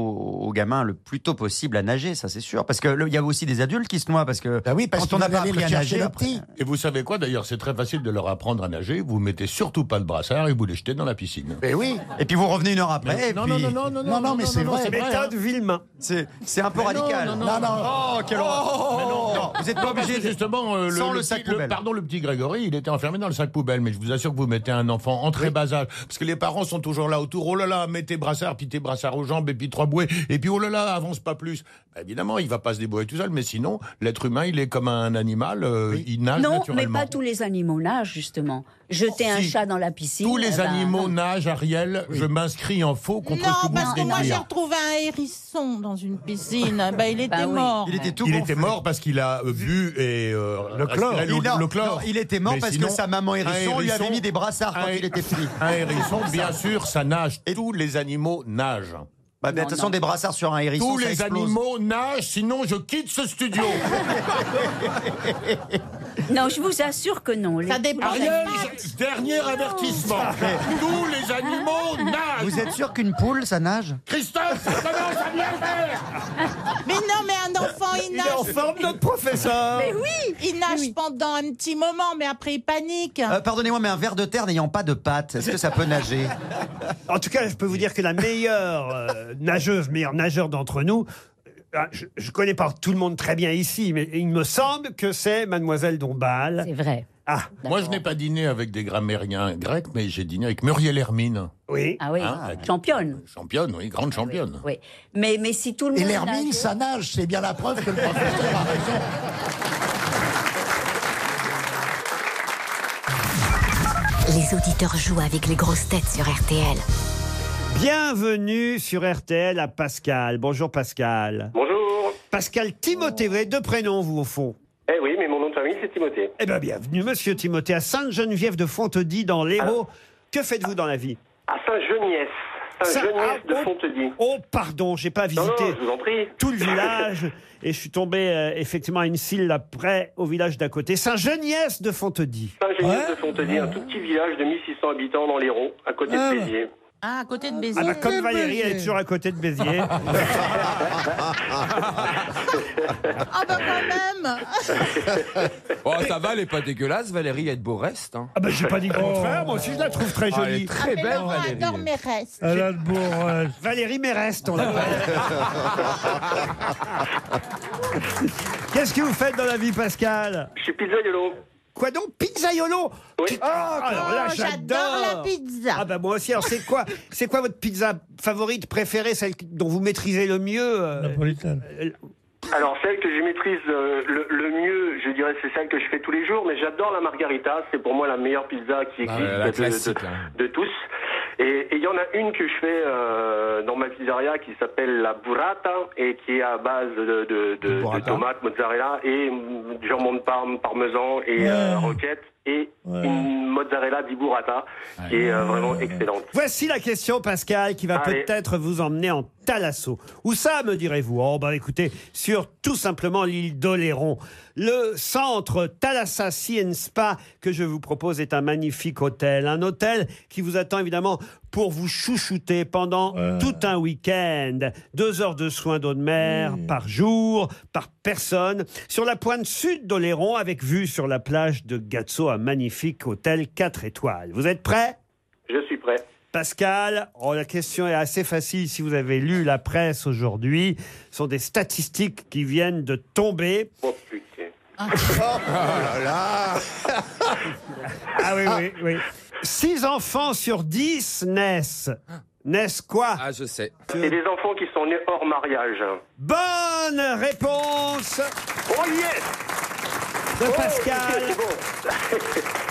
Speaker 2: aux gamins le plus tôt possible à nager, ça c'est sûr. Parce que le- il y a aussi des adultes qui se noient Bah parce que quand on n'a pas appris à nager, après-
Speaker 3: Et vous savez quoi d'ailleurs, c'est très facile de leur apprendre à nager. Vous mettez surtout pas le brassard et vous les jetez dans la piscine.
Speaker 2: Mais Eh oui. Et puis vous revenez une heure après.
Speaker 3: Mais-
Speaker 2: et
Speaker 3: non,
Speaker 2: puis-
Speaker 3: non, non, non, non, Non, non, non, mais c'est non, vrai. c'est vrai, Méthode
Speaker 26: Villemain.
Speaker 2: C'est c'est un peu
Speaker 3: Mais non,
Speaker 2: radical.
Speaker 3: non, non, Non, non.
Speaker 2: Oh, quelle horreur.
Speaker 3: Mais non.
Speaker 2: Non, Vous n'êtes
Speaker 3: Non,
Speaker 2: pas
Speaker 3: parce
Speaker 2: obligé.
Speaker 3: que justement euh, le,
Speaker 2: sans
Speaker 3: le
Speaker 2: le
Speaker 3: petit-
Speaker 2: sac poubelle.
Speaker 3: pardon, le petit Grégory, il était enfermé dans le sac poubelle. Mais je vous assure que vous mettez un enfant en très bas âge, parce que les parents sont toujours là autour. Oh là là, mets tes brassards, puis tes brassards aux jambes, et puis trois bouées, et puis oh là là, avance pas plus. Bah, évidemment, il va pas se débrouiller tout seul, mais sinon, l'être humain, il est comme un animal, euh, il nage
Speaker 14: Non, mais
Speaker 3: naturellement.
Speaker 14: pas tous les animaux nagent, justement. Jeter un
Speaker 3: Si.
Speaker 14: chat dans la piscine.
Speaker 3: Tous
Speaker 14: eh
Speaker 3: les
Speaker 14: ben,
Speaker 3: animaux nagent, Ariel. Je m'inscris en faux contre
Speaker 7: non,
Speaker 3: ce que
Speaker 7: parce que
Speaker 3: vous
Speaker 7: moi
Speaker 3: venez de
Speaker 7: j'ai
Speaker 3: dire.
Speaker 7: retrouvé un hérisson dans une piscine. Bah, il était
Speaker 14: Bah oui.
Speaker 7: mort.
Speaker 3: Il était mort parce qu'il a euh, bu et euh,
Speaker 2: Le
Speaker 3: respiré
Speaker 2: chlore.
Speaker 3: l'eau-
Speaker 2: Il- non,
Speaker 3: le chlore.
Speaker 2: non, il était mort
Speaker 3: Mais
Speaker 2: parce que
Speaker 3: sinon,
Speaker 2: sa maman
Speaker 3: un
Speaker 2: hérisson lui avait mis des brassards quand
Speaker 3: un-
Speaker 2: il était petit.
Speaker 3: Un hérisson, bien sûr, ça nage. Tous les animaux nagent.
Speaker 2: Bah, de toute façon, des brassards sur un hérisson.
Speaker 3: Tous
Speaker 2: ça
Speaker 3: les
Speaker 2: explose.
Speaker 3: animaux nagent, sinon je quitte ce studio.
Speaker 14: Non, je vous assure que non. Ça dépend.
Speaker 3: Ariel, je- dernier avertissement. Tous les animaux nagent.
Speaker 2: Vous êtes sûr qu'une poule, ça nage
Speaker 3: Christophe, ça commence à bien faire.
Speaker 7: Mais non, mais un enfant, il,
Speaker 2: Il est
Speaker 7: nage.
Speaker 2: en forme, notre professeur.
Speaker 7: Mais oui, il nage pendant un petit moment, mais après il panique.
Speaker 27: Ah.
Speaker 2: Euh, Pardonnez-moi, mais un ver de terre n'ayant pas de pattes, est-ce que ça peut nager
Speaker 4: En tout cas, je peux vous dire que la meilleure euh, nageuse, meilleure nageur d'entre nous, euh, je, je connais pas tout le monde très bien ici, mais il me semble que c'est Mademoiselle Dombal. C'est
Speaker 14: vrai.
Speaker 4: Ah.
Speaker 3: Moi, je n'ai pas dîné avec des grammairiens grecs, mais j'ai dîné avec Muriel Hermine. euh,
Speaker 4: Oui.
Speaker 14: Ah oui, championne. Ah
Speaker 3: Championne, oui, grande championne.
Speaker 14: Oui. Mais, mais si tout le
Speaker 8: Et
Speaker 14: monde.
Speaker 8: l'hermine,
Speaker 14: nage-
Speaker 8: ça nage, c'est bien la preuve que le professeur a raison.
Speaker 23: Les auditeurs jouent avec les grosses têtes sur RTL.
Speaker 4: Bienvenue sur RTL à Pascal. Bonjour Pascal.
Speaker 19: Bonjour.
Speaker 4: Pascal Timothée, vous avez deux prénoms, vous, au fond.
Speaker 19: Eh oui, mais mon nom de famille, c'est Timothée.
Speaker 4: Eh bien, bienvenue, monsieur Timothée, à Sainte-Geneviève de Fontedy, dans l'Hérault. Que faites-vous dans la vie
Speaker 19: À Saint-Geniès. Saint-Geniès de Fontedy.
Speaker 4: Oh, pardon, j'ai pas
Speaker 19: Non, non,
Speaker 4: visité
Speaker 19: je vous en prie.
Speaker 4: tout le village. et je suis tombé, euh, effectivement, à une cille après, au village d'à côté. Saint-Geniès de Fontedy.
Speaker 19: Saint-Geniès de Fontedy, un tout petit village de 1600 habitants dans l'Hérault, à côté
Speaker 4: Ah,
Speaker 19: de Béziers.
Speaker 7: Ah, à côté de Béziers.
Speaker 4: Ah bah, comme Valérie, elle est toujours à côté de Béziers.
Speaker 7: Ah bah quand même
Speaker 6: Oh, ça va, elle est pas dégueulasse, Valérie, elle de hein. beau reste.
Speaker 4: Ah, bah, j'ai pas
Speaker 5: Oh.
Speaker 4: dit le contraire, moi aussi, je la trouve très
Speaker 6: Ah, elle
Speaker 4: jolie.
Speaker 6: est très
Speaker 7: Mais
Speaker 6: belle,
Speaker 7: Laurent
Speaker 6: Valérie.
Speaker 7: adore mes restes.
Speaker 4: Valérie Méreste, on l'appelle. Qu'est-ce que vous faites dans la vie, Pascal
Speaker 19: Je suis pizzaiolo.
Speaker 4: Quoi donc Pizzaiolo
Speaker 19: Oui.
Speaker 4: Ah, alors là,
Speaker 19: Oh,
Speaker 4: j'adore
Speaker 19: j'adore la
Speaker 4: pizza Ah bah moi aussi, alors c'est quoi, c'est quoi votre pizza favorite, préférée, celle dont vous maîtrisez le mieux euh Napolitaine.
Speaker 19: Alors, celle que je maîtrise euh, le, le mieux, je dirais, c'est celle que je fais tous les jours, mais j'adore la margarita. C'est pour moi la meilleire pizza qui
Speaker 6: Ah,
Speaker 19: existe
Speaker 6: la
Speaker 19: de- de-
Speaker 6: classique,
Speaker 19: de,
Speaker 6: hein.
Speaker 19: de tous. Et et il y en a une que je fais euh, dans ma pizzeria qui s'appelle la burrata et qui est à base de, de- de- de tomates, mozzarella et mm, jambon de parme, parmesan et euh, roquette et une mozzarella di burrata qui est euh, vraiment excellente.
Speaker 4: Voici la question, Pascal, qui va
Speaker 19: Allez.
Speaker 4: peut-être vous emmener en Talasso. Où ça, me direz-vous Oh, bah écoutez, sur tout simplement l'île d'Oléron. Le centre Thalassa Sea and Spa que je vous propose est un magnifique hôtel. Un hôtel qui vous attend évidemment pour vous chouchouter pendant tout un week-end. Deux heures de soins d'eau de mer par jour, par personne. Sur la pointe sud d'Oléron, avec vue sur la plage de Gazzo, un magnifique hôtel 4 étoiles. Vous êtes prêts
Speaker 19: Je suis prêt.
Speaker 4: Pascal, oh, la question est assez facile si vous avez lu la presse aujourd'hui. Ce sont des statistiques qui viennent de tomber.
Speaker 19: Oh putain.
Speaker 4: Oh là là Ah oui, oui, oui. Six enfants sur dix naissent. Naissent quoi
Speaker 6: Ah, je sais.
Speaker 19: Et des enfants qui sont nés hors mariage.
Speaker 4: Bonne réponse
Speaker 19: Oh yes
Speaker 4: de Pascal.
Speaker 19: c'est bon.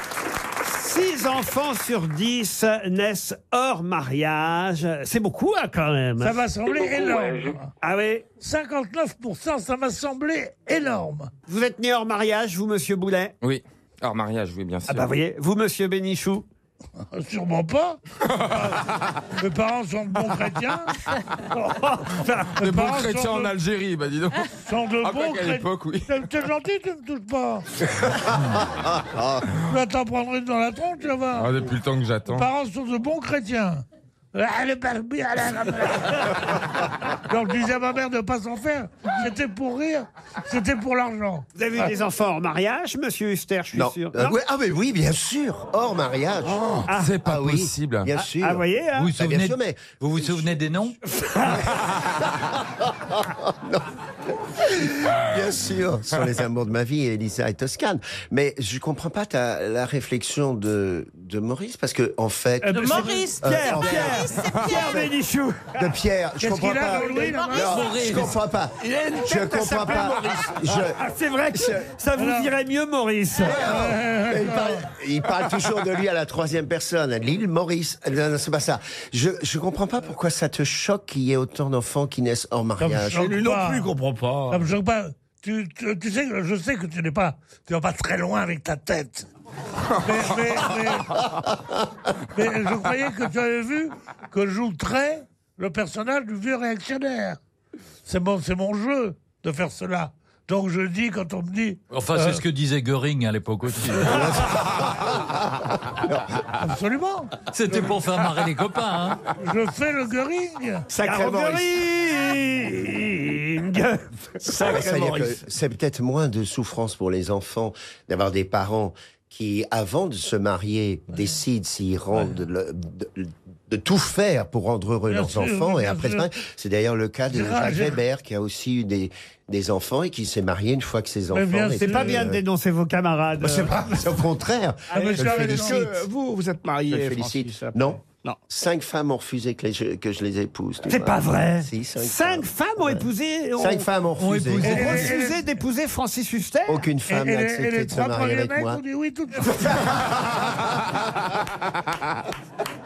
Speaker 4: Six enfants sur dix naissent hors mariage. C'est beaucoup, hein, quand même.
Speaker 5: Ça m'a semblé énorme.
Speaker 4: Ah oui
Speaker 5: 59%, ça m'a semblé énorme.
Speaker 4: Vous êtes né hors mariage, vous, monsieur Boulet
Speaker 6: Oui. Alors, mariage, oui, bien sûr.
Speaker 4: Ah bah, vous voyez, vous, monsieur Bénichou
Speaker 5: Sûrement pas. Mes parents sont de bons chrétiens.
Speaker 6: Des
Speaker 5: Mes
Speaker 6: bons
Speaker 5: parents
Speaker 6: chrétiens
Speaker 5: sont
Speaker 6: en
Speaker 5: de-
Speaker 6: Algérie, bah dis donc.
Speaker 5: Sont de
Speaker 6: Ah, quoi
Speaker 5: bons
Speaker 6: qu'à
Speaker 5: chrétiens.
Speaker 6: l'époque, oui.
Speaker 5: T'es- T'es gentil, tu me touches pas.
Speaker 6: Ah,
Speaker 5: Je vais t'en prendre une dans la tronche, tu vas voir.
Speaker 6: depuis le temps que
Speaker 5: Mes Bah.
Speaker 6: j'attends.
Speaker 5: parents sont de bons chrétiens. Ah, le barbu, ah, là, là, là. Quand je disais à ma mère de ne pas s'en faire, c'était pour rire, c'était pour l'argent. Ah.
Speaker 4: Vous
Speaker 9: Ah.
Speaker 4: avez eu des enfants en mariage, monsieur Huster, je suis
Speaker 5: Non.
Speaker 4: sûr.
Speaker 5: Euh, ouais,
Speaker 11: ah, mais oui, bien sûr, hors mariage. Ah.
Speaker 4: c'est
Speaker 9: Oh, pas
Speaker 11: oui,
Speaker 9: possible.
Speaker 11: Bien
Speaker 9: Ah,
Speaker 11: sûr.
Speaker 9: ah, vous voyez, hein.
Speaker 11: Vous vous
Speaker 9: Bah, bien
Speaker 11: souvenez,
Speaker 9: sûr, mais- Vous vous souvenez des noms
Speaker 11: Bien sûr, sur les amours de ma vie, Elisa et Toscane. Mais je comprends pas ta, la réflexion de, de Maurice, parce que, en fait.
Speaker 7: De Maurice,
Speaker 11: Euh,
Speaker 7: Pierre,
Speaker 11: en fait-
Speaker 7: Pierre, c'est Pierre
Speaker 4: Bénichou.
Speaker 11: De Pierre, je
Speaker 7: Qu'est-ce
Speaker 11: comprends
Speaker 7: qu'il a
Speaker 11: pas.
Speaker 7: dans Louis, là,
Speaker 11: Non,
Speaker 7: Maurice
Speaker 11: je comprends pas.
Speaker 7: Il a une tête
Speaker 11: Je
Speaker 7: à
Speaker 11: comprends
Speaker 7: s'appeler
Speaker 11: pas.
Speaker 7: Maurice.
Speaker 4: Ah, c'est vrai que ça vous irait mieux, Maurice.
Speaker 11: Mais il, parle, il parle toujours de lui à la troisième personne. L'île Maurice. Non, non, c'est pas ça. Je, je comprends pas pourquoi ça te choque qu'il y ait autant d'enfants qui naissent hors
Speaker 5: Ça me
Speaker 11: mariage.
Speaker 5: choque pas.
Speaker 13: comprends pas.
Speaker 5: Ça me choque pas. Tu, tu- tu sais, que- je sais que tu n'es pas, tu vas pas très loin avec ta tête. Mais, mais- mais- mais je croyais que tu avais vu que je joue très le personnage du vieux réactionnaire. C'est mon, c'est mon jeu de faire cela. Donc je dis quand on me dit.
Speaker 9: Enfin,
Speaker 5: euh,
Speaker 9: c'est ce que disait Göring à l'époque aussi.
Speaker 5: euh, Absolument.
Speaker 9: C'était pour faire marrer les copains. hein.
Speaker 5: Je fais le Göring.
Speaker 9: Sacré Maurice.
Speaker 4: Göring.
Speaker 11: Ah, Ça veut dire que C'est peut-être moins de souffrance pour les enfants d'avoir des parents qui, avant de se marier, décident s'ils rendent le- de, de tout faire pour rendre heureux
Speaker 5: Bien
Speaker 11: leurs
Speaker 5: sûr,
Speaker 11: enfants. Et
Speaker 5: bien
Speaker 11: après,
Speaker 5: sûr.
Speaker 11: se marier. c'est d'ailleurs le cas de
Speaker 5: Gérard,
Speaker 11: Jacques
Speaker 5: Gérard.
Speaker 11: Weber, qui a aussi eu des, des enfants et qui s'est marié une fois que ses enfants. euh,
Speaker 4: C'est pas bien de dénoncer vos camarades.
Speaker 9: Bah,
Speaker 11: C'est pas, c'est au contraire. Ah, mais Je je le savais félicite. que-
Speaker 4: euh,
Speaker 13: Vous, vous êtes
Speaker 11: Je
Speaker 13: marié.
Speaker 11: le félicite. non. Non. Cinq femmes ont refusé que, les- que je les épouse. tu
Speaker 4: C'est
Speaker 11: vois.
Speaker 4: pas vrai.
Speaker 11: Si, cinq
Speaker 4: cinq femmes ont épousé.
Speaker 11: Cinq femmes ont refusé.
Speaker 4: épousé.
Speaker 11: Et- et-
Speaker 4: refusé d'épouser Francis Huster.
Speaker 11: Aucune femme n'a
Speaker 5: Et
Speaker 11: accepté
Speaker 5: les
Speaker 11: de se
Speaker 5: trois
Speaker 11: marier
Speaker 5: premiers
Speaker 11: avec
Speaker 5: mecs
Speaker 11: moi.
Speaker 5: ont dit oui tout de suite.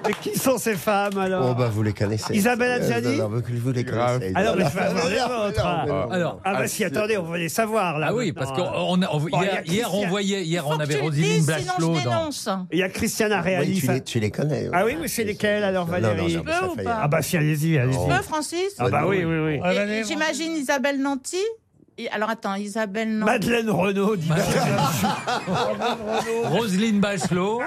Speaker 4: Mais qui sont ces femmes alors
Speaker 11: Oh bah vous les connaissez.
Speaker 4: Isabelle
Speaker 11: Euh,
Speaker 4: Adjani
Speaker 11: non, non, vous les connaissez.
Speaker 4: Alors, mais je vais
Speaker 11: Voilà.
Speaker 4: avoir les
Speaker 11: Non,
Speaker 4: vôtres.
Speaker 11: non, non, non.
Speaker 4: Alors, ah, bah si, attendez, on va les savoir là.
Speaker 9: Ah oui, parce
Speaker 4: maintenant. hein.
Speaker 9: qu'on on- on-
Speaker 4: Bon, il y a
Speaker 9: hier, hier, on
Speaker 4: Christian-
Speaker 9: voyait, hier
Speaker 4: faut
Speaker 9: on
Speaker 4: que
Speaker 9: avait
Speaker 4: tu le
Speaker 9: Roselyne
Speaker 4: dises, sinon je
Speaker 9: Bachelot dans.
Speaker 4: dénonce. Il y a Christiana Reali.
Speaker 11: Oui, tu, les, tu les connais. ouais.
Speaker 4: Ah oui, mais c'est lesquels alors,
Speaker 11: Non, non, non,
Speaker 4: Valérie
Speaker 11: mais ça Oh. fait-
Speaker 4: Ah bah si, allez-y, allez-y.
Speaker 7: Tu veux, Euh, Francis
Speaker 4: Ah bah oui, oui, oui.
Speaker 7: Et- et J'imagine Isabelle Nanty. Et- Alors attends, Isabelle Nanty.
Speaker 4: Madeleine
Speaker 15: Oh,
Speaker 4: Renaud, dit
Speaker 9: Roselyne Bachelot,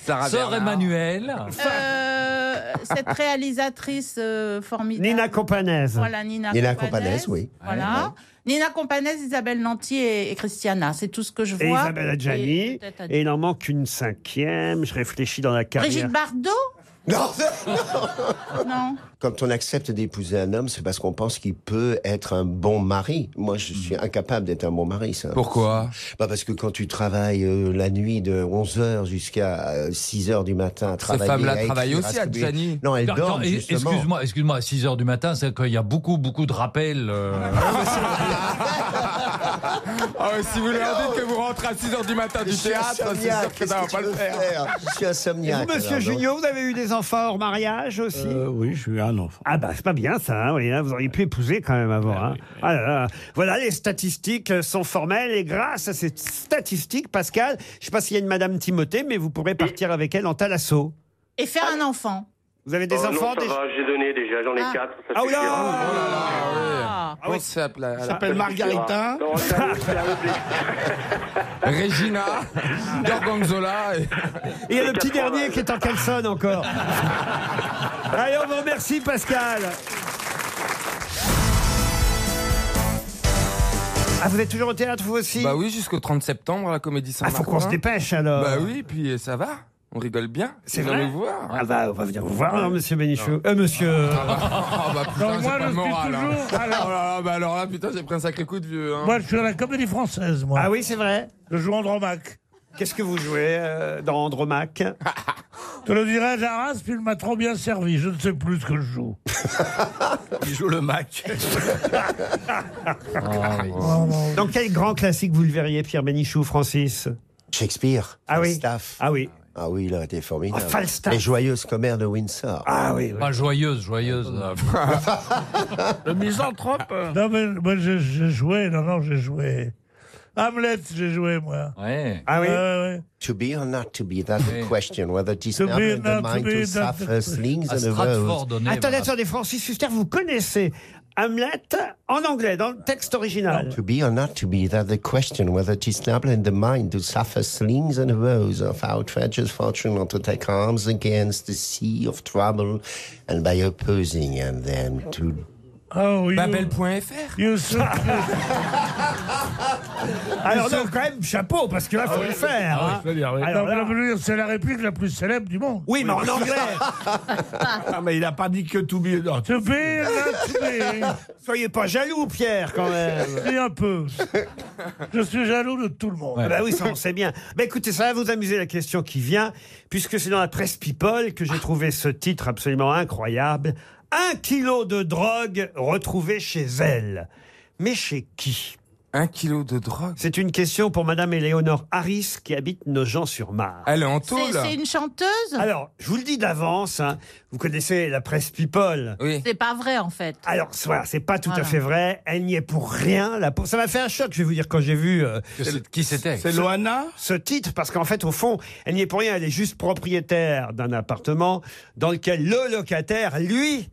Speaker 9: Sœur Emmanuel.
Speaker 7: Euh, cette réalisatrice euh, formidable.
Speaker 4: Nina Companèse.
Speaker 7: Voilà, Nina,
Speaker 11: Nina
Speaker 7: Companèse,
Speaker 11: Companèse, oui.
Speaker 7: Voilà. Nina Companèse, Isabelle Nanty et, et Christiana. C'est tout ce que je vois.
Speaker 4: Et Isabelle Adjani.
Speaker 7: Et
Speaker 4: Et,
Speaker 7: peut-être Adjani.
Speaker 4: il en manque une cinquième. Je réfléchis dans la carrière.
Speaker 7: Brigitte Bardot
Speaker 11: Non.
Speaker 7: Non.
Speaker 11: Quand on accepte d'épouser un homme, c'est parce qu'on pense qu'il peut être un bon mari. Moi, je suis incapable d'être un bon mari. Ça.
Speaker 6: Pourquoi
Speaker 11: bah Parce que quand tu travailles euh, la nuit de 11h jusqu'à 6h du matin à
Speaker 6: Ces
Speaker 11: travailler...
Speaker 6: femmes-là
Speaker 11: à
Speaker 6: travaillent
Speaker 11: écrire, à
Speaker 6: aussi,
Speaker 11: se coucher.
Speaker 6: Adjani.
Speaker 11: Non, elles dorment,
Speaker 9: et-
Speaker 11: justement.
Speaker 9: excuse-moi, excuse-moi, à 6 h du matin, c'est qu'il y a beaucoup, beaucoup de rappels. euh.
Speaker 6: Ah ouais, si vous leur dites que vous rentrez à 6h du matin
Speaker 11: Je
Speaker 6: du
Speaker 11: suis
Speaker 6: théâtre, c'est
Speaker 11: insomniaque,
Speaker 6: sûr que
Speaker 11: qu'est-ce
Speaker 6: ça va
Speaker 11: que
Speaker 6: pas
Speaker 11: tu
Speaker 6: le
Speaker 11: veux
Speaker 6: faire.
Speaker 11: faire Je suis
Speaker 4: Et
Speaker 11: insomniaque.
Speaker 4: vous, monsieur
Speaker 11: alors, donc.
Speaker 4: Junio, vous avez eu des enfants hors mariage aussi
Speaker 13: Euh, Oui, j'ai eu un enfant.
Speaker 4: Ah bah c'est pas bien ça, hein, oui, hein, vous auriez pu épouser quand même avant. hein. Ah là là. Voilà, les statistiques euh, sont formelles et grâce à ces statistiques, Pascal, je sais pas s'il y a une Madame Timothée, mais vous pourrez partir avec elle en thalasso.
Speaker 7: Et faire un enfant.
Speaker 4: Vous avez des
Speaker 19: Oh
Speaker 4: enfants
Speaker 19: non, ça
Speaker 4: déjà
Speaker 19: va, j'ai donné déjà, j'en ai
Speaker 7: Ah.
Speaker 19: quatre. Ça
Speaker 4: Ah,
Speaker 19: suffira.
Speaker 4: oula
Speaker 7: Ah.
Speaker 6: Comment ça s'appelle elle
Speaker 13: s'appelle Margarita.
Speaker 19: Non, Ah, ça vous- ça vous plaît.
Speaker 6: Regina, Gorgonzola. et-
Speaker 4: Et il y a le petit dernier qui est en caleçon encore. Allez, on vous remercie Pascal. Ah, vous êtes toujours au théâtre, vous aussi
Speaker 6: Bah oui, jusqu'au 30 septembre à la Comédie
Speaker 4: Ah,
Speaker 6: Saint-Martin.
Speaker 4: faut qu'on se dépêche alors.
Speaker 6: Bah oui, puis ça va. On rigole bien.
Speaker 4: C'est
Speaker 6: Vous
Speaker 4: vrai
Speaker 6: allez voir.
Speaker 4: Ah bah, on va venir vous voir, hein, monsieur Bénichou. Euh, monsieur...
Speaker 6: Ah bah putain,
Speaker 5: moi,
Speaker 6: c'est pas
Speaker 5: je
Speaker 6: le moral.
Speaker 5: suis toujours-
Speaker 6: hein.
Speaker 5: alors-
Speaker 6: Oh là là, bah alors là, putain, j'ai pris un sacré coup de vieux. hein.
Speaker 5: Moi, je suis à la comédie française, moi.
Speaker 4: Ah oui, c'est vrai.
Speaker 5: Je joue Andromaque.
Speaker 4: Qu'est-ce que vous jouez euh, dans Andromaque
Speaker 5: Je le dirais à Jarras, puis il m'a trop bien servi. Je ne sais plus ce que je joue.
Speaker 13: Il joue le Mac.
Speaker 4: Dans quel grand classique vous le verriez, Pierre Bénichou, Francis
Speaker 11: Shakespeare.
Speaker 4: Ah oui.
Speaker 11: Falstaff.
Speaker 4: Ah oui.
Speaker 11: Ah oui, il aurait été formidable.
Speaker 4: Oh, Falstaff.
Speaker 11: Les joyeuses commères de Windsor.
Speaker 4: Ah oui.
Speaker 9: Pas joyeuse, joyeuse.
Speaker 13: Le misanthrope. euh.
Speaker 5: Non, mais moi, j'ai j'ai joué. Non, non, j'ai joué. Hamlet, j'ai joué, moi.
Speaker 9: Ouais.
Speaker 4: Ah oui.
Speaker 5: Ouais, ouais.
Speaker 11: To be or not to be, that's the
Speaker 9: Oui.
Speaker 11: question. Whether it is
Speaker 5: To
Speaker 11: now
Speaker 5: be
Speaker 11: in
Speaker 5: or
Speaker 11: the
Speaker 5: not to
Speaker 11: mind
Speaker 5: be,
Speaker 11: to
Speaker 5: that's the
Speaker 11: suffer slings
Speaker 9: À
Speaker 11: and a
Speaker 9: Stratford,
Speaker 11: rose.
Speaker 9: on est,
Speaker 4: Attendez,
Speaker 9: voilà.
Speaker 4: attendez, Francis Huster, vous connaissez Hamlet en anglais, dans le texte original.
Speaker 11: To be or not to be, that the question whether 'tis noble in the mind to suffer slings and woes of outrageous fortune or to take arms against the sea of trouble, and by opposing and them to
Speaker 4: Ah
Speaker 6: Babel.fr
Speaker 26: Alors, donc, quand même, chapeau, parce que là, faut le faire. hein. Alors
Speaker 5: Non,
Speaker 26: là-
Speaker 5: mais je veux dire, C'est la réplique la plus célèbre du monde.
Speaker 26: Oui, mais en anglais.
Speaker 5: ah, mais il n'a pas dit que tout be or not. To be or not to be.
Speaker 26: Soyez pas jaloux, Pierre, quand même.
Speaker 5: Si, un peu. Je suis jaloux de tout le monde.
Speaker 4: Ah Bah oui, ça on sait bien. Mais écoutez, ça va vous amuser la question qui vient, puisque c'est dans la presse People que j'ai trouvé ce titre absolument incroyable. Un kilo de drogue retrouvé chez elle. Mais chez qui
Speaker 6: Un kilo de drogue
Speaker 4: C'est une question pour Madame Éléonore Harris qui habite Nogent-sur-Marne.
Speaker 6: Elle est en
Speaker 7: C'est c'est une chanteuse
Speaker 4: Alors, je vous le dis d'avance, hein, vous connaissez la presse People.
Speaker 7: C'est pas vrai en fait.
Speaker 4: Alors, c'est- voilà, c'est pas tout à
Speaker 7: Voilà.
Speaker 4: fait vrai. Elle n'y est pour rien. La pauvre. Ça m'a fait un choc, je vais vous dire, quand j'ai vu. euh,
Speaker 9: Qui c'était
Speaker 4: ce- Ce titre, parce qu'en fait, au fond, elle n'y est pour rien. Elle est juste propriétaire d'un appartement dans lequel le locataire, lui.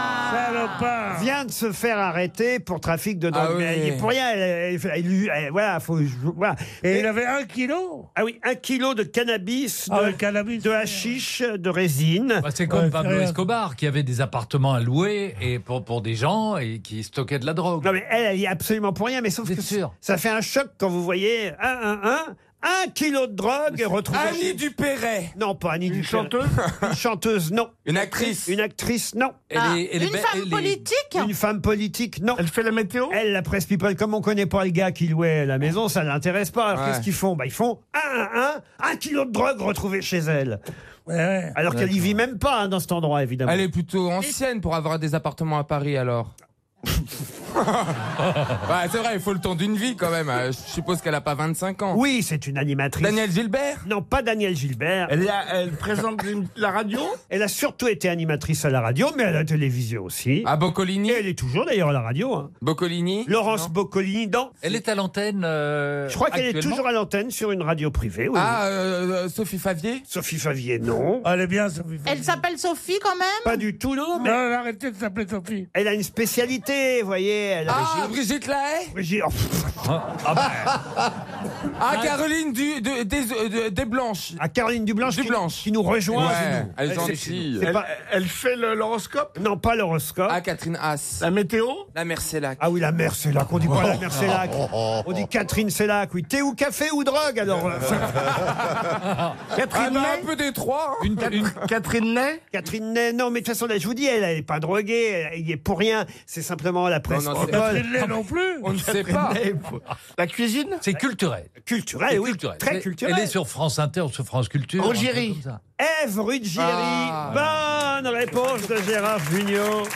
Speaker 9: Ah.
Speaker 4: Vient de se faire arrêter pour trafic de drogue.
Speaker 26: Ah
Speaker 4: Mais elle n'y est
Speaker 26: oui.
Speaker 4: pour rien. Elle- elle- elle- elle- elle- voilà, faut. je- voilà. Et, il avait un kilo Ah oui, un kilo de cannabis, de, de hashish, de résine.
Speaker 9: Bah, c'est comme Pablo Escobar qui avait des appartements à louer et pour, pour des gens et qui stockaient de la drogue.
Speaker 4: Non mais elle, elle y est absolument pour rien, mais sauf que ça fait un choc quand vous voyez 1 1 1 un kilo de drogue retrouvé.
Speaker 6: Annie
Speaker 4: Dupéret. Non, pas Annie Dupéret. chanteuse Une chanteuse, non. Une actrice Une actrice, non.
Speaker 6: Elle Ah, est- elle est une be- femme elle est- politique
Speaker 4: Une femme politique, non. Elle fait la météo Elle, la presse people, comme on connaît pas le gars qui louait la maison, ça l'intéresse pas. Alors
Speaker 26: Ouais.
Speaker 4: qu'est-ce qu'ils font bah, Ils font 1 1 1 un kilo de drogue retrouvé chez elle. Alors qu'elle y
Speaker 6: D'accord.
Speaker 4: vit même pas hein, dans cet endroit, évidemment.
Speaker 6: Elle est plutôt ancienne pour avoir des appartements à Paris alors. Ouais, c'est vrai, il faut le temps d'une vie quand même. Euh, Je suppose qu'elle n'a pas 25 ans.
Speaker 4: Oui, c'est une animatrice.
Speaker 6: Daniel Gilbert
Speaker 4: Non, pas Daniel Gilbert.
Speaker 6: Elle
Speaker 4: présente la radio Elle a surtout été animatrice à la radio, mais à la télévision aussi.
Speaker 6: À Boccolini
Speaker 4: Elle est toujours d'ailleurs à la radio. hein.
Speaker 6: Boccolini
Speaker 4: Laurence Boccolini, non.
Speaker 9: Elle est à l'antenne. euh,
Speaker 4: Je crois qu'elle est
Speaker 9: actuellement
Speaker 4: toujours à l'antenne sur une radio privée.
Speaker 9: Ah,
Speaker 6: euh, Sophie Favier
Speaker 4: Sophie Favier, non.
Speaker 5: Elle est bien, Sophie.
Speaker 7: Elle s'appelle Sophie quand même
Speaker 4: Pas du tout, non. Mais...
Speaker 5: Non, arrêtez de s'appeler Sophie.
Speaker 4: Elle a une spécialité, vous voyez. Elle
Speaker 6: Ah, Brigitte Lahaye
Speaker 4: Brigitte...
Speaker 6: Ah,
Speaker 4: bah.
Speaker 6: Caroline du, de- des, euh, de- des Blanches.
Speaker 4: À Ah. Caroline Dublanche, qui, qui nous rejoint.
Speaker 6: Ouais, elles sont
Speaker 4: C'est-
Speaker 6: ici.
Speaker 4: c'est
Speaker 6: Elle-
Speaker 4: pas-
Speaker 6: fait l'horoscope
Speaker 4: Non, pas l'horoscope.
Speaker 6: Ah, Catherine Haas. La météo La mer Célac.
Speaker 4: Ah oui, la mer Célac.
Speaker 6: Oh.
Speaker 4: On dit pas la mer Célac. On dit Catherine Célac. Oui, thé ou café ou drogue, alors.
Speaker 6: Catherine Ah, Ney un peu des trois. hein.
Speaker 4: Catherine Ney Catherine Ney, non, mais de toute façon, là, je vous dis, elle n'est pas droguée, elle y est pour rien. C'est simplement la presse.
Speaker 6: Non, non, c'est-
Speaker 4: people.
Speaker 6: Catherine Ney non plus. On ne sait pas.
Speaker 4: Ney.
Speaker 9: La cuisine C'est culturel.
Speaker 4: Culturel,
Speaker 9: C'est
Speaker 4: oui, très
Speaker 9: Elle est-
Speaker 4: culturel.
Speaker 9: Elle est sur France Inter ou sur France Culture. un
Speaker 4: Ruggieri.
Speaker 9: truc comme ça. Ah.
Speaker 4: Ève Ruggieri. Bonne réponse de Gérard Junior.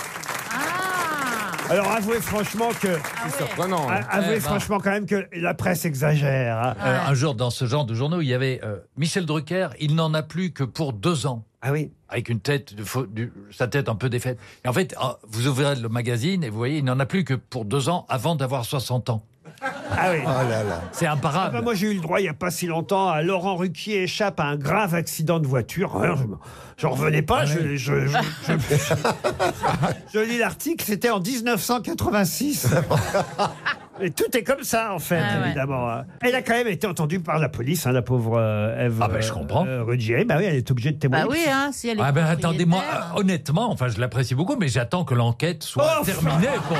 Speaker 4: Alors avouez franchement que
Speaker 9: surprenant, hein.
Speaker 4: A- Avouez
Speaker 9: Eh ben.
Speaker 4: franchement quand même que la presse exagère. hein.
Speaker 9: Euh, un jour, dans ce genre de journaux, il y avait euh, Michel Drucker, il n'en a plus que pour deux ans.
Speaker 4: Ah oui
Speaker 9: Avec une tête, de faux- du- sa tête un peu défaite. Et en fait, euh, vous ouvrez le magazine et vous voyez, il n'en a plus que pour deux ans avant d'avoir 60 ans.
Speaker 4: Ah oui.
Speaker 9: C'est
Speaker 4: Ah
Speaker 9: imparable.
Speaker 4: bah, moi j'ai eu le droit il n'y a pas si longtemps à Laurent Ruquier échappe à un grave accident de voiture. Alors, je- J'en revenais pas. je, je- je- je- je lis l'article, c'était en 1986. Et tout est comme ça en fait,
Speaker 26: Ah ouais.
Speaker 4: évidemment. hein. Elle a quand même été entendue par la police, hein, la pauvre euh, Ève.
Speaker 9: Ah bah, je
Speaker 4: euh,
Speaker 9: comprends.
Speaker 4: euh, Ruggieri. Bah oui, elle est obligée de témoigner.
Speaker 7: Bah oui, hein, si elle est.
Speaker 9: Ah ben
Speaker 7: propriétaire.
Speaker 9: attendez-moi, euh, honnêtement, enfin je l'apprécie beaucoup, mais j'attends que l'enquête soit terminée. pour-